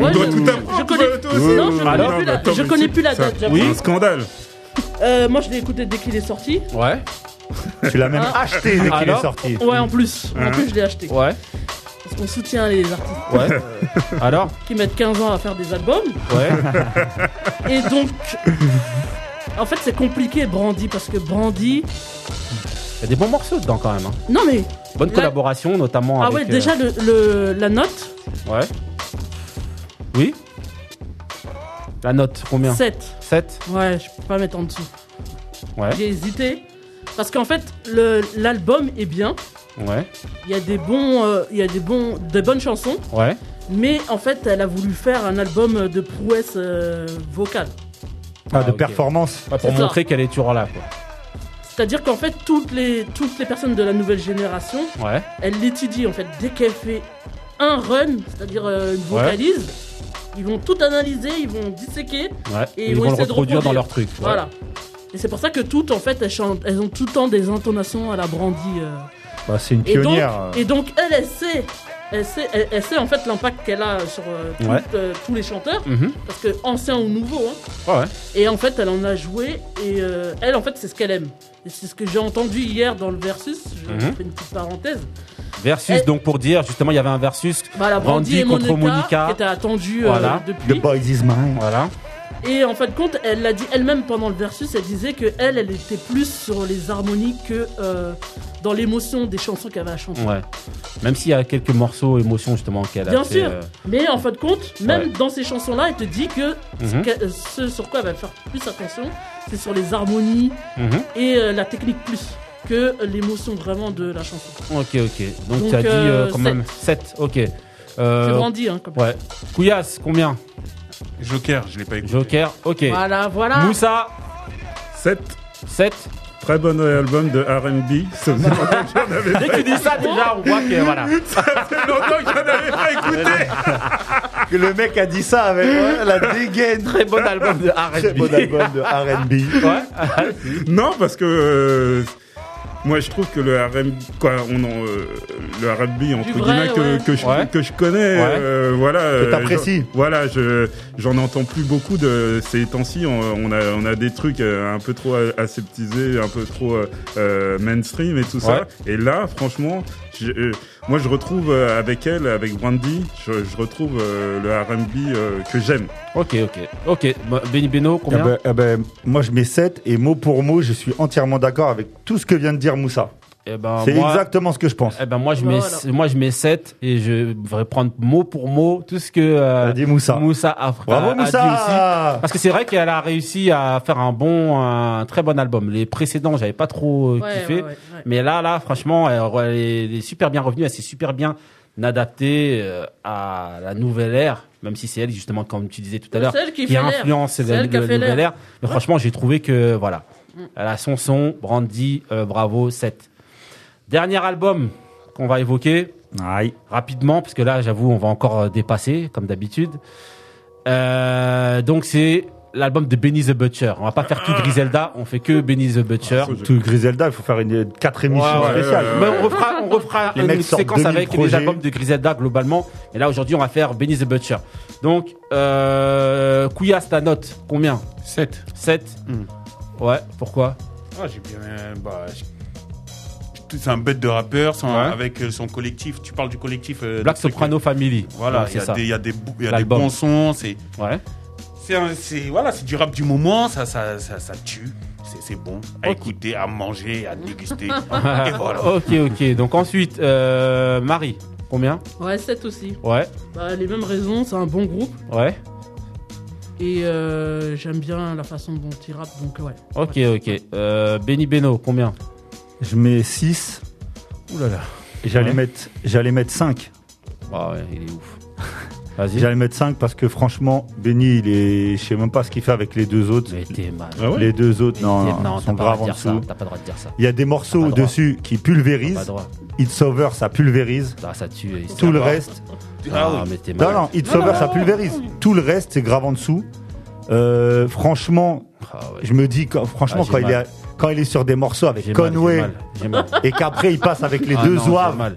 Speaker 4: On
Speaker 2: Ouais,
Speaker 4: doit
Speaker 2: je-
Speaker 4: tout
Speaker 2: je
Speaker 4: apprendre,
Speaker 2: connais-
Speaker 4: toi aussi.
Speaker 2: Non, je connais
Speaker 4: Alors,
Speaker 2: plus la-
Speaker 4: Ah, bah, attends,
Speaker 2: je
Speaker 4: mais
Speaker 2: connais
Speaker 4: c'est-
Speaker 2: plus la
Speaker 4: ça-
Speaker 2: date, j'avoue.
Speaker 4: Oui, un scandale.
Speaker 2: Euh, moi je l'ai écouté dès qu'il est sorti.
Speaker 1: Ouais.
Speaker 5: Tu l'as même
Speaker 2: Hein
Speaker 5: acheté dès qu'il est
Speaker 1: Alors
Speaker 5: sorti.
Speaker 2: Ouais, en plus. En plus, je l'ai acheté.
Speaker 1: Ouais.
Speaker 2: Parce qu'on soutient les artistes
Speaker 1: Ouais. Alors
Speaker 2: qui mettent 15 ans à faire des albums.
Speaker 1: Ouais.
Speaker 2: Et donc. En fait, c'est compliqué, Brandy, parce que Brandy.
Speaker 1: Il y a des bons morceaux dedans quand même. hein.
Speaker 2: Non, mais.
Speaker 1: Bonne
Speaker 2: Là-
Speaker 1: collaboration, notamment
Speaker 2: Ah
Speaker 1: avec.
Speaker 2: ouais,
Speaker 1: euh,
Speaker 2: déjà, le, le- la note,
Speaker 1: Ouais. Oui. La note, combien
Speaker 2: 7.
Speaker 1: 7
Speaker 2: Ouais, je peux pas mettre en dessous.
Speaker 1: Ouais.
Speaker 2: J'ai hésité. Parce qu'en fait, le- l'album est bien.
Speaker 1: Ouais.
Speaker 2: Il y a des bons. euh, Il y a des, bons, des bonnes chansons.
Speaker 1: Ouais.
Speaker 2: Mais en fait, elle a voulu faire un album de prouesse euh, vocale.
Speaker 5: Ah, de
Speaker 1: ok.
Speaker 5: performance.
Speaker 1: Ouais, pour
Speaker 2: C'est ça.
Speaker 1: montrer qu'elle est toujours là, quoi.
Speaker 2: C'est-à-dire qu'en fait, toutes les, toutes les personnes de la nouvelle génération,
Speaker 1: Ouais.
Speaker 2: elle l'étudie en fait. Dès qu'elle fait un run, c'est-à-dire euh, une
Speaker 1: Ouais.
Speaker 2: vocalise, ils vont tout analyser, ils vont disséquer.
Speaker 1: Ouais.
Speaker 2: Et
Speaker 1: Et ils
Speaker 2: ouais,
Speaker 1: vont le
Speaker 2: c'est de
Speaker 1: reproduire dans
Speaker 2: reproduire.
Speaker 1: leur truc. ouais.
Speaker 2: Voilà. Et c'est pour ça que toutes, en fait, elles, chantent, elles ont tout le temps des intonations à la brandy. euh.
Speaker 5: Bah, c'est une
Speaker 2: Et, donc,
Speaker 5: pionnière.
Speaker 2: et donc, elle, elle sait. Elle sait, elle, elle sait en fait l'impact qu'elle a sur euh, tout-
Speaker 1: Ouais.
Speaker 2: euh, tous les chanteurs,
Speaker 1: Mhm.
Speaker 2: parce que anciens ou nouveaux. hein.
Speaker 1: Ouais, ouais.
Speaker 2: Et en fait, elle en a joué. Et euh, elle, en fait, c'est ce qu'elle aime. Et c'est ce que j'ai entendu hier dans le Versus. Je
Speaker 1: Mhm.
Speaker 2: fais une petite parenthèse. Bah,
Speaker 1: Versus,
Speaker 2: Et-
Speaker 1: donc pour dire, justement, il y avait un versus.
Speaker 2: Voilà, Brandy,
Speaker 1: Brandy
Speaker 2: et Monica,
Speaker 1: contre Monica.
Speaker 2: qui était attendu
Speaker 1: Voilà.
Speaker 5: The
Speaker 2: depuis.
Speaker 5: boys is mine.
Speaker 1: Voilà.
Speaker 2: Et en fin de compte, elle l'a dit elle-même pendant le versus. Elle disait que elle, elle était plus sur les harmonies que euh, dans l'émotion des chansons qu'elle avait à chanter.
Speaker 1: Ouais. Même s'il y a quelques morceaux émotions, justement, qu'elle a
Speaker 2: Bien
Speaker 1: fait,
Speaker 2: sûr.
Speaker 1: euh,
Speaker 2: Mais en fin de compte, même
Speaker 1: Ouais.
Speaker 2: dans ces chansons-là, elle te dit que ce
Speaker 1: Mhm.
Speaker 2: qu'elle- ce sur quoi elle va faire plus attention, c'est sur les harmonies
Speaker 1: mhm.
Speaker 2: et euh, la technique plus que l'émotion vraiment de la chanson.
Speaker 1: Ok, ok. Donc,
Speaker 2: Donc,
Speaker 1: tu as dit euh,
Speaker 2: euh,
Speaker 1: quand même 7. Ok.
Speaker 2: C'est
Speaker 1: Euh,
Speaker 2: Brandy, hein, comme
Speaker 1: Ouais. Couillasse, combien
Speaker 3: Joker, je l'ai pas écouté.
Speaker 1: Joker, ok.
Speaker 2: Voilà, voilà.
Speaker 1: Moussa,
Speaker 4: 7.
Speaker 1: 7.
Speaker 4: Très bon album de RB. Ça faisait longtemps que j'en avais
Speaker 1: Dès que tu dis ça, déjà, on voit que voilà.
Speaker 4: longtemps que j'en avais pas écouté.
Speaker 5: Que le mec a dit ça avec ouais, la dégaine.
Speaker 1: Très bon album de
Speaker 5: Très
Speaker 1: R&B.
Speaker 5: bon album de R&B.
Speaker 1: Ouais.
Speaker 4: Non, parce que euh, moi je trouve que le RB, quoi, on en, euh, le RB
Speaker 2: Du
Speaker 4: entre
Speaker 2: vrai,
Speaker 4: guillemets que,
Speaker 2: ouais.
Speaker 4: que je,
Speaker 1: Ouais.
Speaker 4: que je connais, euh, voilà. euh,
Speaker 5: t'apprécies.
Speaker 4: je- voilà, je j'en entends plus beaucoup de ces temps-ci. On, on a on a des trucs euh, un peu trop euh, aseptisés, un peu trop euh, euh, mainstream et tout
Speaker 1: Ouais.
Speaker 4: ça. Et là, franchement, je- euh, moi je retrouve euh, avec elle, avec Brandy, je, je retrouve euh, le RB euh, que j'aime.
Speaker 1: Ok, ok, ok. Bah, Benny Beno,
Speaker 5: Eh
Speaker 1: combien
Speaker 5: ben, eh ben, moi je mets 7 et mot pour mot je suis entièrement d'accord avec tout ce que vient de dire Moussa.
Speaker 1: Eh ben,
Speaker 5: C'est
Speaker 1: moi,
Speaker 5: exactement ce que je pense.
Speaker 1: eh ben, moi, je mets,
Speaker 2: Voilà.
Speaker 1: moi, je mets 7 et je vais prendre mot pour mot tout ce que euh,
Speaker 5: A dit Moussa.
Speaker 1: a, a-
Speaker 5: Bravo
Speaker 1: a dit aussi.
Speaker 5: Moussa
Speaker 1: Parce que c'est vrai qu'elle a réussi à faire un bon, un très bon album. Les précédents, j'avais pas trop euh,
Speaker 2: Ouais,
Speaker 1: kiffé.
Speaker 2: ouais, ouais, ouais.
Speaker 1: Mais là, là, franchement, elle, elle est, elle est super bien revenue. Elle s'est super bien adaptée euh, à la nouvelle ère. Même si c'est elle, justement, comme tu disais tout à
Speaker 2: C'est
Speaker 1: l'heure,
Speaker 2: elle qui fait
Speaker 1: a
Speaker 2: l'air.
Speaker 1: influence
Speaker 2: C'est
Speaker 1: la,
Speaker 2: elle qui a
Speaker 1: la
Speaker 2: fait
Speaker 1: nouvelle
Speaker 2: l'air.
Speaker 1: ère. Mais franchement, j'ai trouvé que, voilà. Elle a son son, Brandy, euh, bravo, 7. Dernier album qu'on va évoquer
Speaker 5: Aïe.
Speaker 1: rapidement, parce que là, j'avoue, on va encore euh, dépasser, comme d'habitude. Euh, donc, c'est l'album de Benny the Butcher. On va pas faire que Griselda, on fait que Benny the Butcher.
Speaker 5: Tout Griselda, il faut faire une, quatre émissions
Speaker 1: Ouais, ouais,
Speaker 4: Euh,
Speaker 5: spéciales.
Speaker 1: Mais on refera, on refera
Speaker 5: Les
Speaker 1: une
Speaker 5: mecs sortent
Speaker 1: séquence
Speaker 5: 2000
Speaker 1: avec les
Speaker 5: projets.
Speaker 1: albums de Griselda globalement. Et là aujourd'hui, on va faire Benny the Butcher. Donc, euh, Kouyas, ta note, combien
Speaker 3: 7.
Speaker 1: 7
Speaker 5: Hmm.
Speaker 1: Ouais, pourquoi
Speaker 3: Ah, j'ai bien. euh, bah, je- je- c'est un bête de rappeur son-
Speaker 1: Ouais.
Speaker 3: avec euh, son collectif. Tu parles du collectif. euh,
Speaker 1: Black
Speaker 3: des trucs,
Speaker 1: Soprano Family.
Speaker 3: euh, Voilà,
Speaker 1: Ouais,
Speaker 3: il y
Speaker 1: c'est
Speaker 3: a
Speaker 1: ça.
Speaker 3: des- il y a des bou- il y a des
Speaker 1: L'album.
Speaker 3: bons sons. C'est
Speaker 1: Ouais.
Speaker 3: c'est un- c'est- voilà, c'est du rap du moment. Ça, ça, ça, ça tue. C'est- C'est bon à
Speaker 1: Ok.
Speaker 3: écouter, à manger, à déguster.
Speaker 1: Ah,
Speaker 3: et voilà.
Speaker 1: ok, ok. Donc ensuite, euh, Marie, combien
Speaker 2: Ouais, 7 aussi.
Speaker 1: Ouais,
Speaker 2: Bah, les mêmes raisons, c'est un bon groupe.
Speaker 1: ouais.
Speaker 2: Et euh, j'aime bien la façon dont ils rappent, donc ouais.
Speaker 1: Ok, ok. Euh, Benny Beno, combien
Speaker 5: Je mets 6.
Speaker 1: Ouh là là.
Speaker 5: J'allais
Speaker 1: Ouais.
Speaker 5: mettre, j'allais mettre 5.
Speaker 1: Ah ouais, il est ouf. Vas-y.
Speaker 5: J'allais mettre 5 parce que franchement, Benny, il est, je sais même pas ce qu'il fait avec les deux autres.
Speaker 1: Mais t'es mal.
Speaker 4: Ah ouais
Speaker 5: Les deux autres, non,
Speaker 1: T'es-
Speaker 5: non, ils sont
Speaker 1: t'as pas
Speaker 5: graves
Speaker 1: le droit
Speaker 5: en
Speaker 1: de dire ça.
Speaker 5: dessous.
Speaker 1: T'as pas le droit de dire ça.
Speaker 5: Il y a des
Speaker 1: T'as
Speaker 5: morceaux
Speaker 1: pas le
Speaker 5: dessus qui
Speaker 1: T'as pas le
Speaker 5: pulvérisent.
Speaker 1: droit.
Speaker 5: It's Over, ça pulvérise.
Speaker 1: Ah, ça tue. et
Speaker 5: Tout
Speaker 1: ça
Speaker 5: le
Speaker 1: part.
Speaker 5: reste,
Speaker 1: Ah, mais t'es
Speaker 5: non,
Speaker 1: mal.
Speaker 5: non, It's Over, ça pulvérise. Tout le reste, c'est grave en dessous. Euh, franchement,
Speaker 1: Ah ouais.
Speaker 5: je me dis, quand- franchement,
Speaker 1: Ah, j'ai
Speaker 5: quand il, est,
Speaker 1: mal.
Speaker 5: à- quand il est sur des morceaux avec
Speaker 1: J'ai mal,
Speaker 5: Conway
Speaker 1: j'ai mal, j'ai mal.
Speaker 5: et qu'après il passe avec les
Speaker 1: Ah
Speaker 5: deux
Speaker 1: non, j'ai
Speaker 5: zouaves
Speaker 1: mal.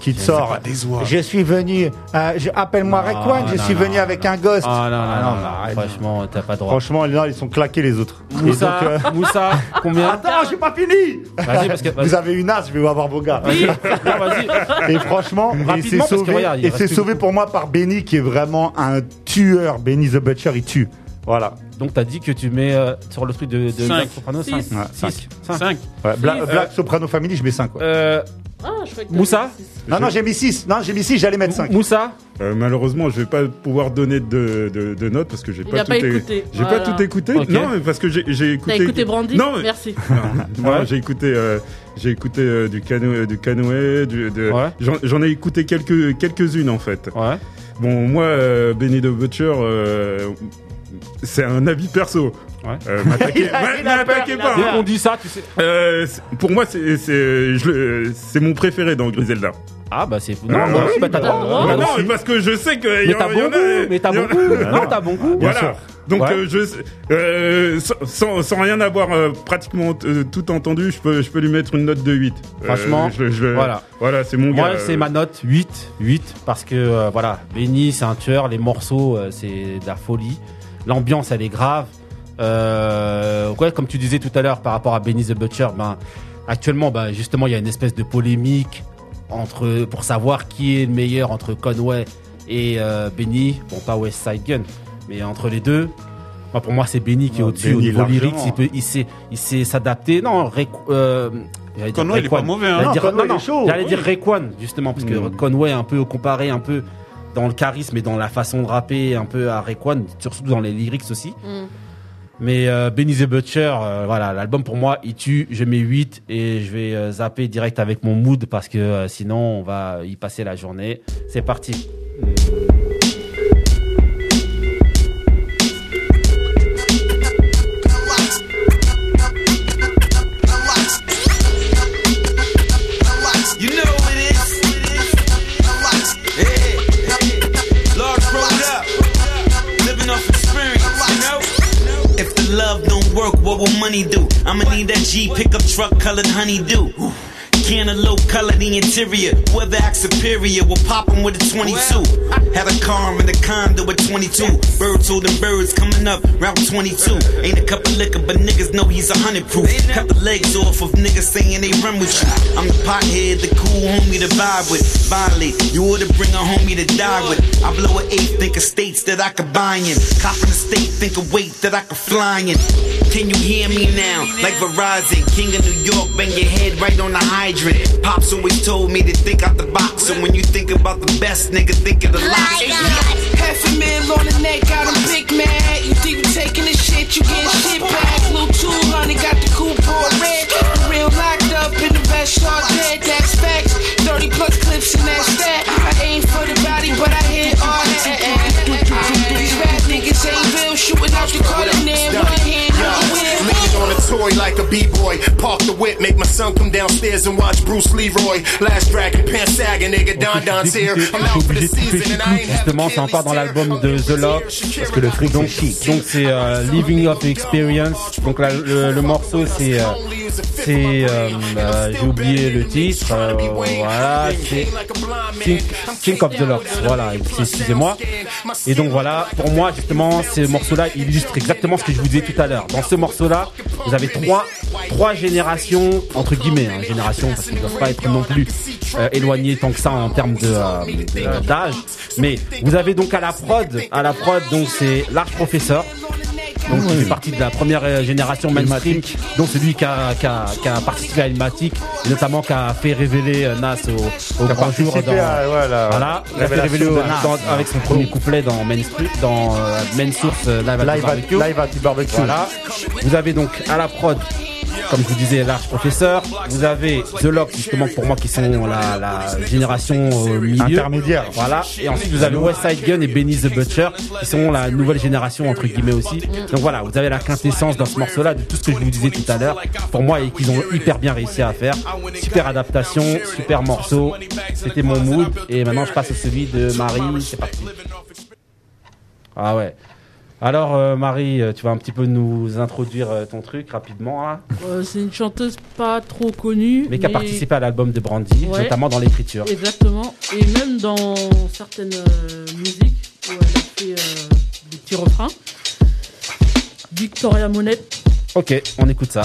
Speaker 5: qui te sort.
Speaker 3: des oies.
Speaker 5: Je suis venu, euh, je- appelle-moi
Speaker 1: Non,
Speaker 5: Rekwan, je
Speaker 1: non,
Speaker 5: suis
Speaker 1: non,
Speaker 5: venu
Speaker 1: non,
Speaker 5: avec
Speaker 1: non.
Speaker 5: un ghost.
Speaker 1: Ah non,
Speaker 5: Ah,
Speaker 1: non, non,
Speaker 5: mais arrête.
Speaker 1: franchement, t'as pas le droit.
Speaker 5: Franchement, là, ils sont claqués les autres. Et
Speaker 1: Moussa,
Speaker 5: donc, euh,
Speaker 1: Moussa, combien
Speaker 5: Attends, j'ai pas fini
Speaker 1: Vas-y, parce que.
Speaker 5: Vous avez une as, je vais avoir vos gars.
Speaker 1: Non, vas-y.
Speaker 5: Et franchement, et
Speaker 1: Rapidement,
Speaker 5: c'est
Speaker 1: parce que
Speaker 5: sauvé,
Speaker 1: regarde, il
Speaker 5: et
Speaker 1: reste
Speaker 5: c'est
Speaker 1: plus
Speaker 5: sauvé pour moi par Benny qui est vraiment un tueur. Benny the Butcher, il tue. Voilà.
Speaker 1: Donc, t'as dit que tu mets euh, sur le truc de, de
Speaker 3: Cinq.
Speaker 1: Black Soprano
Speaker 2: Six.
Speaker 1: 5.
Speaker 5: Ouais, cinq.
Speaker 3: 5.
Speaker 5: Ouais, Bla-
Speaker 2: Six.
Speaker 5: Black Soprano Family, je mets 5.
Speaker 1: Euh,
Speaker 2: Ah, je crois que.
Speaker 1: Moussa
Speaker 2: t'avais six.
Speaker 5: Non, non, j'ai mis 6. Non, j'ai mis 6, j'allais mettre 5.
Speaker 1: Moussa,
Speaker 4: Euh, malheureusement, je vais pas pouvoir donner de, de, de notes parce que j'ai
Speaker 2: Il
Speaker 4: pas,
Speaker 2: a
Speaker 4: tout
Speaker 2: pas
Speaker 4: é-
Speaker 2: écouté.
Speaker 4: J'ai
Speaker 2: Voilà.
Speaker 4: pas tout écouté.
Speaker 1: Ok.
Speaker 4: Non, mais parce que j'ai j'ai écouté.
Speaker 2: T'as écouté Brandy
Speaker 4: Non, mais-
Speaker 2: Merci.
Speaker 4: Non, j'ai écouté, euh, j'ai écouté euh, du canoë, du canoë, du- de-
Speaker 1: Ouais.
Speaker 4: j'en- J'en ai écouté quelques quelques unes en fait.
Speaker 1: ouais.
Speaker 4: Bon, moi, euh, Benny the Butcher, euh, c'est un avis perso.
Speaker 1: Ouais.
Speaker 4: Euh, m'attaquez- ouais, m'attaquez pas.
Speaker 1: Dès
Speaker 4: hein.
Speaker 1: qu'on dit ça, tu sais.
Speaker 4: Euh, c'est- pour moi, c'est c'est- je le- c'est mon préféré dans Griselda.
Speaker 1: Ah, bah c'est. Non,
Speaker 4: Ah,
Speaker 1: bah,
Speaker 4: oui,
Speaker 1: oui, bah t'as
Speaker 2: bah,
Speaker 1: t'as le droit.
Speaker 2: Ah,
Speaker 4: Mais
Speaker 1: t'as le
Speaker 4: non,
Speaker 1: droit.
Speaker 4: mais parce que je sais que
Speaker 1: Mais t'as bon goût, mais t'as bon goût. Non, t'as bon goût.
Speaker 4: Voilà.
Speaker 5: sûr.
Speaker 4: Donc
Speaker 1: Ouais.
Speaker 4: euh, je euh, sans- sans, sans rien avoir euh, pratiquement euh, tout entendu, je peux je peux lui mettre une note de 8. Euh,
Speaker 1: Franchement,
Speaker 4: je- je-
Speaker 1: voilà.
Speaker 4: Voilà, c'est mon
Speaker 1: Moi,
Speaker 4: gars.
Speaker 1: c'est
Speaker 4: euh,
Speaker 1: ma note 8. 8 parce que euh, voilà, Benny, c'est un tueur. Les morceaux, euh, c'est de la folie. L'ambiance, elle est grave. Euh, ouais, comme tu disais tout à l'heure par rapport à Benny the Butcher, ben, actuellement, ben, justement, il y a une espèce de polémique entre, pour savoir qui est le meilleur entre Conway et euh, Benny. Bon, pas West Side Gun, mais entre les deux. Moi, pour moi, c'est Benny qui est
Speaker 5: Ouais,
Speaker 1: au-dessus.
Speaker 5: Benny,
Speaker 1: Au niveau lyrique,
Speaker 5: largement.
Speaker 1: il, peut, il, sait, il sait s'adapter. Non, Ray- euh, j'allais dire
Speaker 3: Conway, il est
Speaker 1: Rayquan.
Speaker 3: pas mauvais, hein.
Speaker 1: J'allais
Speaker 5: Non,
Speaker 1: dire-
Speaker 5: Conway,
Speaker 1: non,
Speaker 5: il est
Speaker 1: non,
Speaker 5: chaud,
Speaker 1: j'allais
Speaker 5: oui. Hmm.
Speaker 1: dire Rayquan, justement, parce que Conway, un peu comparé, un peu dans le charisme et dans la façon de rapper, un peu à Rayquan, surtout dans les lyrics aussi.
Speaker 2: Mm.
Speaker 1: Mais euh, Benny the Butcher, euh, voilà, l'album pour moi, il tue. Je mets 8 et je vais euh, zapper direct avec mon mood parce que euh, sinon, on va y passer la journée. C'est parti.
Speaker 8: You know what it is. Yeah, yeah. Large rolled up. Living off experience, you know? If the love don't work, what will money do? I'ma need that G pickup truck colored honeydew. Cantaloupe color the interior. Whether act superior, we'll pop 'em with a 22. Had a car in a condo with 22. Bird told them birds coming up route 22. Ain't a cup of liquor, but niggas know he's a hundred proof. Cut the legs off of niggas saying they run with you. I'm the pothead, the cool homie to vibe with. Violate, you ought to bring a homie to die with. I blow an eighth, think of states that I could buy in. Cop in the state, think of weight that I could fly in. Can you hear me now? Like Verizon, King of New York, bang your head right on the hydrant. Pops always told me to think out the box. So when you think about the best, nigga, think of the lot.
Speaker 11: Half a mil on the neck, got him big mad. You think you taking this shit, you getting shit back. Little 200, got the coupon red. The real locked up in the best shot dead, that's facts. 30 plus clips in that stat. I aim for the body, but I hit all that. These rap niggas ain't real, shooting out the corner, man. One hand,
Speaker 7: Yo,
Speaker 11: no
Speaker 7: leaning on a toy like a b-boy. Park the whip, make my son come downstairs and watch Bruce Leroy. Last Dragon, pants sagging, nigga, Don Don's here. I'm out for the season and I ain't have
Speaker 1: Justement, c'est encore dans l'album de The Love. Parce que le fric donc, Donc c'est euh, Living Up Experience. Donc la- le, le morceau c'est euh, c'est euh, euh, j'ai oublié le titre. euh, voilà, c'est Think, Think of the Love. Voilà, c'est- excusez-moi. Et donc voilà, pour moi justement, ce morceau-là illustre exactement ce que je vous disais tout à l'heure. Dans ce morceau-là, vous avez trois trois générations entre guillemets, hein, générations parce qu'ils ne doivent pas être non plus euh, éloignés tant que ça en termes de, euh, de- d'âge. Mais vous avez donc à la prod, à la prod donc c'est Large Professeur. Donc il fait partie de la première euh, génération mainstream, donc c'est lui qui a, qui a- qui a participé à Ilmatic, et notamment qui a fait révéler euh, Nas au, au
Speaker 5: Qui a
Speaker 1: grand jour.
Speaker 5: participé à, ouais, la
Speaker 1: voilà, il a fait
Speaker 5: révélation
Speaker 1: révéler au-
Speaker 5: de Nas.
Speaker 1: dans- avec son premier couplet dans Main, Street- dans, euh, Main Source euh, Live at the
Speaker 5: Live at-
Speaker 1: Barbecue.
Speaker 5: Live at the Barbecue.
Speaker 1: Voilà. Vous avez donc à la prod, comme je vous disais, Large Professeur. Vous avez The Lock, justement, pour moi, qui sont la, la génération euh, au milieu.
Speaker 5: Intermédiaire.
Speaker 1: Voilà. Et ensuite, vous avez Westside Gun et Benny the Butcher, qui sont la nouvelle génération, entre guillemets aussi. Donc voilà, vous avez la quintessence dans ce morceau-là de tout ce que je vous disais tout à l'heure, pour moi, et qu'ils ont hyper bien réussi à faire. Super adaptation, super morceau. C'était mon mood. Et maintenant, je passe à celui de Marie. C'est parti. Ah ouais. Alors euh, Marie, euh, tu vas un petit peu nous introduire euh, ton truc rapidement, hein,
Speaker 2: Euh, c'est une chanteuse pas trop connue.
Speaker 1: mais qui a participé à l'album de Brandy,
Speaker 2: Ouais.
Speaker 1: notamment dans l'écriture.
Speaker 2: Exactement. Et même dans certaines euh, musiques où elle a fait euh, des petits refrains. Victoria Monette.
Speaker 1: Ok, on écoute ça.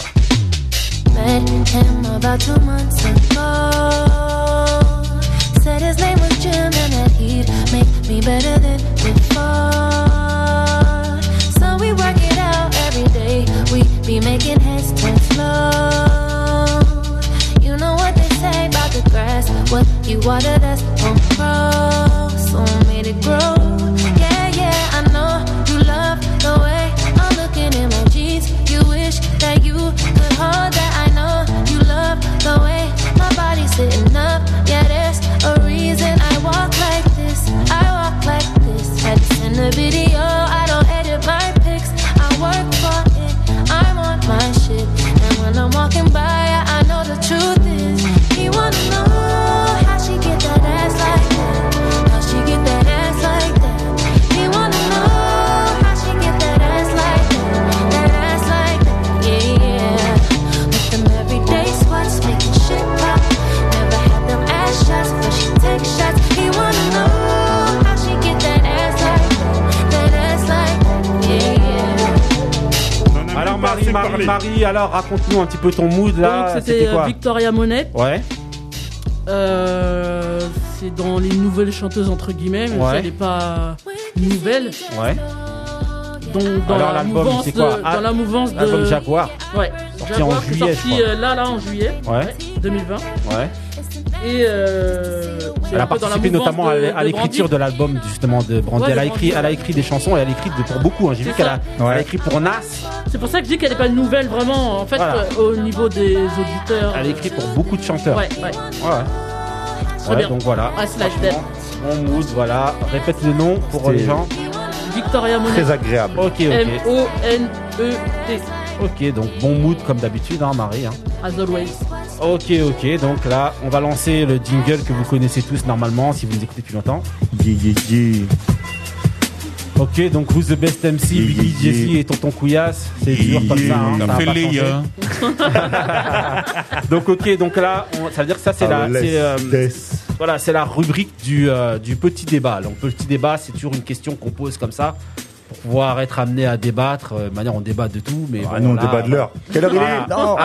Speaker 12: Met him about two months ago. Said his name was Jim and that he'd make me better than before. So we work it out every day. We be making heads turn slow. You know what they say about the grass. What you water, that's won't grow. So made it grow. Yeah, yeah, I know you love the way I'm looking in my jeans. You wish that you could hold that. I know you love the way my body's sitting up. Yeah, there's a reason I walk like this. I walk like this. Had to send a video. I don't edit my pics. I work for it. I'm on my shit. And when I'm walking by, I I know the truth is he wanna know how she get that ass like that. How she get that ass like that. He wanna know how she get that ass like that. That ass like that. Yeah, yeah. With them everyday squats, making shit pop. Never had them ass shots, but she take shots. He wanna know how she get that ass like that. That ass like that. Yeah, yeah.
Speaker 1: Alors
Speaker 4: Bah,
Speaker 1: Marie, Marie, Marie, alors raconte-nous un petit peu ton mood là.
Speaker 2: Donc c'était euh, Victoria Monette.
Speaker 1: Ouais.
Speaker 2: Euh, c'est dans les nouvelles chanteuses entre guillemets, même
Speaker 1: Ouais.
Speaker 2: si elle n'est pas nouvelle.
Speaker 1: Ouais.
Speaker 2: Donc, dans
Speaker 1: Alors,
Speaker 2: la
Speaker 1: l'album,
Speaker 2: mouvance
Speaker 1: c'est quoi
Speaker 2: de-
Speaker 1: Ah,
Speaker 2: dans la mouvance de
Speaker 1: l'album Jaguar.
Speaker 2: Ouais.
Speaker 1: Sorti en
Speaker 2: Jaguar qui est
Speaker 1: juillet, je
Speaker 2: sorti
Speaker 1: crois.
Speaker 2: euh, là là en juillet.
Speaker 1: Ouais.
Speaker 2: 2020.
Speaker 1: Ouais.
Speaker 2: Et euh, c'est
Speaker 1: Elle a
Speaker 2: un peu dans la
Speaker 1: participé
Speaker 2: mouvance
Speaker 1: notamment à
Speaker 2: de-
Speaker 1: l- à
Speaker 2: de
Speaker 1: l'écriture de l'album justement de Brandy.
Speaker 2: Ouais,
Speaker 1: Elle a
Speaker 2: de
Speaker 1: écrit,
Speaker 2: Brandy.
Speaker 1: elle a écrit des chansons et elle a écrit de- pour beaucoup. hein. J'ai vu
Speaker 2: C'est
Speaker 1: qu'elle a,
Speaker 2: ça.
Speaker 1: elle a écrit pour Nas.
Speaker 2: C'est pour ça que je dis qu'elle n'est pas nouvelle vraiment. En fait,
Speaker 1: Voilà.
Speaker 2: euh, au niveau des auditeurs.
Speaker 1: Elle a écrit pour beaucoup de chanteurs.
Speaker 2: Ouais, ouais.
Speaker 1: Ouais. Ouais,
Speaker 2: bien.
Speaker 1: donc voilà.
Speaker 2: Ah, c'est la tête.
Speaker 1: Mon mood, voilà. Répète le nom pour euh, les
Speaker 5: C'était
Speaker 1: gens.
Speaker 2: Victoria Monet.
Speaker 5: Très agréable.
Speaker 1: Ok, ok.
Speaker 2: E M-O-N-E-T.
Speaker 1: Ok, donc bon mood comme d'habitude, hein, Marie. hein.
Speaker 2: As always.
Speaker 1: Ok, ok. Donc là, on va lancer le jingle que vous connaissez tous normalement si vous nous écoutez depuis longtemps.
Speaker 5: Yeah, yeah, yeah.
Speaker 1: Ok, donc Who's the Best MC,
Speaker 5: Yeah,
Speaker 1: Biggie,
Speaker 5: yeah,
Speaker 1: Jesse
Speaker 5: yeah.
Speaker 1: et Tonton Couillasse. C'est toujours comme ça. hein, ça va
Speaker 3: fait
Speaker 1: pas
Speaker 3: les
Speaker 1: changer.
Speaker 3: gars.
Speaker 1: Donc ok, donc là, on- ça veut dire que ça c'est la,
Speaker 5: Ah, laisse,
Speaker 1: c'est, euh,
Speaker 5: laisse.
Speaker 1: voilà, c'est la rubrique du, euh, du petit débat. Donc petit débat, c'est toujours une question qu'on pose comme ça pour pouvoir être amené à débattre. Euh, De manière, on débat de tout, mais
Speaker 5: Ah
Speaker 1: bon,
Speaker 5: non,
Speaker 1: là,
Speaker 5: débat de l'heure. Quelle heure il
Speaker 1: Ah.
Speaker 5: est Non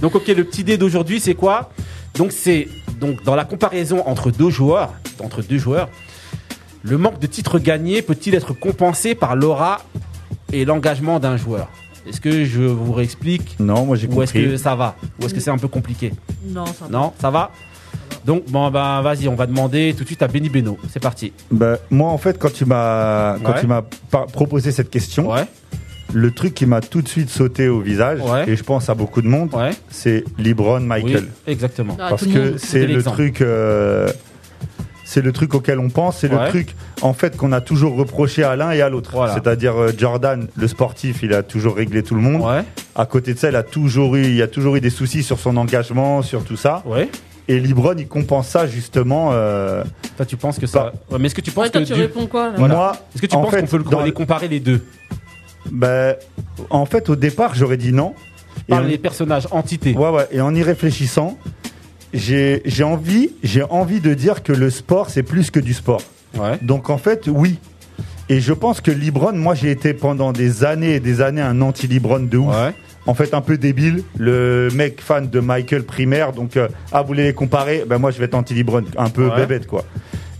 Speaker 1: Donc ok, le petit dé d'aujourd'hui, c'est quoi Donc c'est donc dans la comparaison entre deux joueurs, entre deux joueurs, le manque de titres gagnés peut-il être compensé par l'aura et l'engagement d'un joueur Est-ce que je vous réexplique
Speaker 5: Non, moi j'ai
Speaker 1: ou est-ce que
Speaker 5: compris.
Speaker 1: ça va Ou est-ce que c'est un peu compliqué
Speaker 2: Non, ça va.
Speaker 1: Non, ça va donc bon bah vas-y on va demander tout de suite à Benny Beno, c'est parti.
Speaker 5: Bah, moi en fait, quand tu m'as quand
Speaker 1: Ouais.
Speaker 5: tu m'as par- proposé cette question,
Speaker 1: Ouais,
Speaker 5: le truc qui m'a tout de suite sauté au visage,
Speaker 1: Ouais.
Speaker 5: et je pense à beaucoup de monde,
Speaker 1: ouais,
Speaker 5: c'est LeBron
Speaker 1: oui,
Speaker 5: Michael.
Speaker 1: exactement.
Speaker 2: Ah,
Speaker 5: Parce
Speaker 2: tout le
Speaker 5: que
Speaker 2: monde.
Speaker 5: c'est
Speaker 1: C'était
Speaker 5: le
Speaker 1: l'exemple.
Speaker 5: truc. euh, c'est le truc auquel on pense, c'est
Speaker 1: Ouais.
Speaker 5: le truc en fait qu'on a toujours reproché à l'un et à l'autre. C'est-à-dire euh, Jordan, le sportif, il a toujours réglé tout le monde. À côté de ça, il a toujours eu, il y a toujours eu des soucis sur son engagement, sur tout ça. Et Libron, il compense ça justement. euh,
Speaker 1: Toi, tu penses que ça Ouais, mais est-ce que tu penses
Speaker 2: Ouais, toi,
Speaker 1: que
Speaker 2: tu
Speaker 1: du-
Speaker 2: réponds quoi, là
Speaker 1: Voilà.
Speaker 5: Moi,
Speaker 1: Est-ce que tu
Speaker 5: en
Speaker 1: penses
Speaker 5: fait,
Speaker 1: qu'on peut le-
Speaker 5: dans-
Speaker 1: les comparer les deux
Speaker 5: Ben, en fait, au départ, j'aurais dit non.
Speaker 1: Par les personnages, entités.
Speaker 5: Ouais, ouais. Et en y réfléchissant, j'ai j'ai envie, j'ai envie de dire que le sport, c'est plus que du sport. Donc, en fait, oui. Et je pense que Libron, moi, j'ai été pendant des années et des années un anti-Libron de ouf. En fait, un peu débile. Le mec fan de Michael Primaire. Donc, euh, ah, vous voulez les comparer Ben, moi, je vais être anti-Libron. Un peu
Speaker 1: Ouais.
Speaker 5: bébête, quoi.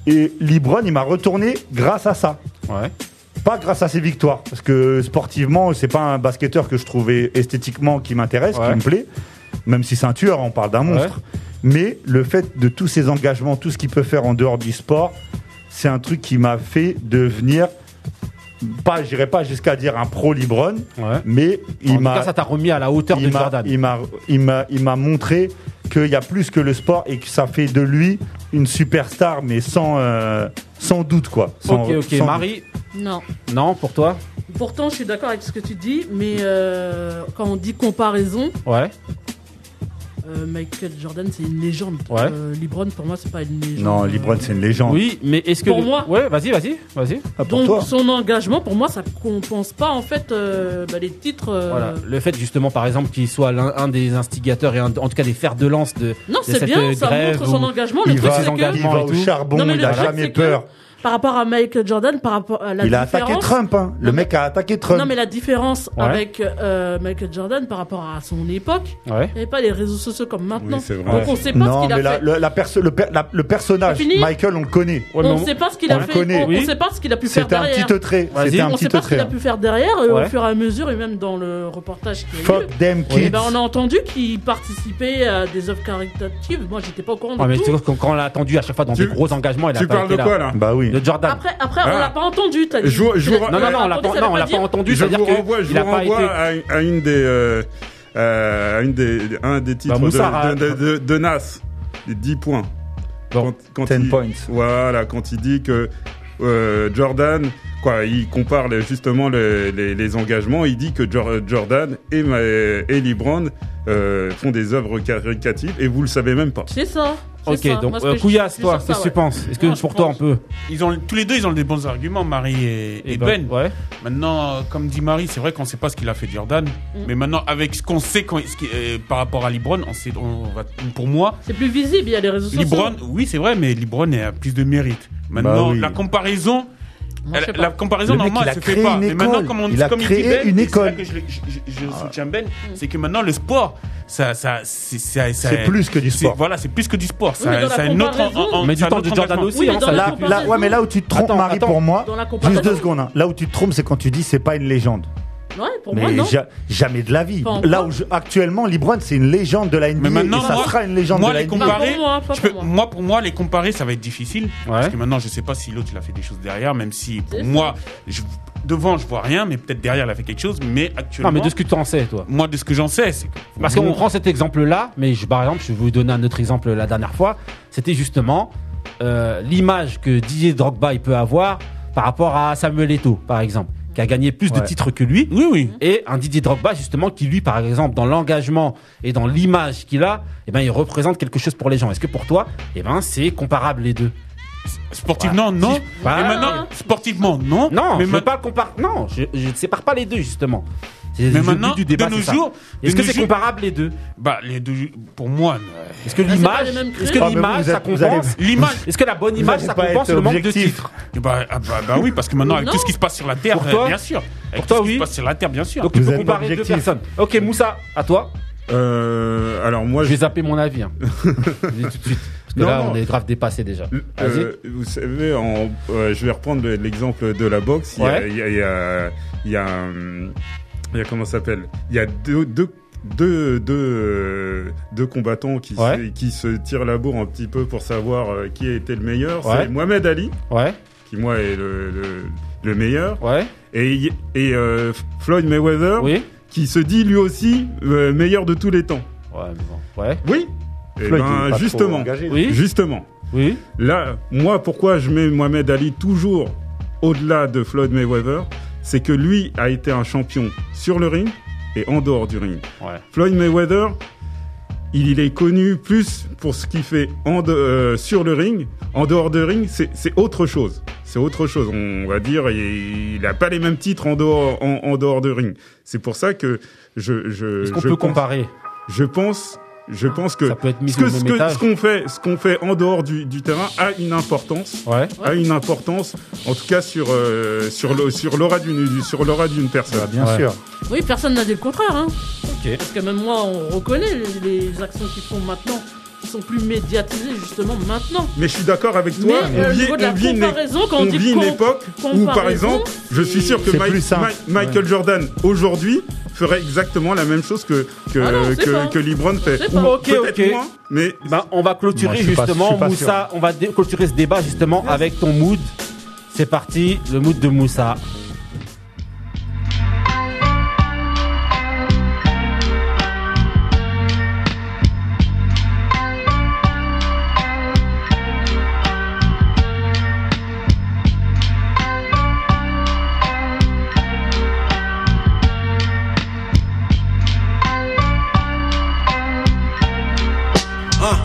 Speaker 5: Et Libron, il m'a retourné grâce à ça. Pas grâce à ses victoires, parce que sportivement, c'est pas un basketteur que je trouvais esthétiquement qui m'intéresse,
Speaker 1: Ouais.
Speaker 5: qui me plaît. Même si c'est un tueur, on parle d'un monstre. Mais le fait de tous ses engagements, tout ce qu'il peut faire en dehors du sport, c'est un truc qui m'a fait devenir pas, j'irai pas jusqu'à dire un pro Libron, mais
Speaker 1: En
Speaker 5: il
Speaker 1: tout
Speaker 5: m'a
Speaker 1: cas, ça t'a remis à la hauteur
Speaker 5: il
Speaker 1: de
Speaker 5: m'a-
Speaker 1: Jordan.
Speaker 5: Il m'a, il m'a, il m'a montré qu'il y a plus que le sport et que ça fait de lui une superstar, mais sans, euh, sans doute quoi. Sans-
Speaker 1: Ok, ok.
Speaker 5: sans-
Speaker 1: Marie,
Speaker 2: Non.
Speaker 1: non, pour toi
Speaker 2: Pourtant, je suis d'accord avec ce que tu dis, mais euh, quand on dit comparaison,
Speaker 1: Ouais.
Speaker 2: euh, Michael Jordan, c'est une légende.
Speaker 1: Ouais.
Speaker 2: Euh, LeBron, pour moi, c'est pas une légende.
Speaker 5: Non, Libron c'est une légende.
Speaker 1: Oui, mais est-ce que.
Speaker 2: Pour moi.
Speaker 1: Ouais, vas-y, vas-y, vas-y.
Speaker 2: Donc, son engagement, pour moi, ça compense pas, en fait, euh, bah, les titres. euh,
Speaker 1: Voilà. Le fait justement, par exemple, qu'il soit l'un un des instigateurs et un- en tout cas des fers de lance de,
Speaker 2: Non,
Speaker 1: de
Speaker 2: c'est
Speaker 1: cette
Speaker 2: bien,
Speaker 1: euh,
Speaker 2: ça
Speaker 1: grève
Speaker 2: montre son
Speaker 1: ou-
Speaker 2: engagement. Le
Speaker 1: il
Speaker 2: truc,
Speaker 1: va-
Speaker 2: c'est
Speaker 1: ses
Speaker 2: que-
Speaker 1: engagements et
Speaker 5: au
Speaker 1: tout.
Speaker 5: charbon,
Speaker 2: Non, mais
Speaker 5: il
Speaker 2: le
Speaker 5: a
Speaker 2: truc,
Speaker 5: jamais
Speaker 2: c'est que
Speaker 5: peur.
Speaker 2: Par rapport à Michael Jordan, par rapport à la
Speaker 5: Il a
Speaker 2: différence.
Speaker 5: attaqué Trump, hein. le mec a attaqué Trump.
Speaker 2: Non, mais la différence
Speaker 5: Ouais.
Speaker 2: avec euh, Michael Jordan par rapport à son époque,
Speaker 5: Ouais.
Speaker 2: il n'y avait pas les réseaux sociaux comme maintenant. Donc on ne sait pas
Speaker 5: non,
Speaker 2: ce qu'il a
Speaker 5: mais la-
Speaker 2: fait.
Speaker 5: le, la perso- le, per- la- le personnage,
Speaker 2: C'est fini
Speaker 5: Michael, on le connaît.
Speaker 2: on ne sait pas ce qu'il
Speaker 5: On
Speaker 2: a
Speaker 5: le
Speaker 2: fait.
Speaker 5: connaît.
Speaker 2: On, on sait pas ce qu'il a pu faire
Speaker 5: C'était un
Speaker 2: derrière.
Speaker 5: petit teutré. Vas-y. C'était un
Speaker 2: on
Speaker 5: petit
Speaker 2: sait pas ce qu'il a
Speaker 5: teutré.
Speaker 2: pu faire derrière euh,
Speaker 5: Ouais.
Speaker 2: au fur et à mesure et même dans le reportage qui a eu
Speaker 5: Fuck
Speaker 2: lieu.
Speaker 5: them
Speaker 2: Eh
Speaker 5: kids.
Speaker 2: ben, on a entendu qu'il participait à des œuvres caritatives. Moi, j'étais pas au courant
Speaker 1: Ouais,
Speaker 2: de
Speaker 1: mais
Speaker 2: tout.
Speaker 1: tu vois, quand quand on l'a attendu à chaque fois dans des gros engagements, il a
Speaker 4: tu
Speaker 1: pas
Speaker 4: parles
Speaker 1: été
Speaker 4: de quoi, là
Speaker 5: Bah oui.
Speaker 1: De Jordan.
Speaker 2: Après, après on
Speaker 4: Ah.
Speaker 2: l'a pas entendu. T'as dit.
Speaker 4: Jour- jour-
Speaker 1: Non, non, non, on l'a
Speaker 2: Attendez,
Speaker 1: pas,
Speaker 2: ça
Speaker 1: Euh, non,
Speaker 2: veut
Speaker 1: on l'a
Speaker 2: dire-
Speaker 1: pas entendu.
Speaker 4: Je
Speaker 1: c'est-à-dire
Speaker 4: vous
Speaker 1: que
Speaker 4: renvoie, je
Speaker 1: il a
Speaker 4: vous
Speaker 1: pas
Speaker 4: renvoie
Speaker 1: été-
Speaker 4: à, à une des, euh, euh, à une des, un
Speaker 1: Bah,
Speaker 4: des titres de-
Speaker 1: Moussara.
Speaker 4: de, de- de- de Nas, les 10 points. Quand,
Speaker 5: 10
Speaker 4: il,
Speaker 5: points.
Speaker 4: Voilà, quand il dit que euh, Jordan, quoi, il compare le- justement le- les, les engagements, il dit que Jor- Jordan et, ma- et LeBron euh, font des œuvres caricatives et vous le savez même pas.
Speaker 2: C'est ça. c'est
Speaker 1: Ok,
Speaker 2: ça.
Speaker 1: donc
Speaker 2: Moi, ce
Speaker 1: euh,
Speaker 2: que je-
Speaker 1: Couillasse,
Speaker 2: c'est
Speaker 1: toi,
Speaker 2: sur
Speaker 1: qu'est-ce
Speaker 2: ça,
Speaker 1: que tu
Speaker 2: ouais.
Speaker 1: penses Est-ce que
Speaker 2: Non, je
Speaker 1: pour toi on
Speaker 2: pense-
Speaker 1: peut
Speaker 3: Ils ont, tous les deux, ils ont des bons arguments, Marie et, et
Speaker 1: ben,
Speaker 3: Ben.
Speaker 1: ouais.
Speaker 3: Maintenant, euh, comme dit Marie, c'est vrai qu'on ne sait pas ce qu'il a fait Jordan.
Speaker 1: Mm.
Speaker 3: Mais maintenant, avec ce qu'on sait quand- ce qui- euh, par rapport à Libron, on sait, on va- pour moi,
Speaker 2: C'est plus visible, il y a les réseaux sociaux.
Speaker 3: Libron, oui, c'est vrai, mais Libron a plus de mérite. Maintenant,
Speaker 5: Bah oui.
Speaker 3: la comparaison.
Speaker 2: Moi, je
Speaker 3: elle-
Speaker 2: sais pas.
Speaker 3: la comparaison
Speaker 5: Le mec,
Speaker 3: normale,
Speaker 5: il a
Speaker 3: elle se
Speaker 5: créé
Speaker 3: fait pas.
Speaker 5: une
Speaker 3: Mais maintenant,
Speaker 5: école.
Speaker 3: comme on
Speaker 5: Il a
Speaker 3: comme il
Speaker 5: créé
Speaker 3: dit Ben,
Speaker 5: une
Speaker 3: et c'est
Speaker 5: école.
Speaker 3: là
Speaker 5: Ah.
Speaker 3: que je, le- je- je- je soutiens Ben, c'est que maintenant le sport, ça, ça, c'est- ça- ça-
Speaker 5: C'est plus que du
Speaker 3: c'est-
Speaker 5: sport.
Speaker 3: Voilà, c'est plus que du sport.
Speaker 2: mais dans
Speaker 3: Ça,
Speaker 2: la
Speaker 3: ça a une autre,
Speaker 2: comparaison-
Speaker 1: Mais du
Speaker 3: ça a un
Speaker 1: temps
Speaker 3: autre
Speaker 1: de Jordan
Speaker 3: engagement.
Speaker 1: aussi,
Speaker 2: Oui,
Speaker 1: hein,
Speaker 2: mais
Speaker 1: ça
Speaker 2: dans
Speaker 1: a
Speaker 2: la
Speaker 1: été-
Speaker 5: Là, là, ouais, mais là où tu te trompes,
Speaker 1: Attends,
Speaker 5: Marie,
Speaker 1: attends.
Speaker 5: pour moi,
Speaker 2: Dans la
Speaker 5: juste
Speaker 2: comparaison.
Speaker 5: deux secondes. hein. Là où tu te trompes, c'est quand tu dis c'est pas une légende.
Speaker 2: Ouais, pour moi,
Speaker 5: Mais
Speaker 2: non.
Speaker 5: ja- jamais de la vie.
Speaker 2: Pas encore.
Speaker 5: Là où je- actuellement, LeBron, c'est une légende de la NBA.
Speaker 3: Mais maintenant,
Speaker 5: et ça
Speaker 3: moi,
Speaker 5: sera une légende
Speaker 3: moi,
Speaker 5: de la
Speaker 3: les
Speaker 5: NBA.
Speaker 3: comparer,
Speaker 2: Pas pour moi, pas
Speaker 3: je peux-
Speaker 2: pour
Speaker 3: moi.
Speaker 2: moi.
Speaker 3: pour moi, les comparer, ça va être difficile. Parce que maintenant, je sais pas si l'autre, il a fait des choses derrière, même si pour
Speaker 2: C'est
Speaker 3: moi, je- devant, je vois rien, mais peut-être derrière, il a fait quelque chose. Mais actuellement,
Speaker 1: Non, mais de ce que tu en sais, toi.
Speaker 3: moi, de ce que j'en sais, c'est que.
Speaker 1: Parce qu'on prend cet exemple-là, mais je, par exemple, je vais vous donner un autre exemple la dernière fois. C'était justement euh, l'image que Didier Drogba il peut avoir par rapport à Samuel Eto'o, par exemple, qui a gagné plus de
Speaker 5: Ouais.
Speaker 1: titres que lui.
Speaker 3: Oui, oui.
Speaker 1: Et un Didier Drogba, justement, qui lui, par exemple, dans l'engagement et dans l'image qu'il a, eh ben, il représente quelque chose pour les gens. Est-ce que pour toi, eh ben, c'est comparable les deux
Speaker 3: Sportivement, non.
Speaker 1: Bah,
Speaker 3: mais maintenant, sportivement, non.
Speaker 1: Non,
Speaker 3: mais
Speaker 1: je ne
Speaker 3: ma-
Speaker 1: pas comparer. Non, je, je ne sépare pas les deux, justement. C'est
Speaker 3: Mais
Speaker 1: le
Speaker 3: maintenant,
Speaker 1: but du débat,
Speaker 3: de
Speaker 1: c'est
Speaker 3: nos
Speaker 1: ça.
Speaker 3: jours,
Speaker 1: est-ce
Speaker 3: de
Speaker 1: que
Speaker 3: nos
Speaker 1: c'est
Speaker 3: jours-
Speaker 1: comparable les deux
Speaker 3: Bah, les deux, pour moi, euh,
Speaker 1: Est-ce que
Speaker 2: Bah, c'est pas
Speaker 1: l'image,
Speaker 2: les mêmes cris.
Speaker 1: est-ce que
Speaker 5: Ah, mais
Speaker 1: l'image,
Speaker 5: vous êtes-
Speaker 1: ça
Speaker 5: vous allez-
Speaker 1: compense
Speaker 3: l'image.
Speaker 1: Est-ce que la bonne image,
Speaker 5: allez
Speaker 1: ça
Speaker 5: pas
Speaker 1: compense
Speaker 5: être
Speaker 1: le manque de
Speaker 5: objectif.
Speaker 1: titres
Speaker 3: Bah, ah, bah, bah oui, parce que maintenant, avec
Speaker 2: Non.
Speaker 3: tout ce qui se passe sur la Terre,
Speaker 1: Pour toi
Speaker 3: euh, bien sûr. Avec
Speaker 1: Pour
Speaker 3: tout
Speaker 1: toi,
Speaker 3: ce qui
Speaker 1: oui.
Speaker 3: se passe sur la Terre, bien sûr.
Speaker 1: Donc tu
Speaker 5: Vous
Speaker 1: peux
Speaker 5: êtes
Speaker 1: comparer deux
Speaker 5: objectif.
Speaker 1: personnes. Ok, Moussa, à toi.
Speaker 4: Euh, alors moi,
Speaker 1: Je vais zapper mon avis. hein. Je le dis tout de suite. Parce que
Speaker 4: Non,
Speaker 1: là,
Speaker 4: non.
Speaker 1: on est grave dépassé déjà. Vas-y.
Speaker 4: Euh, vous savez, en- euh, je vais reprendre le- l'exemple de la boxe. Il y a-
Speaker 1: Ouais.
Speaker 4: Il y a, il y a, il y a, hum, il y a- comment ça s'appelle Il y a deux, deux, deux, deux, euh, deux combattants qui, se,
Speaker 1: Ouais.
Speaker 4: qui se tirent la bourre un petit peu pour savoir euh, qui était le meilleur.
Speaker 1: Ouais.
Speaker 4: C'est Mohamed Ali,
Speaker 1: Ouais,
Speaker 4: qui moi est le, le, le meilleur,
Speaker 1: ouais,
Speaker 4: et, y- et euh, Floyd Mayweather,
Speaker 1: oui.
Speaker 4: qui se dit lui aussi euh, meilleur de tous les temps.
Speaker 1: Ouais, mais bon. Ouais.
Speaker 4: Oui. Eh
Speaker 5: Floyd, il est
Speaker 4: ben,
Speaker 5: pas trop
Speaker 4: justement,
Speaker 5: engagé.
Speaker 1: Oui.
Speaker 4: justement,
Speaker 1: Oui.
Speaker 4: Là, moi, pourquoi je mets Mohamed Ali toujours au-delà de Floyd Mayweather, c'est que lui a été un champion sur le ring et en dehors du ring. Floyd Mayweather, il, il est connu plus pour ce qu'il fait en de- euh, sur le ring. En dehors de ring, c'est c'est autre chose. C'est autre chose. On va dire, il n'a pas les mêmes titres en dehors, en, en dehors de ring. C'est pour ça que je. je
Speaker 1: Est-ce qu'on
Speaker 4: je
Speaker 1: peut
Speaker 4: pense-
Speaker 1: comparer
Speaker 4: Je pense. Je pense que,
Speaker 1: mis
Speaker 4: ce que-
Speaker 1: au
Speaker 4: ce
Speaker 1: même
Speaker 4: que-
Speaker 1: étage.
Speaker 4: ce qu'on fait, ce qu'on fait en dehors du, du terrain a une importance, a une importance, en tout cas sur euh, sur le- sur l'aura d'une du- sur l'aura d'une personne.
Speaker 5: Bah, bien Ouais. sûr.
Speaker 2: Oui, personne n'a dit le contraire. Hein.
Speaker 1: Ok.
Speaker 2: Parce que même moi, on reconnaît les, les actions qu'ils font maintenant, qui sont plus médiatisées justement maintenant.
Speaker 4: Mais je suis d'accord avec toi.
Speaker 2: Mais, euh, au niveau de la
Speaker 4: une,
Speaker 2: comparaison, quand on
Speaker 4: on
Speaker 2: dit
Speaker 4: vit une
Speaker 2: com-
Speaker 4: époque où, par
Speaker 2: comparaison,
Speaker 4: exemple, je suis sûr que
Speaker 5: c'est
Speaker 4: Mike-
Speaker 5: plus simple.
Speaker 4: Mike- Michael
Speaker 5: Ouais.
Speaker 4: Jordan aujourd'hui ferait exactement la même chose que que
Speaker 1: Ah non, on sait pas.
Speaker 4: que, que LeBron fait.
Speaker 1: sait
Speaker 4: Ou
Speaker 1: pas. Ok,
Speaker 4: peut-être
Speaker 1: ok.
Speaker 4: moins, mais
Speaker 1: Bah, on va
Speaker 4: Moi,
Speaker 1: clôturer
Speaker 4: je suis pas- je
Speaker 1: justement,
Speaker 4: suis pas
Speaker 1: Moussa, on va dé- clôturer ce débat justement avec ton mood. C'est parti, le mood de Moussa.
Speaker 13: Uh.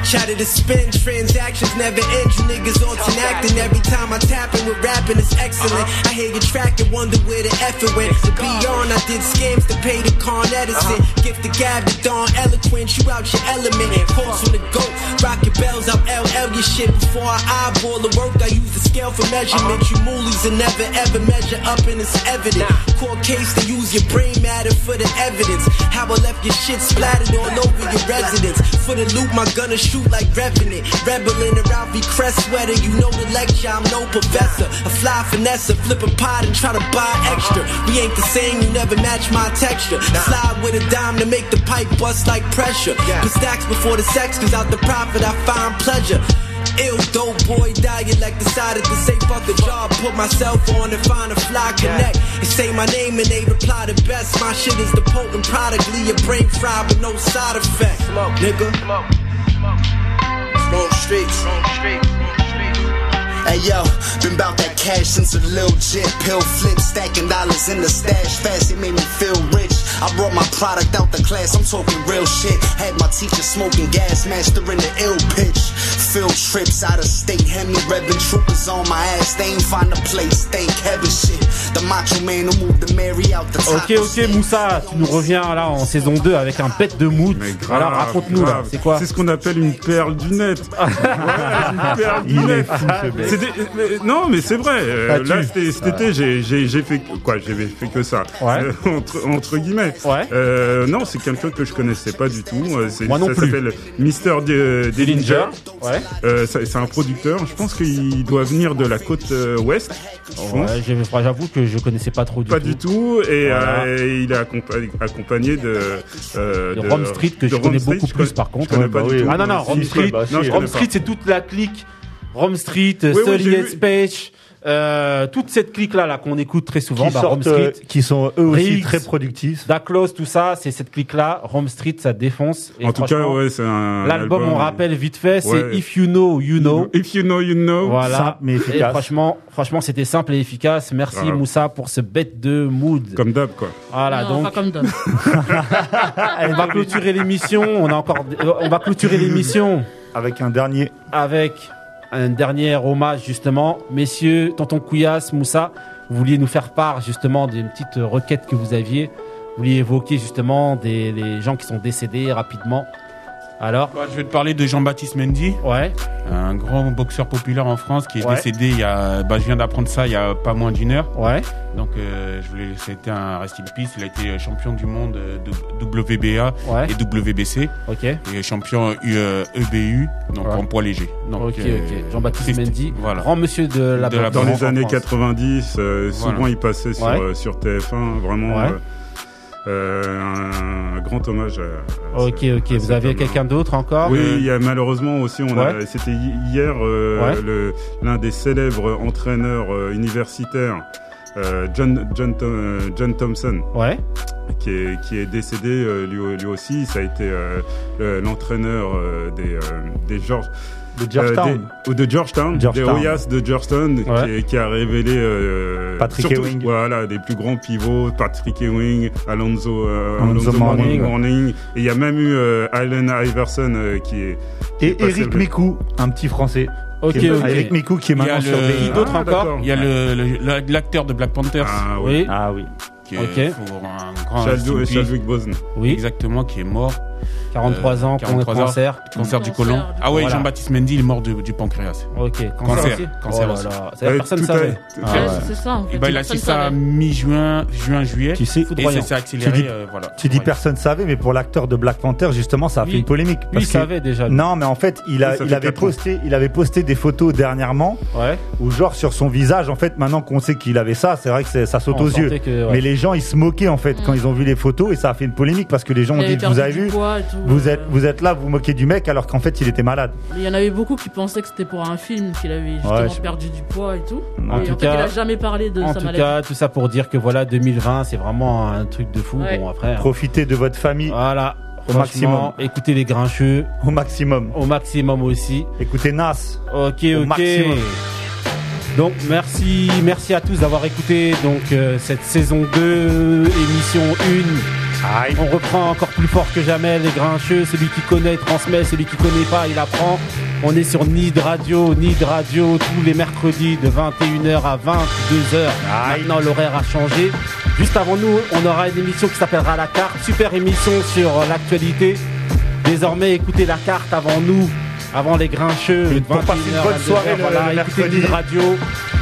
Speaker 13: Shouted to spin, transactions never end. You niggas on ten acting. Every time I tap in with rapping, it's excellent. I hear your track and wonder where the effort went. To be on, I did scams to pay the Con Edison. Gift the gab to Don Eloquence, you out your element. Quotes from the goat, rock your bells, I'm LL your shit. Before I eyeball the work, I use the scale for measurement. You moolies and never ever measure up, and it's evident. Court case, they use your brain matter for the evidence. How I left your shit splattered all over your residence. For the loop, my gunna shoot like Revenant. Rebel in a Ralphie Crest sweater, you know the lecture, I'm no professor. A fly finesse, flip a pot and try to buy extra. We ain't the same, you never match my texture. Slide with a dime to make the pipe bust like pressure. Put stacks before the sex, cause out the profit I find pleasure. Ill dope boy dialect decided to say fuck the job, put myself on and find a fly connect. And say my name and they reply the best. My shit is the potent product, leave your brain fried with no side effect. nigga.
Speaker 14: Wrong streets. Hey yo, been bout that cash since a little jet. Pill flip, stacking dollars in the stash fast. It made me feel rich. I brought my product out the class. I'm talking real shit. Had my teacher smoking gas, mastering the ill pitch. Field trips out of state, Hemi revving troopers on my ass. They ain't find a place. Thank heaven shit. The macho man who moved to Mary out the top.
Speaker 1: Ok, ok, Moussa, tu nous reviens là en saison 2 avec un pet de mood.
Speaker 4: grave,
Speaker 1: Alors raconte-nous là,
Speaker 4: grave.
Speaker 1: c'est quoi
Speaker 4: C'est ce qu'on appelle une perle du net. Voilà, une perle du
Speaker 1: Il est
Speaker 4: net.
Speaker 1: fou, ce mec.
Speaker 4: C'était- mais- non, mais c'est vrai. euh,
Speaker 1: T'as
Speaker 4: là,
Speaker 1: tu.
Speaker 4: c'était- cet
Speaker 1: Ah.
Speaker 4: été, j'ai- j'ai j'ai fait que- quoi J'ai fait que ça, Euh, entre, entre guillemets. Euh, non, c'est quelqu'un que je connaissais pas du tout. euh, c'est-
Speaker 1: Moi non
Speaker 4: ça
Speaker 1: plus.
Speaker 4: s'appelle Mister De- Dillinger.
Speaker 1: Ouais.
Speaker 4: Euh, ça- c'est un producteur. Je pense qu'il doit venir de la côte euh, ouest. je
Speaker 1: Ouais,
Speaker 4: pense.
Speaker 1: j'ai- enfin, J'avoue que je connaissais pas trop du
Speaker 4: Pas
Speaker 1: tout.
Speaker 4: du tout, et
Speaker 1: Voilà.
Speaker 4: euh, il est accompagné, accompagné de, euh,
Speaker 1: De Rome Street que
Speaker 4: de
Speaker 1: je
Speaker 4: Rome
Speaker 1: connais
Speaker 4: Street,
Speaker 1: beaucoup
Speaker 4: je
Speaker 1: plus
Speaker 4: connais-
Speaker 1: par
Speaker 4: je
Speaker 1: contre.
Speaker 4: connais pas du tout.
Speaker 1: Ah non, non,
Speaker 4: Si,
Speaker 1: Rome
Speaker 4: si,
Speaker 1: Street,
Speaker 4: bah, si,
Speaker 1: non,
Speaker 4: je
Speaker 1: Rome
Speaker 4: connais pas.
Speaker 1: Street, c'est toute la clique. Rome Street,
Speaker 5: Oui, oui,
Speaker 1: Sully
Speaker 5: j'ai
Speaker 1: and
Speaker 5: vu.
Speaker 1: Page, euh, toute cette clique là, là qu'on écoute très souvent,
Speaker 5: Qui
Speaker 1: bah, Rome
Speaker 5: sortent, euh,
Speaker 1: Street,
Speaker 5: qui sont eux aussi
Speaker 1: Riggs,
Speaker 5: très productifs.
Speaker 1: Daklos, tout ça, c'est cette clique là, Rome Street, ça défonce. Et
Speaker 4: En tout
Speaker 1: franchement,
Speaker 4: cas, ouais, c'est un
Speaker 1: L'album,
Speaker 4: album,
Speaker 1: on
Speaker 4: euh,
Speaker 1: rappelle vite fait, c'est
Speaker 4: ouais.
Speaker 1: If You Know, You Know.
Speaker 4: If you know, you know.
Speaker 1: Voilà.
Speaker 4: Simple, mais
Speaker 1: Et
Speaker 4: efficace.
Speaker 1: franchement, franchement, c'était simple et efficace. Merci
Speaker 4: Voilà.
Speaker 1: Moussa pour ce bête de mood.
Speaker 4: Comme d'hab, quoi.
Speaker 1: Voilà,
Speaker 2: Non,
Speaker 1: donc.
Speaker 2: Pas comme d'hab.
Speaker 1: on va clôturer l'émission. On a encore, euh, on va clôturer l'émission
Speaker 5: avec un dernier,
Speaker 1: avec un dernier hommage justement, messieurs, tonton Couillasse, Moussa, vous vouliez nous faire part justement d'une petite euh, requête que vous aviez. Vous vouliez évoquer justement des les gens qui sont décédés rapidement. Alors,
Speaker 3: Bah, je vais te parler de Jean-Baptiste Mendy.
Speaker 1: Ouais.
Speaker 3: Un grand boxeur populaire en France qui est
Speaker 1: Ouais.
Speaker 3: décédé il y a. Bah, je viens d'apprendre ça il y a pas moins d'une heure.
Speaker 1: Ouais.
Speaker 3: Donc, euh, je voulais. C'était un rest in peace. Il a été champion du monde euh, de WBA
Speaker 1: Ouais.
Speaker 3: et WBC.
Speaker 1: Ok.
Speaker 3: Et champion U- euh, EBU, donc
Speaker 1: Ouais.
Speaker 3: en poids léger. Donc,
Speaker 1: ok,
Speaker 3: euh,
Speaker 1: ok. Jean-Baptiste
Speaker 3: triste.
Speaker 1: Mendy,
Speaker 3: Voilà.
Speaker 1: grand monsieur de la,
Speaker 3: De la
Speaker 4: Dans
Speaker 3: France.
Speaker 4: les années
Speaker 3: En France.
Speaker 4: 90, euh, souvent
Speaker 3: Voilà.
Speaker 4: il passait sur,
Speaker 3: Ouais.
Speaker 4: euh, sur TF1, vraiment
Speaker 1: Ouais.
Speaker 4: euh, euh, un grand hommage à, à
Speaker 1: Ok,
Speaker 4: ce-
Speaker 1: ok.
Speaker 4: à
Speaker 1: Vous
Speaker 4: cet
Speaker 1: aviez
Speaker 4: homme.
Speaker 1: quelqu'un d'autre encore
Speaker 4: Oui, il y a malheureusement aussi, on a-
Speaker 1: Euh, Ouais.
Speaker 4: c'était hi- hier euh,
Speaker 1: Ouais.
Speaker 4: le- l'un des célèbres entraîneurs euh, universitaires, euh, John, John, Thom- euh, John Thompson,
Speaker 1: Ouais.
Speaker 4: qui, est, qui est décédé euh, lui, lui aussi. Ça a été euh, euh, l'entraîneur euh, des, euh, des George.
Speaker 5: De Georgetown.
Speaker 4: des- ou de Georgetown,
Speaker 5: Georgetown.
Speaker 4: des Hoyas de Georgetown, qui- qui, a révélé euh,
Speaker 5: Patrick
Speaker 4: surtout,
Speaker 5: Ewing.
Speaker 4: Voilà, des plus grands pivots, Patrick Ewing, Alonso, euh,
Speaker 5: Alonso
Speaker 4: Alonso
Speaker 5: Mourning.
Speaker 4: Morning, Morning. Et il y a même eu euh, Allen Iverson euh, qui est qui est
Speaker 5: Et
Speaker 4: passé
Speaker 5: Eric
Speaker 4: le-
Speaker 5: Mikou, un petit français.
Speaker 4: Ok,
Speaker 5: Qui est-
Speaker 4: ok.
Speaker 5: Eric Mikou qui est
Speaker 4: Il y a
Speaker 5: maintenant sur
Speaker 4: le-
Speaker 5: des
Speaker 4: Qui d'autre Ah, encore d'accord.
Speaker 3: Il y a le- le- la- l'acteur de Black Panther.
Speaker 4: Ah oui. Oui.
Speaker 5: Ah oui.
Speaker 3: Qui est
Speaker 4: Ok.
Speaker 3: pour un grand
Speaker 4: Chadwick-
Speaker 3: rest in peace.
Speaker 4: Chadwick Boseman.
Speaker 1: Oui.
Speaker 3: Exactement, qui est mort.
Speaker 1: 43 ans,
Speaker 3: 43 ans,
Speaker 1: cancer.
Speaker 3: Cancer du côlon.
Speaker 1: Cancer du
Speaker 3: Ah ouais,
Speaker 1: côlon.
Speaker 3: Jean-Baptiste Mendy, il est mort du, du pancréas.
Speaker 1: Ok, cancer
Speaker 3: Cancer.
Speaker 1: aussi
Speaker 3: Cancer
Speaker 1: Oh là
Speaker 3: aussi.
Speaker 1: là, ça, personne savait.
Speaker 3: tout
Speaker 1: Ah
Speaker 3: à
Speaker 1: ouais.
Speaker 3: fait.
Speaker 1: C'est ça, en fait,
Speaker 3: Et ben, il a
Speaker 1: personne
Speaker 3: su ça
Speaker 1: savait.
Speaker 3: mi-juin, juin-juillet.
Speaker 5: Tu sais,
Speaker 3: et ça s'est accéléré.
Speaker 5: Tu dis,
Speaker 3: euh, voilà.
Speaker 5: tu dis personne savait, mais pour l'acteur de Black Panther, justement, ça a fait une polémique.
Speaker 1: Lui, il savait déjà, lui.
Speaker 5: Non, mais en fait, il, a,
Speaker 1: Ça fait
Speaker 5: il avait
Speaker 1: quatre ans.
Speaker 5: posté, il avait posté des photos dernièrement, où genre sur son visage, en fait, maintenant qu'on sait qu'il avait ça, c'est vrai que c'est- ça saute
Speaker 1: On
Speaker 5: aux
Speaker 1: sentait
Speaker 5: yeux.
Speaker 1: que, ouais.
Speaker 5: Mais les gens, ils se moquaient en fait quand ils ont vu les photos, et ça a fait une polémique parce que les gens
Speaker 2: Il
Speaker 5: ont
Speaker 2: avait
Speaker 5: dit,
Speaker 2: perdu
Speaker 5: vous avez
Speaker 2: du
Speaker 5: vu,
Speaker 2: poids et tout,
Speaker 5: vous êtes, vous êtes là, vous vous moquez du mec, alors qu'en fait, il était malade.
Speaker 2: Il y en avait beaucoup qui pensaient que c'était pour un film, qu'il avait justement
Speaker 1: Ouais, je-
Speaker 2: perdu du poids et tout.
Speaker 1: En
Speaker 2: et
Speaker 1: tout
Speaker 2: en fait,
Speaker 1: cas-
Speaker 2: il a jamais parlé de
Speaker 1: En
Speaker 2: sa
Speaker 1: tout
Speaker 2: maladie.
Speaker 1: cas, tout ça pour dire que voilà, 2020, c'est vraiment un truc de fou.
Speaker 2: Ouais.
Speaker 1: Bon, après. hein.
Speaker 5: Profitez de votre famille.
Speaker 1: Voilà.
Speaker 5: Au
Speaker 1: Franchement,
Speaker 5: maximum.
Speaker 1: Écoutez les grincheux.
Speaker 5: Au maximum.
Speaker 1: Au maximum aussi.
Speaker 5: Écoutez Nas.
Speaker 1: Ok,
Speaker 5: Au
Speaker 1: ok.
Speaker 5: maximum.
Speaker 1: Donc merci, merci à tous d'avoir écouté donc euh, cette saison 2, émission
Speaker 5: 1.
Speaker 1: On reprend encore plus fort que jamais les grincheux, celui qui connaît transmet, celui qui connaît pas, il apprend. On est sur Nid Radio, Nid Radio tous les mercredis de 21h à 22h. Maintenant l'horaire a changé. Juste avant nous, on aura une émission qui s'appellera La Carte, super émission sur euh, l'actualité. Désormais, écoutez la carte avant nous, avant les grincheux.
Speaker 5: pour passer une bonne
Speaker 1: 21h,
Speaker 5: soirée
Speaker 1: 22h,
Speaker 5: le-
Speaker 1: voilà,
Speaker 5: le
Speaker 1: écoutez
Speaker 5: mercredi.
Speaker 1: Nid Radio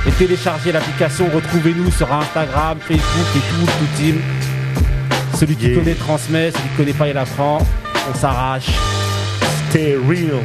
Speaker 1: et téléchargez l'application. Retrouvez-nous sur Instagram, Facebook et tout, tout team. Celui qui connaît transmet, celui qui connaît pas il apprend. On s'arrache.
Speaker 5: Stay real.